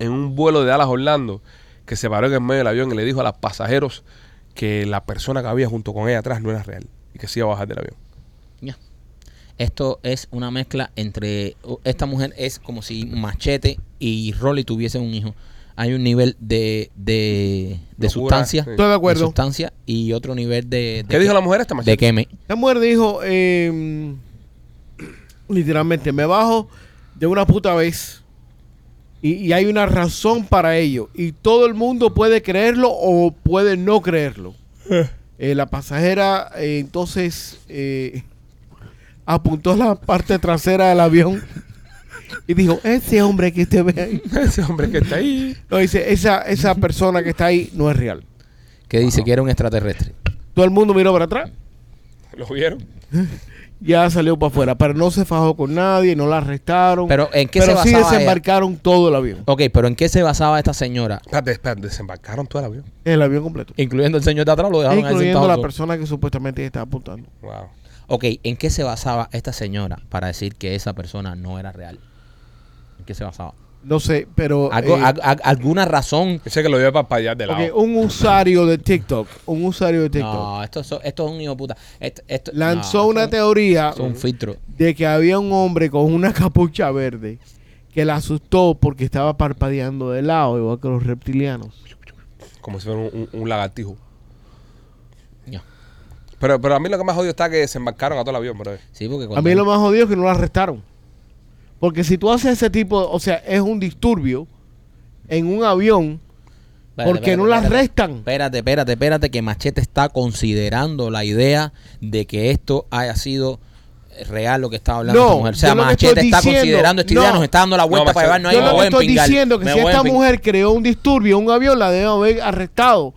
Speaker 7: en un vuelo de Dallas Orlando que se paró en el medio del avión y le dijo a los pasajeros que la persona que había junto con ella atrás no era real y que se iba a bajar del avión.
Speaker 3: Ya. Esto es una mezcla entre. o- Esta mujer es como si Machete y Rolly tuviesen un hijo. Hay un nivel de, de, de
Speaker 7: Locura,
Speaker 3: sustancia.
Speaker 7: sí.
Speaker 4: Estoy de acuerdo.
Speaker 3: sustancia y otro nivel de. de
Speaker 7: ¿Qué dijo la mujer esta
Speaker 3: De
Speaker 7: mañana?
Speaker 3: queme.
Speaker 4: La mujer dijo, eh, literalmente, me bajo de una puta vez. Y, y hay una razón para ello. Y todo el mundo puede creerlo o puede no creerlo. Eh, la pasajera eh, entonces eh, apuntó la parte trasera del avión y dijo, ese hombre que usted ve ahí.
Speaker 7: Ese hombre que está ahí.
Speaker 4: No, dice, esa, esa persona que está ahí no es real.
Speaker 3: Que dice que era un extraterrestre.
Speaker 4: Todo el mundo miró para atrás.
Speaker 7: ¿Lo vieron?
Speaker 4: ya salió para afuera, pero no se fajó con nadie, no la arrestaron.
Speaker 3: Pero, ¿en qué
Speaker 4: Pero
Speaker 3: se
Speaker 4: sí
Speaker 3: basaba ella?
Speaker 4: desembarcaron todo el avión,
Speaker 3: Ok, pero ¿en qué se basaba esta señora?
Speaker 7: Espérate, espérate. Desembarcaron todo el avión.
Speaker 4: el avión completo,
Speaker 3: Incluyendo el señor de atrás, lo dejaron ahí
Speaker 4: incluyendo
Speaker 3: sentado
Speaker 4: la
Speaker 3: solo.
Speaker 4: persona que supuestamente estaba apuntando.
Speaker 7: Wow.
Speaker 3: Ok, ¿en qué se basaba esta señora para decir que esa persona no era real? ¿En qué se basaba?
Speaker 4: No sé,
Speaker 7: Oh,
Speaker 4: pero
Speaker 3: Algo-
Speaker 4: eh,
Speaker 3: al- al- ¿Alguna razón
Speaker 7: Dice que lo vio para allá de lado.
Speaker 4: ok, un usuario de TikTok, un usuario de TikTok
Speaker 3: No, esto, so- esto es un hijo de puta. Esto- esto-
Speaker 4: lanzó
Speaker 3: no,
Speaker 4: una
Speaker 3: esto
Speaker 4: teoría
Speaker 3: es un- Es un filtro.
Speaker 4: de que había un hombre con una capucha verde que la asustó porque estaba parpadeando de lado, igual que los reptilianos.
Speaker 7: Como si fuera un- un- un lagartijo.
Speaker 3: Ya.
Speaker 7: Pero, pero a mí lo que más odio está que desembarcaron a todo el avión, bro.
Speaker 3: Sí, porque
Speaker 4: A
Speaker 3: cuando-
Speaker 4: mí lo más jodido es que no la arrestaron. Porque si tú haces ese tipo, o sea, es un disturbio en un avión
Speaker 3: Espérate,
Speaker 4: ¿por qué
Speaker 3: espérate,
Speaker 4: no la
Speaker 3: espérate.
Speaker 4: arrestan?
Speaker 3: Espérate, espérate, espérate, que Machete está considerando la idea de que esto haya sido real lo que estaba hablando
Speaker 4: No,
Speaker 3: esta mujer. O sea,
Speaker 4: yo lo que
Speaker 3: Machete
Speaker 4: estoy
Speaker 3: está
Speaker 4: diciendo-
Speaker 3: considerando esta idea,
Speaker 4: no.
Speaker 3: nos está dando la vuelta
Speaker 7: No,
Speaker 3: para
Speaker 7: Machete,
Speaker 3: llevarnos ahí.
Speaker 4: Yo
Speaker 3: me
Speaker 4: lo
Speaker 3: voy
Speaker 4: que
Speaker 3: a
Speaker 4: estoy
Speaker 3: empingar,
Speaker 4: diciendo que
Speaker 3: me
Speaker 4: si
Speaker 3: voy a
Speaker 4: esta
Speaker 3: empingar.
Speaker 4: mujer creó un disturbio en un avión, la deben haber arrestado.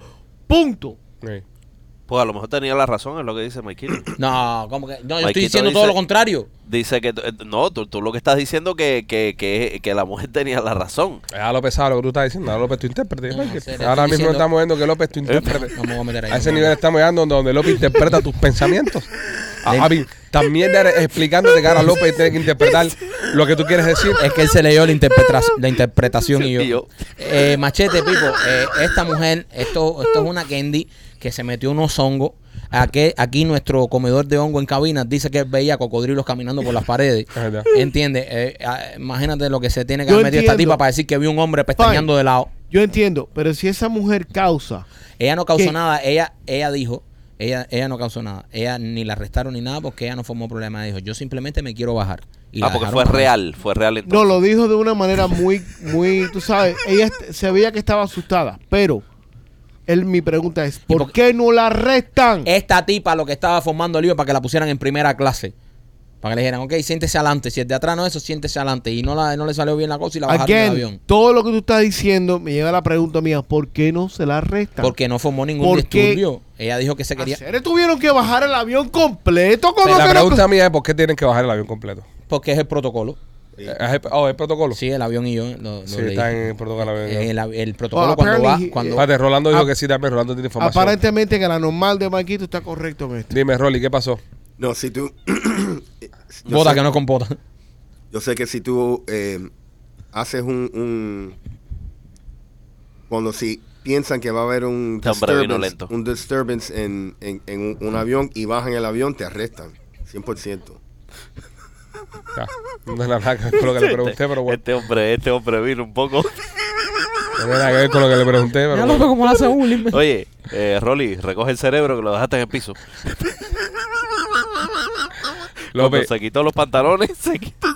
Speaker 4: Punto.
Speaker 7: Sí.
Speaker 5: Pues a lo mejor tenía la razón, es lo que dice Maikito.
Speaker 3: No, como que. No, yo
Speaker 5: Maikito
Speaker 3: estoy diciendo todo
Speaker 5: dice-
Speaker 3: lo contrario.
Speaker 5: Dice que... t- No, tú, tú lo que estás diciendo que, que, que, que la mujer tenía la razón.
Speaker 7: Ah, López sabe lo que tú estás diciendo. Ahora López es tu intérprete.
Speaker 3: No,
Speaker 7: Mike.
Speaker 3: en serio,
Speaker 7: Ahora mismo
Speaker 3: estoy diciendo-
Speaker 7: estamos viendo que López es tu intérprete.
Speaker 3: No me voy a meter ahí.
Speaker 7: A ese
Speaker 3: no.
Speaker 7: nivel estamos llegando donde López interpreta tus pensamientos.
Speaker 1: A, a mí, tan mierda eres explicándote cara López y tienes que interpretar lo que tú quieres decir.
Speaker 3: Es que él se leyó la, interpreta- la interpretación y yo.
Speaker 5: Y yo.
Speaker 3: Eh, machete, Pipo, eh, esta mujer, esto, esto es una Candy que se metió unos hongos. Aquí, aquí nuestro comedor de hongo en cabina dice que él veía cocodrilos caminando por las paredes.
Speaker 1: Es verdad.
Speaker 3: Entiende, eh, ah, imagínate lo que se tiene que
Speaker 4: Yo
Speaker 3: haber metido esta
Speaker 4: entiendo.
Speaker 3: tipa para decir que vio un hombre pestañeando de lado.
Speaker 4: Yo entiendo, pero si esa mujer causa,
Speaker 3: Ella no causó
Speaker 4: ¿Qué?
Speaker 3: nada, ella, ella dijo, ella, ella no causó nada. Ella ni la arrestaron ni nada porque ella no formó problema. Ella dijo, yo simplemente me quiero bajar. Y
Speaker 5: Ah,
Speaker 3: la
Speaker 5: porque
Speaker 3: dejaron
Speaker 5: fue
Speaker 3: bajar.
Speaker 5: real, fue real entonces.
Speaker 4: no lo dijo de una manera muy, muy, tú sabes, ella est- se veía que estaba asustada, pero él, mi pregunta es, ¿por
Speaker 3: por
Speaker 4: qué no la arrestan?
Speaker 3: Esta tipa lo que estaba formando lío para que la pusieran en primera clase. Para que le dijeran, ok, siéntese adelante. Si es de atrás no eso, siéntese adelante. Y no, la, no le salió bien la cosa y la bajaron del
Speaker 4: Again,
Speaker 3: avión.
Speaker 4: todo lo que tú estás diciendo me lleva a la pregunta mía, ¿por qué no se la arrestan?
Speaker 3: Porque no formó ningún
Speaker 4: ¿Por qué? Ah,
Speaker 3: disturbio. Ella dijo que se quería.
Speaker 4: Hacer- tuvieron que bajar el avión completo como
Speaker 1: La
Speaker 4: que no-
Speaker 1: pregunta mía es por qué tienen que bajar el avión completo.
Speaker 3: Porque es el protocolo.
Speaker 1: ¿Es el, oh, ¿el protocolo?
Speaker 3: Sí, el avión y yo. Lo, lo
Speaker 1: Sí,
Speaker 3: leí.
Speaker 1: está en el protocolo. del avión.
Speaker 3: Eh, el, el protocolo
Speaker 4: Oh,
Speaker 3: cuando va.
Speaker 4: apparently,
Speaker 5: eh,
Speaker 3: Cuando,
Speaker 1: Espérate, Rolando dijo
Speaker 4: Ah.
Speaker 1: que sí, también Rolando tiene información.
Speaker 4: Aparentemente que la normal de Marquito está correcto en esto.
Speaker 1: Dime, Rolly, ¿qué pasó?
Speaker 6: No, si tú. yo,
Speaker 3: bota
Speaker 6: sé,
Speaker 3: que no compota.
Speaker 6: yo sé que si tú eh, haces un, un- Cuando si piensan que va a haber un
Speaker 5: Este hombre vino
Speaker 6: disturbance,
Speaker 5: lento.
Speaker 6: un disturbance en, en- en un, un avión y bajan el avión, te arrestan. 100%.
Speaker 1: Ya, No es nada que ver con lo que le pregunté, pero bueno.
Speaker 5: Este hombre, este hombre vino un poco.
Speaker 1: No tiene nada que ver con lo que le pregunté, pero bueno.
Speaker 3: como la hace Uli.
Speaker 5: Oye, eh, Rolly, recoge el cerebro que lo dejaste en el piso. Cuando
Speaker 1: López,
Speaker 5: se quitó los pantalones, se quitó.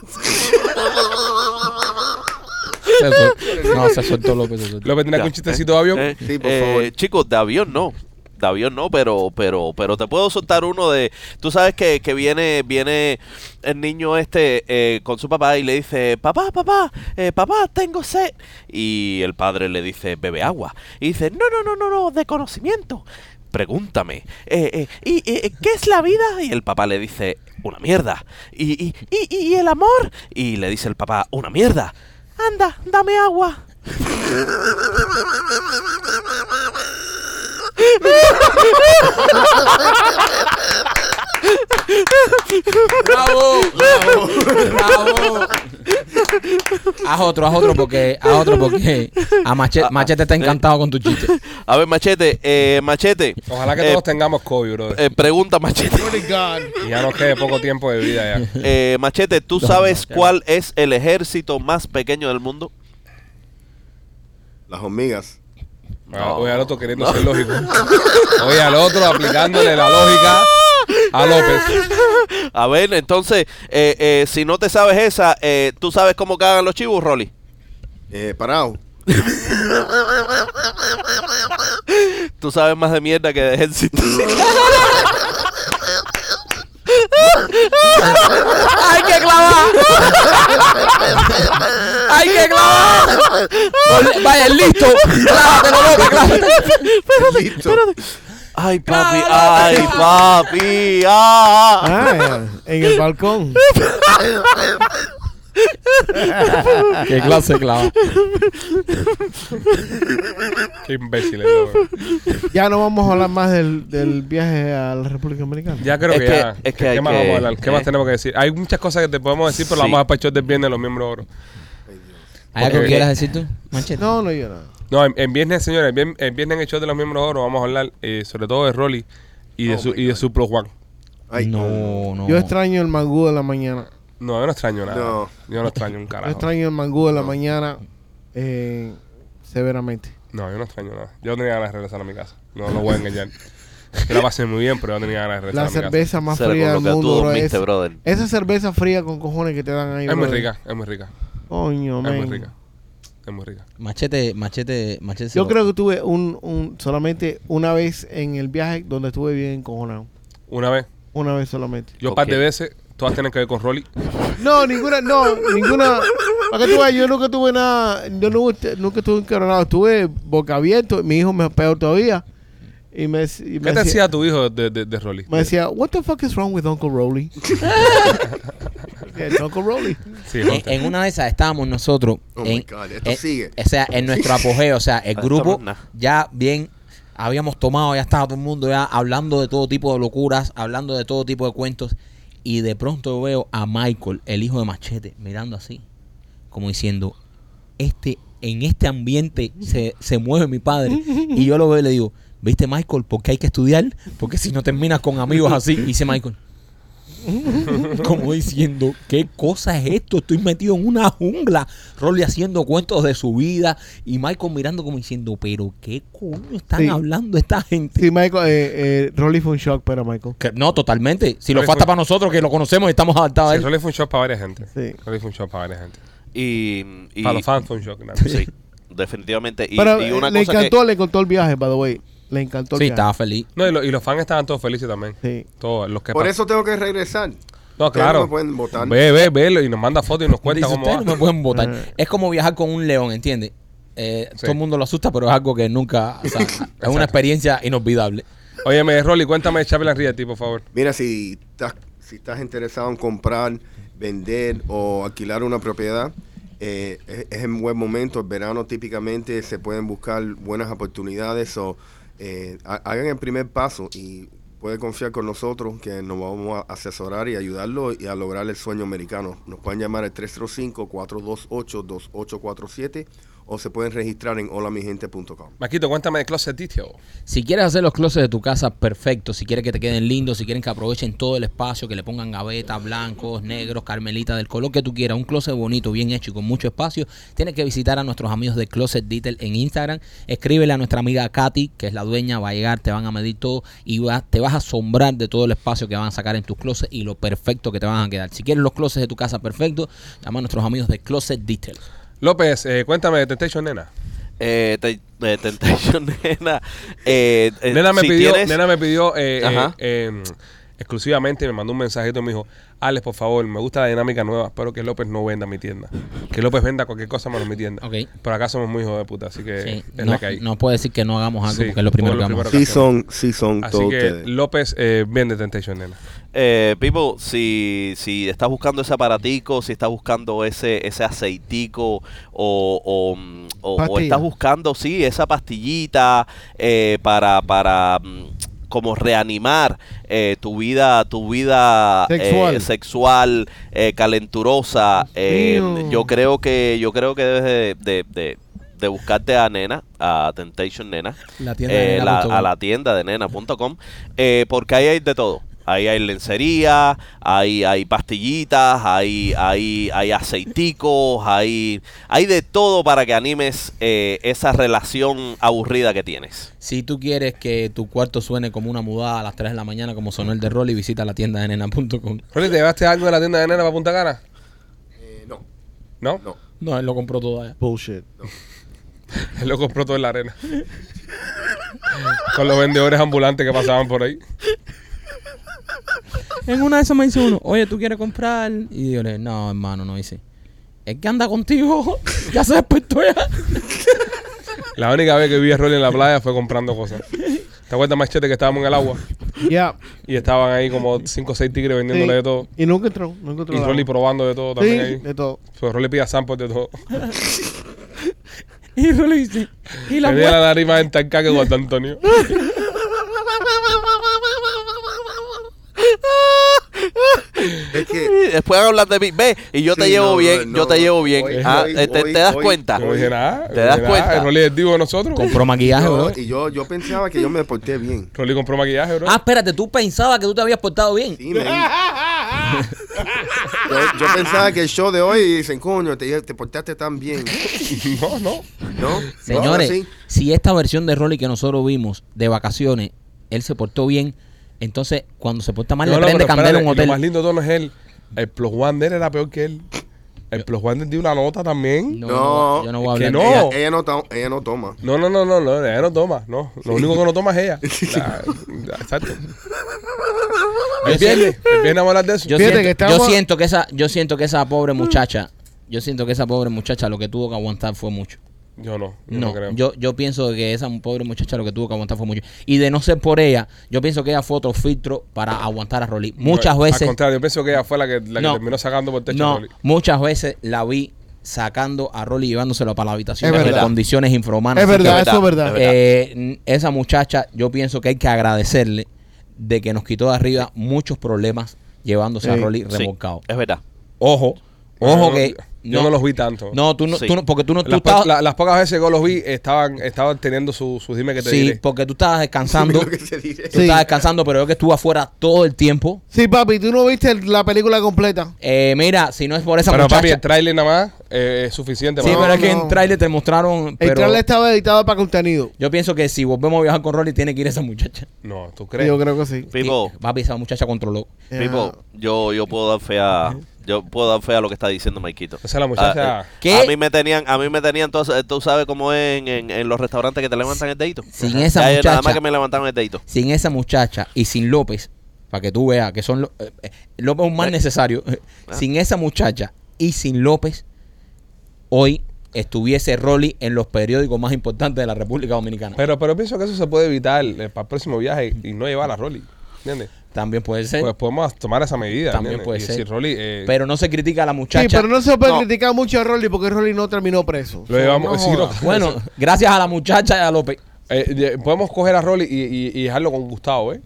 Speaker 3: No, se soltó López. Se soltó.
Speaker 1: López tiene
Speaker 5: Ya.
Speaker 1: algún chistecito de avión.
Speaker 5: Eh,
Speaker 6: Sí, por
Speaker 5: eh,
Speaker 6: favor.
Speaker 5: Chicos, de avión no. De avión no, pero, pero, pero te puedo soltar uno de. Tú sabes que, que viene, viene el niño este eh, con su papá y le dice, papá, papá, eh, papá, tengo sed. Y el padre le dice, bebe agua. Y dice, no, no, no, no, no, de conocimiento. Pregúntame, eh, eh, ¿y eh, eh, qué es la vida? Y el papá le dice, una mierda. ¿Y, y, y, y el amor? Y le dice el papá, una mierda. Anda, dame agua.
Speaker 3: ¡Bravo! ¡Bravo! Haz otro, haz otro porque, haz otro porque a Machete, Machete está encantado con tu chiste.
Speaker 5: A ver, Machete, eh, Machete.
Speaker 1: Ojalá que
Speaker 5: eh,
Speaker 1: todos tengamos COVID, brother.
Speaker 5: eh, pregunta, Machete.
Speaker 1: Y ya nos quede poco tiempo de vida ya.
Speaker 5: Eh, machete, ¿tú sabes cuál es el ejército más pequeño del mundo?
Speaker 6: Las hormigas.
Speaker 1: Ah, Oye al otro queriendo ser lógico. Oye al otro aplicándole la lógica a López.
Speaker 5: A ver, entonces, eh, eh, si no te sabes esa, eh, ¿tú sabes cómo cagan los chivos, Rolly?
Speaker 6: Eh, parado.
Speaker 5: Tú sabes más de mierda que de ejército.
Speaker 3: ¡Hay que clavar! ¡Hay que clavar! Ol- Vaya, listo. Clávatelo, López, clávatelo.
Speaker 6: Listo.
Speaker 5: ay, papi, ay, papi, ah.
Speaker 4: Ah, en el balcón.
Speaker 3: ¿Qué clase clava?
Speaker 1: Qué imbécil es López.
Speaker 4: Ya no vamos a hablar más del, del viaje a la República Dominicana.
Speaker 1: Ya creo
Speaker 5: Es
Speaker 1: que,
Speaker 5: que-
Speaker 1: ya.
Speaker 5: es que
Speaker 1: ¿Qué,
Speaker 5: hay
Speaker 1: más
Speaker 5: que-
Speaker 1: vamos a hablar? ¿Qué más
Speaker 5: eh.
Speaker 1: tenemos que decir? Hay muchas cosas que te podemos decir, pero las
Speaker 5: Sí.
Speaker 1: vamos a despachar del viernes de los miembros oro.
Speaker 3: ¿Hay algo que quieras decir tú, Machete?
Speaker 4: No, no, yo nada.
Speaker 1: No, en, en viernes, señores, en viernes, en viernes en el show de los miembros oro vamos a hablar eh, sobre todo de Rolly y de
Speaker 6: Oh
Speaker 1: su
Speaker 6: my
Speaker 1: y de
Speaker 6: God.
Speaker 1: su Pro Juan.
Speaker 6: Ay,
Speaker 3: No, no.
Speaker 4: Yo extraño el mangú de la mañana.
Speaker 1: No, yo no extraño nada.
Speaker 6: No.
Speaker 1: Yo no extraño un
Speaker 4: Yo
Speaker 1: carajo.
Speaker 4: extraño el mangú de la mañana eh, severamente.
Speaker 1: No, yo no extraño nada. Yo no tenía ganas de regresar a mi casa. No lo voy a engañar. Que la pasé muy bien, pero yo no tenía ganas de regresar
Speaker 4: La
Speaker 1: a mi casa.
Speaker 4: cerveza más
Speaker 5: Será
Speaker 4: fría
Speaker 5: con
Speaker 4: del
Speaker 5: lo que tú
Speaker 4: mundo, bro,
Speaker 5: dormiste,
Speaker 4: es-
Speaker 5: brother.
Speaker 4: Esa cerveza fría con cojones que te dan ahí,
Speaker 1: Es muy
Speaker 4: brother.
Speaker 1: rica, es muy rica.
Speaker 4: Coño,
Speaker 1: Es muy
Speaker 4: man.
Speaker 1: rica. Es muy rica.
Speaker 3: Machete, machete, machete. se
Speaker 4: Yo
Speaker 3: lo-
Speaker 4: creo que tuve un, un solamente una vez en el viaje donde estuve bien encojonado.
Speaker 1: Una vez,
Speaker 4: Una vez solamente.
Speaker 1: yo un par
Speaker 5: Ok.
Speaker 1: de veces, todas tienen que ver con Rolly.
Speaker 4: No, ninguna, no, ninguna. ¿Para qué tú ves? Yo nunca tuve nada, yo nu- nunca estuve encoronado, estuve boca abierto, mi hijo me peor todavía. Y me, dec- y me
Speaker 1: ¿Qué te decía tu hijo de, de, de Rolly?
Speaker 4: me decía, what the fuck is wrong with Uncle Rowley? Yeah, Uncle Rowley.
Speaker 1: Sí,
Speaker 3: En,
Speaker 1: Hunter.
Speaker 3: en una de esas estábamos nosotros.
Speaker 6: Oh
Speaker 3: en, eh,
Speaker 6: my God, esto
Speaker 3: en-
Speaker 6: sigue.
Speaker 3: O sea, en nuestro apogeo. O sea, el
Speaker 5: Esto no
Speaker 3: grupo
Speaker 5: es nada.
Speaker 3: ya bien Habíamos tomado, ya estaba todo el mundo ya hablando de todo tipo de locuras, hablando de todo tipo de cuentos. Y de pronto veo a Michael, el hijo de Machete, mirando así, como diciendo, este, en este ambiente se, se mueve mi padre. Y yo lo veo y le digo, ¿viste Michael? Porque hay que estudiar, porque si no terminas con amigos así, Y dice Michael. Como diciendo, ¿qué cosa es esto? Estoy metido en una jungla. Rolly haciendo cuentos de su vida y Michael mirando como diciendo, pero ¿qué coño están
Speaker 4: Sí.
Speaker 3: hablando esta gente?
Speaker 4: Sí, Michael, eh, eh, Rolly fue un shock para Michael.
Speaker 3: Que- no, totalmente. Si lo
Speaker 1: Rolly
Speaker 3: falta
Speaker 1: fue-
Speaker 3: para nosotros, que lo conocemos y estamos adaptados a
Speaker 1: Sí,
Speaker 3: él.
Speaker 1: Rolly fue un shock para varias gente.
Speaker 4: Sí.
Speaker 1: Rolly fue un shock para varias gente.
Speaker 5: Y, y-
Speaker 1: Para los fans fue un shock. grande.
Speaker 5: Sí, definitivamente. Y,
Speaker 4: Pero
Speaker 5: y una
Speaker 4: eh, le
Speaker 5: cosa que-
Speaker 4: encantó, le encantó el viaje, by the way. Le encantó el
Speaker 3: Sí,
Speaker 4: viaje.
Speaker 3: estaba feliz.
Speaker 1: No, y, lo- y los fans estaban todos felices también.
Speaker 4: Sí.
Speaker 1: Todos los que
Speaker 6: Por
Speaker 1: pa-
Speaker 6: eso tengo que regresar.
Speaker 1: No,
Speaker 6: Ustedes
Speaker 1: claro.
Speaker 6: me pueden votar.
Speaker 1: Ve, ve, ve y nos manda fotos y nos cuenta
Speaker 3: Dice,
Speaker 1: cómo
Speaker 3: "Ustedes
Speaker 1: va.
Speaker 3: no me pueden votar.
Speaker 4: Eh.
Speaker 3: Es como viajar con un león, ¿entiendes? Eh,
Speaker 1: Sí.
Speaker 3: Todo el mundo lo asusta, pero es algo que nunca... o sea, es una experiencia inolvidable.
Speaker 1: Óyeme, Rolly, cuéntame de Chaplin Rieti, por favor.
Speaker 6: Mira, si estás, si estás interesado en comprar, vender o alquilar una propiedad, eh, es, es un buen momento. El verano típicamente se pueden buscar buenas oportunidades o eh, ha- hagan el primer paso y puede confiar con nosotros que nos vamos a asesorar y ayudarlo y a lograr el sueño americano. Nos pueden llamar al 305-428-2847 o se pueden registrar en holamigente.com.
Speaker 1: Maquito, cuéntame de Closet Detail.
Speaker 3: Si quieres hacer los closets de tu casa perfecto, si quieres que te queden lindos, si quieren que aprovechen todo el espacio, que le pongan gavetas, blancos, negros, carmelitas, del color que tú quieras, un closet bonito, bien hecho y con mucho espacio, tienes que visitar a nuestros amigos de Closet Detail en Instagram. Escríbele a nuestra amiga Katy, que es la dueña, va a llegar, te van a medir todo y va- te vas a asombrar de todo el espacio que van a sacar en tus closets y lo perfecto que te van a quedar. Si quieres los closets de tu casa perfecto, llama a nuestros amigos de Closet Detail.
Speaker 1: López, eh, cuéntame de Temptation Nena.
Speaker 5: Eh, te- eh, Temptation, nena. Eh, eh,
Speaker 1: Nena me
Speaker 5: si
Speaker 1: pidió,
Speaker 5: tienes-
Speaker 1: nena me pidió eh,
Speaker 5: Ajá.
Speaker 1: eh, eh, exclusivamente, me mandó un mensajito y me dijo, Alex, por favor, me gusta la dinámica nueva, espero que López no venda mi tienda. Que López venda cualquier cosa menos mi tienda.
Speaker 3: Ok.
Speaker 1: Pero acá somos muy hijos de puta, así que
Speaker 3: Sí,
Speaker 1: Eh, es
Speaker 3: no,
Speaker 1: la que hay.
Speaker 3: no puede decir que no hagamos algo
Speaker 1: Sí,
Speaker 3: porque es lo primero
Speaker 1: lo
Speaker 3: que vamos a
Speaker 1: primero
Speaker 3: hacer.
Speaker 1: Sí
Speaker 6: Sí
Speaker 1: son-
Speaker 6: son, sí son
Speaker 1: Así
Speaker 6: todos
Speaker 1: que
Speaker 6: ustedes.
Speaker 1: López eh, vende Temptation Nena.
Speaker 5: Eh, people, si, si estás buscando ese aparatico, si estás buscando ese, ese aceitico o, o, mm, o- o
Speaker 4: Pastilla.
Speaker 5: estás buscando, sí, esa pastillita eh, para, para mm, como reanimar eh, tu vida, tu vida eh,
Speaker 4: Sexual.
Speaker 5: sexual, eh, calenturosa, eh,
Speaker 4: mío.
Speaker 5: yo creo que, yo creo que debes de, de- de- de buscarte a Nena, a Temptation Nena,
Speaker 3: La tienda de
Speaker 5: eh,
Speaker 3: nena
Speaker 5: la-
Speaker 3: punto com.
Speaker 5: a la tienda de nena.com eh, porque ahí hay de todo. Ahí hay lencería, ahí hay pastillitas, ahí hay, hay aceiticos, hay, hay de todo para que animes eh, esa relación aburrida que tienes.
Speaker 3: Si tú quieres que tu cuarto suene como una mudada a las 3 de la mañana, como sonó el de Rolly, visita la tienda de nena.com.
Speaker 1: Rolly, ¿te llevaste algo de la tienda de Nena para Punta Cana?
Speaker 6: Eh, no,
Speaker 1: ¿No?
Speaker 6: no.
Speaker 3: No, él lo compró todo allá.
Speaker 4: Bullshit.
Speaker 1: Él lo compró todo en la arena. Con los vendedores ambulantes que pasaban por ahí.
Speaker 3: En una de esas me dice uno, oye, ¿tú quieres comprar? Y yo le no, hermano, no hice. Es que anda contigo, ya se despertó ya.
Speaker 1: La única vez que vi a Rolly en la playa fue comprando cosas. ¿Te acuerdas, Machete, que estábamos en el agua?
Speaker 4: Ya.
Speaker 1: Y estaban ahí como 5 o 6 tigres vendiéndole
Speaker 4: Sí.
Speaker 1: de todo.
Speaker 4: Y nunca entró, nunca
Speaker 1: Y
Speaker 4: entró. nada.
Speaker 1: Rolly probando de todo
Speaker 4: Sí,
Speaker 1: también ahí.
Speaker 4: de todo.
Speaker 1: Pero Rolly pida samples de todo.
Speaker 3: Y Rolly dice, y la
Speaker 1: Tenía la
Speaker 3: mujer.
Speaker 1: nariz más entancada que Guarda Antonio.
Speaker 6: Es que
Speaker 5: Y después hablan de mí, ve, y yo te
Speaker 6: Sí,
Speaker 5: llevo
Speaker 6: no,
Speaker 5: bien,
Speaker 6: no,
Speaker 5: yo te
Speaker 6: no.
Speaker 5: llevo bien.
Speaker 6: Hoy-
Speaker 5: Ah,
Speaker 6: hoy-
Speaker 5: eh, te,
Speaker 6: hoy-
Speaker 5: te das
Speaker 6: hoy-
Speaker 5: cuenta.
Speaker 1: No dije nada.
Speaker 5: ¿Te
Speaker 1: no
Speaker 5: das
Speaker 1: dije nada.
Speaker 5: cuenta?
Speaker 1: Rolly es el divo de nosotros.
Speaker 3: Compró maquillaje,
Speaker 6: Yo-
Speaker 3: bro.
Speaker 6: y yo, yo pensaba que yo me porté bien.
Speaker 1: Rolly compró maquillaje, bro.
Speaker 3: Ah, espérate, tú pensabas que tú te habías portado bien.
Speaker 6: Sí, men. yo, yo pensaba que el show de hoy dicen, coño, te, te portaste tan bien.
Speaker 1: No, no.
Speaker 6: ¿No?
Speaker 3: Señores,
Speaker 6: No, así.
Speaker 3: si esta versión de Rolly que nosotros vimos de vacaciones, él se portó bien, entonces cuando se porta mal
Speaker 1: No,
Speaker 3: le
Speaker 1: no,
Speaker 3: prende
Speaker 1: pero
Speaker 3: candela a
Speaker 1: espérate,
Speaker 3: un
Speaker 1: y
Speaker 3: hotel.
Speaker 1: Lo más lindo de todo no es él. El plus one de él era peor que él. El plus one de él dio una nota también.
Speaker 3: No,
Speaker 6: No,
Speaker 3: yo no voy a
Speaker 1: es que
Speaker 3: hablar.
Speaker 1: no.
Speaker 6: Ella, ella no to- ella no toma.
Speaker 1: No, no, no, no, no, ella no toma, no. Lo único que no toma es ella. La- la- exacto. El viernes, el viernes vamos a hablar de eso.
Speaker 3: Yo,
Speaker 4: Fíjate
Speaker 3: siento,
Speaker 4: que
Speaker 3: yo
Speaker 4: estamos-
Speaker 3: siento que esa, yo siento que esa pobre muchacha, yo siento que esa pobre muchacha lo que tuvo que aguantar fue mucho.
Speaker 1: Yo no, yo no,
Speaker 3: No,
Speaker 1: creo.
Speaker 3: yo, yo pienso que esa pobre muchacha lo que tuvo que aguantar fue mucho. Y de no ser por ella, yo pienso que ella fue otro filtro para aguantar a Rolly. Muchas
Speaker 1: Al
Speaker 3: veces,
Speaker 1: contrario, yo pienso que ella fue la que, la que
Speaker 3: No.
Speaker 1: terminó sacando por el techo.
Speaker 3: no,
Speaker 1: Rolly.
Speaker 3: muchas veces la vi sacando a Rolly y llevándoselo para la habitación
Speaker 4: Es
Speaker 3: en
Speaker 4: verdad.
Speaker 3: condiciones infrahumanas.
Speaker 4: Es
Speaker 3: Así que,
Speaker 4: verdad, eso es verdad.
Speaker 3: eh, n- esa muchacha, yo pienso que hay que agradecerle de que nos quitó de arriba muchos problemas llevándose a
Speaker 4: Sí.
Speaker 3: Rolly
Speaker 5: Sí,
Speaker 3: remolcado.
Speaker 1: Eh,
Speaker 5: es verdad.
Speaker 3: Ojo, ojo
Speaker 1: Yo
Speaker 3: que.
Speaker 1: no- yo no los vi tanto.
Speaker 3: No, tú no,
Speaker 5: Sí.
Speaker 3: tú no- porque tú no. Tú
Speaker 1: las, po-
Speaker 3: estabas,
Speaker 1: oh, la- las pocas veces que los vi estaban, estaban teniendo su- sus dime que te
Speaker 3: sí,
Speaker 1: diré.
Speaker 3: porque tú estabas descansando.
Speaker 6: Lo que se dice.
Speaker 3: Tú estabas descansando, pero yo que estuve afuera todo el tiempo.
Speaker 4: Sí, papi, tú no viste el- la película completa.
Speaker 3: Eh, mira, si no es por esa
Speaker 1: Pero papi,
Speaker 3: muchacha.
Speaker 1: el trailer nada más eh, es suficiente.
Speaker 3: sí,
Speaker 1: para-
Speaker 4: No,
Speaker 3: pero es que
Speaker 4: no.
Speaker 3: en trailer te mostraron.
Speaker 4: El
Speaker 3: Pero
Speaker 4: trailer estaba editado para contenido.
Speaker 3: Yo pienso que si volvemos a viajar con Rolly, tiene que ir esa muchacha.
Speaker 1: No, ¿tú crees?
Speaker 4: Yo creo que sí.
Speaker 5: People,
Speaker 3: Y, papi, esa muchacha controló.
Speaker 1: Eh,
Speaker 4: Ya.
Speaker 5: people, yo, yo puedo dar fe a, yo puedo dar fe a lo que está diciendo Maikito.
Speaker 1: Esa es ¿Eh? la muchacha.
Speaker 5: Ah, eh,
Speaker 3: ¿Qué?
Speaker 5: A mí me tenían, a mí me tenían, tú, tú sabes cómo es en, en- en los restaurantes que te levantan el dedito.
Speaker 3: Sin esa
Speaker 5: Ya, yo Nada
Speaker 3: muchacha.
Speaker 5: más que me levantaron el dedito.
Speaker 3: Sin esa muchacha y sin López, para que tú veas que son. lo- eh, eh, López es un mal
Speaker 5: Eh.
Speaker 3: necesario. Sin esa muchacha y sin López, hoy estuviese Rolly en los periódicos más importantes de la República Dominicana.
Speaker 1: Pero, pero pienso que eso se puede evitar eh, para el próximo viaje y no llevar a Rolly. ¿Entiendes?
Speaker 3: También puede ser.
Speaker 1: Pues podemos tomar esa medida.
Speaker 3: Eh. También
Speaker 1: ¿entiendes?
Speaker 3: puede
Speaker 1: Y
Speaker 3: ser.
Speaker 1: decir, Rolly, eh,
Speaker 3: pero no se critica a la
Speaker 4: Sí,
Speaker 3: muchacha.
Speaker 4: pero no se puede
Speaker 6: No.
Speaker 4: criticar mucho a Rolly porque Rolly no terminó preso.
Speaker 1: lo llevamos. sí, no,
Speaker 3: Bueno, gracias a la muchacha y a López.
Speaker 1: eh, eh, podemos coger a Rolly y, y- y dejarlo con Gustavo, ¿eh?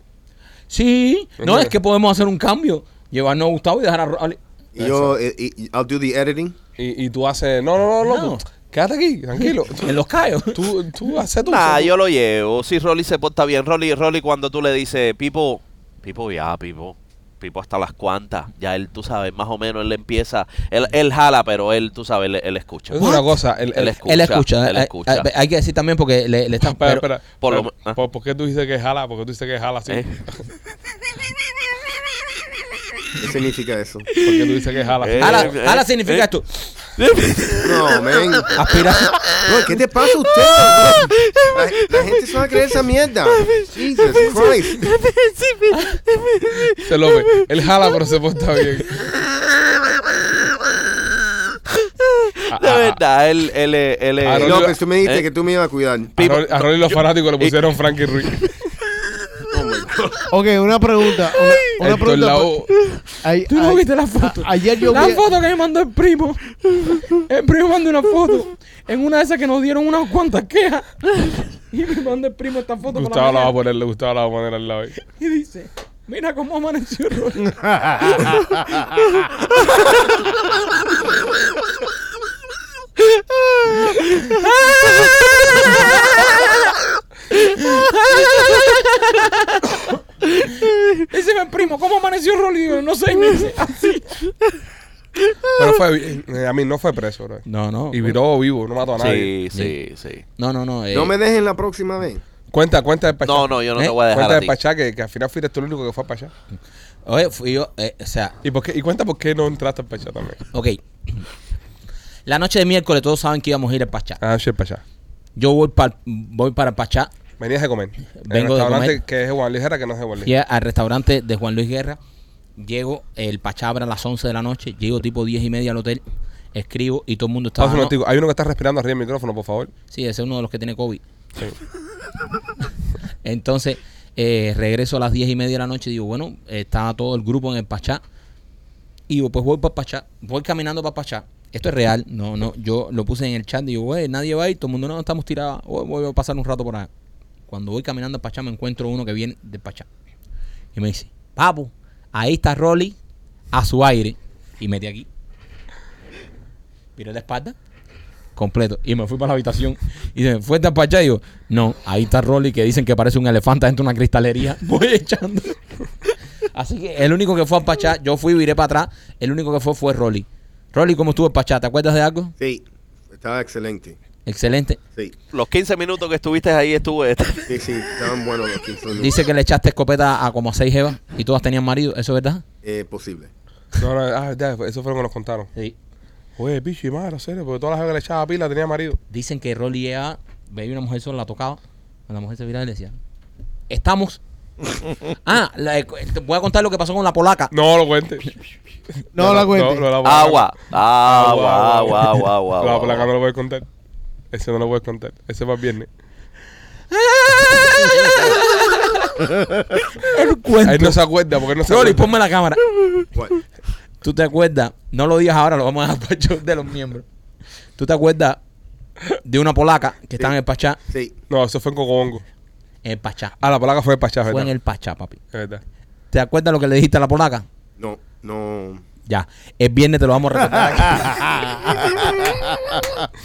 Speaker 3: Sí, no es que podemos hacer un cambio. Llevarnos a Gustavo y dejar a Rolly.
Speaker 6: Y yo, eh, y- I'll do the editing.
Speaker 1: Y, y tú haces, no, no, no, loco,
Speaker 3: No.
Speaker 1: quédate aquí, tranquilo.
Speaker 3: En los callos.
Speaker 1: tú, tú haces tu.
Speaker 5: Nah, yo lo llevo. Si Rolly se porta bien, Rolly, Rolly cuando tú le dices, Pipo, Pipo ya, Pipo, Pipo hasta las cuantas, ya él, tú sabes, más o menos, él empieza, él, él jala, pero él, tú sabes, él, él escucha.
Speaker 1: Es una cosa. El,
Speaker 5: Él
Speaker 1: el-
Speaker 5: escucha.
Speaker 3: él escucha.
Speaker 5: él
Speaker 3: eh,
Speaker 5: escucha.
Speaker 3: eh, hay que decir también porque le, le están.
Speaker 1: espera,
Speaker 3: pero-
Speaker 1: espera.
Speaker 5: por lo
Speaker 1: Pero,
Speaker 5: me- ah.
Speaker 1: ¿por, por qué tú dices que jala? ¿Por qué tú dices que jala así?
Speaker 5: ¿Eh?
Speaker 6: ¿Qué significa eso?
Speaker 1: ¿Por qué tú dices que jala?
Speaker 5: Eh.
Speaker 3: Ala,
Speaker 5: eh,
Speaker 3: ala
Speaker 5: eh,
Speaker 3: significa
Speaker 5: eh.
Speaker 3: esto.
Speaker 6: No, man.
Speaker 3: Aspira.
Speaker 6: Bro, ¿Qué te pasa a usted? bro? La, la gente se va a creer esa mierda. Jesus Christ.
Speaker 1: Se lo ve. Él jala, pero se porta bien. Ah,
Speaker 5: De
Speaker 1: ah,
Speaker 5: verdad, él, él, es- él, es-
Speaker 1: Ah, Rolly-
Speaker 6: López, tú me dijiste
Speaker 5: eh.
Speaker 6: que tú me ibas a cuidar.
Speaker 1: A Rolly, a Rolly los fanáticos le pusieron Frankie Ruiz.
Speaker 4: Ok, una pregunta. Una, una
Speaker 1: Esto es
Speaker 4: pregunta.
Speaker 1: la
Speaker 4: por-
Speaker 1: O.
Speaker 4: ay-
Speaker 3: Tú no
Speaker 4: ay-
Speaker 3: viste la foto.
Speaker 4: a- ayer yo
Speaker 3: la
Speaker 4: vi-
Speaker 3: foto que me mandó el primo. El primo mandó una foto. En una de esas que nos dieron unas cuantas quejas. Y me mandó el primo esta foto. por la
Speaker 1: Gustavo la va a
Speaker 3: mañana.
Speaker 1: poner, Gustavo la va a poner al lado. ahí.
Speaker 3: Y dice: Mira cómo amaneció Rolly. Dice mi primo, ¿cómo amaneció Rolly? Digo, no sé. Y me dice, "Ah". así.
Speaker 1: Pero fue. eh, a mí no fue preso, bro.
Speaker 3: No, no.
Speaker 1: Y viró vivo, no mató a nadie.
Speaker 5: Sí, sí, sí.
Speaker 3: No, no, no. eh,
Speaker 6: No me dejen la próxima vez.
Speaker 1: Cuenta, cuenta del Pachá.
Speaker 5: No, no, yo no te
Speaker 3: ¿Eh?
Speaker 5: voy a dejar
Speaker 1: Cuenta
Speaker 5: a
Speaker 1: del
Speaker 5: ti.
Speaker 1: Pachá, que, que al final fuiste tú el único que fue a Pachá.
Speaker 3: Oye, fui yo. eh, o sea,
Speaker 1: ¿Y, por qué, y cuenta por qué no entraste al Pachá también.
Speaker 3: ok. La noche de miércoles todos saben que íbamos a ir al Pachá.
Speaker 1: Ah, sí, el Pachá.
Speaker 3: Yo voy, pa- voy para el Pachá
Speaker 1: Venías a comer. el
Speaker 3: Vengo de
Speaker 1: restaurante
Speaker 3: comer.
Speaker 1: que es de Juan Luis Herrera, que no es de Juan Luis.
Speaker 3: Fui a- al restaurante de Juan Luis Guerra. Llego, el Pachá abre a las 11 de la noche. Llego tipo 10 y media al hotel. Escribo y todo el mundo estaba.
Speaker 1: Pausa un
Speaker 3: "No".
Speaker 1: momentico. Hay uno que está respirando arriba del micrófono, por favor.
Speaker 3: Sí, ese es uno de los que tiene COVID.
Speaker 1: Sí.
Speaker 3: Entonces, eh, regreso a las 10 y media de la noche y digo, bueno, estaba todo el grupo en el Pachá. Y digo, pues voy para Pachá, voy caminando para Pachá. Esto es real, no, no, yo lo puse en el chat, digo, güey, nadie va a ir, todo el mundo no, estamos tirados, Voy- voy a pasar un rato por acá. Cuando voy caminando a Pachá me encuentro uno que viene de Pachá. Y me dice, papu, ahí está Rolly a su aire. Y metí aquí. Miré la espalda completo. Y me fui para la habitación. Y se me fue esta pacha y digo, no, ahí está Rolly que dicen que parece un elefante dentro de una cristalería. Voy echando. Así que el único que fue a Pachá, yo fui, viré para atrás. El único que fue fue Rolly. Rolly, ¿cómo estuvo el Pachá? ¿Te acuerdas de algo?
Speaker 6: Sí, estaba excelente.
Speaker 3: Excelente.
Speaker 6: Sí,
Speaker 5: Los 15 minutos que estuviste ahí estuve.
Speaker 6: sí, sí, estaban buenos los 15 minutos.
Speaker 3: Dice que le echaste escopeta a como a seis jevas y todas tenían marido. ¿Eso es verdad?
Speaker 6: Eh, posible.
Speaker 1: No, no, ah, ya, eso fue lo que nos contaron.
Speaker 3: Sí.
Speaker 1: Oye, bicho, y madre, serio, porque todas las veces que le echaba pila tenía marido.
Speaker 3: Dicen que Rolly llegaba, veía una mujer sola, la tocaba. A la mujer se viraba y le decía, estamos. ah, la- voy a contar lo que pasó con la polaca.
Speaker 1: No lo cuente.
Speaker 4: No la cuente.
Speaker 1: lo de la polaca.
Speaker 5: Agua, agua, agua, agua, agua.
Speaker 1: No, por la
Speaker 5: agua.
Speaker 1: no lo voy a contar. Ese no lo voy a contar. Ese va el viernes.
Speaker 3: El
Speaker 1: Él no
Speaker 3: cuento.
Speaker 1: se acuerda porque él no se
Speaker 3: Rolly,
Speaker 1: acuerda.
Speaker 3: ponme la cámara.
Speaker 6: What?
Speaker 3: ¿Tú te acuerdas? No lo digas ahora, lo vamos a dejar para el show de los miembros. ¿Tú te acuerdas de una polaca que estaba en el Pachá?
Speaker 6: Sí.
Speaker 7: No, eso fue en Cocobongo.
Speaker 3: En el Pachá.
Speaker 7: Ah, la polaca fue en Pachá, ¿verdad?
Speaker 3: Fue en el Pachá, papi.
Speaker 7: Es verdad.
Speaker 3: ¿Te acuerdas lo que le dijiste a la polaca?
Speaker 6: No, no.
Speaker 3: Ya. El viernes te lo vamos a recordar aquí.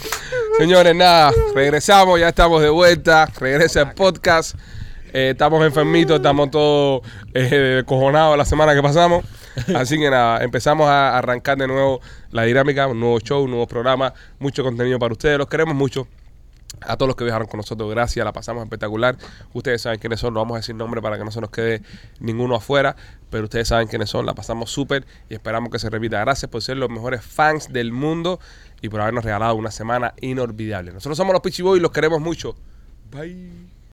Speaker 7: Señores, nada, regresamos, ya estamos de vuelta. Regresa el podcast. Eh, estamos enfermitos, estamos todos eh, cojonados la semana que pasamos. Así que nada, empezamos a arrancar de nuevo la dinámica, un nuevo show, nuevos programas, mucho contenido para ustedes. Los queremos mucho. A todos los que viajaron con nosotros, gracias, la pasamos espectacular. Ustedes saben quiénes son, no vamos a decir nombre para que no se nos quede ninguno afuera, pero ustedes saben quiénes son, la pasamos súper y esperamos que se repita. Gracias por ser los mejores fans del mundo y por habernos regalado una semana inolvidable. Nosotros somos los Pichiboy y los queremos mucho. Bye.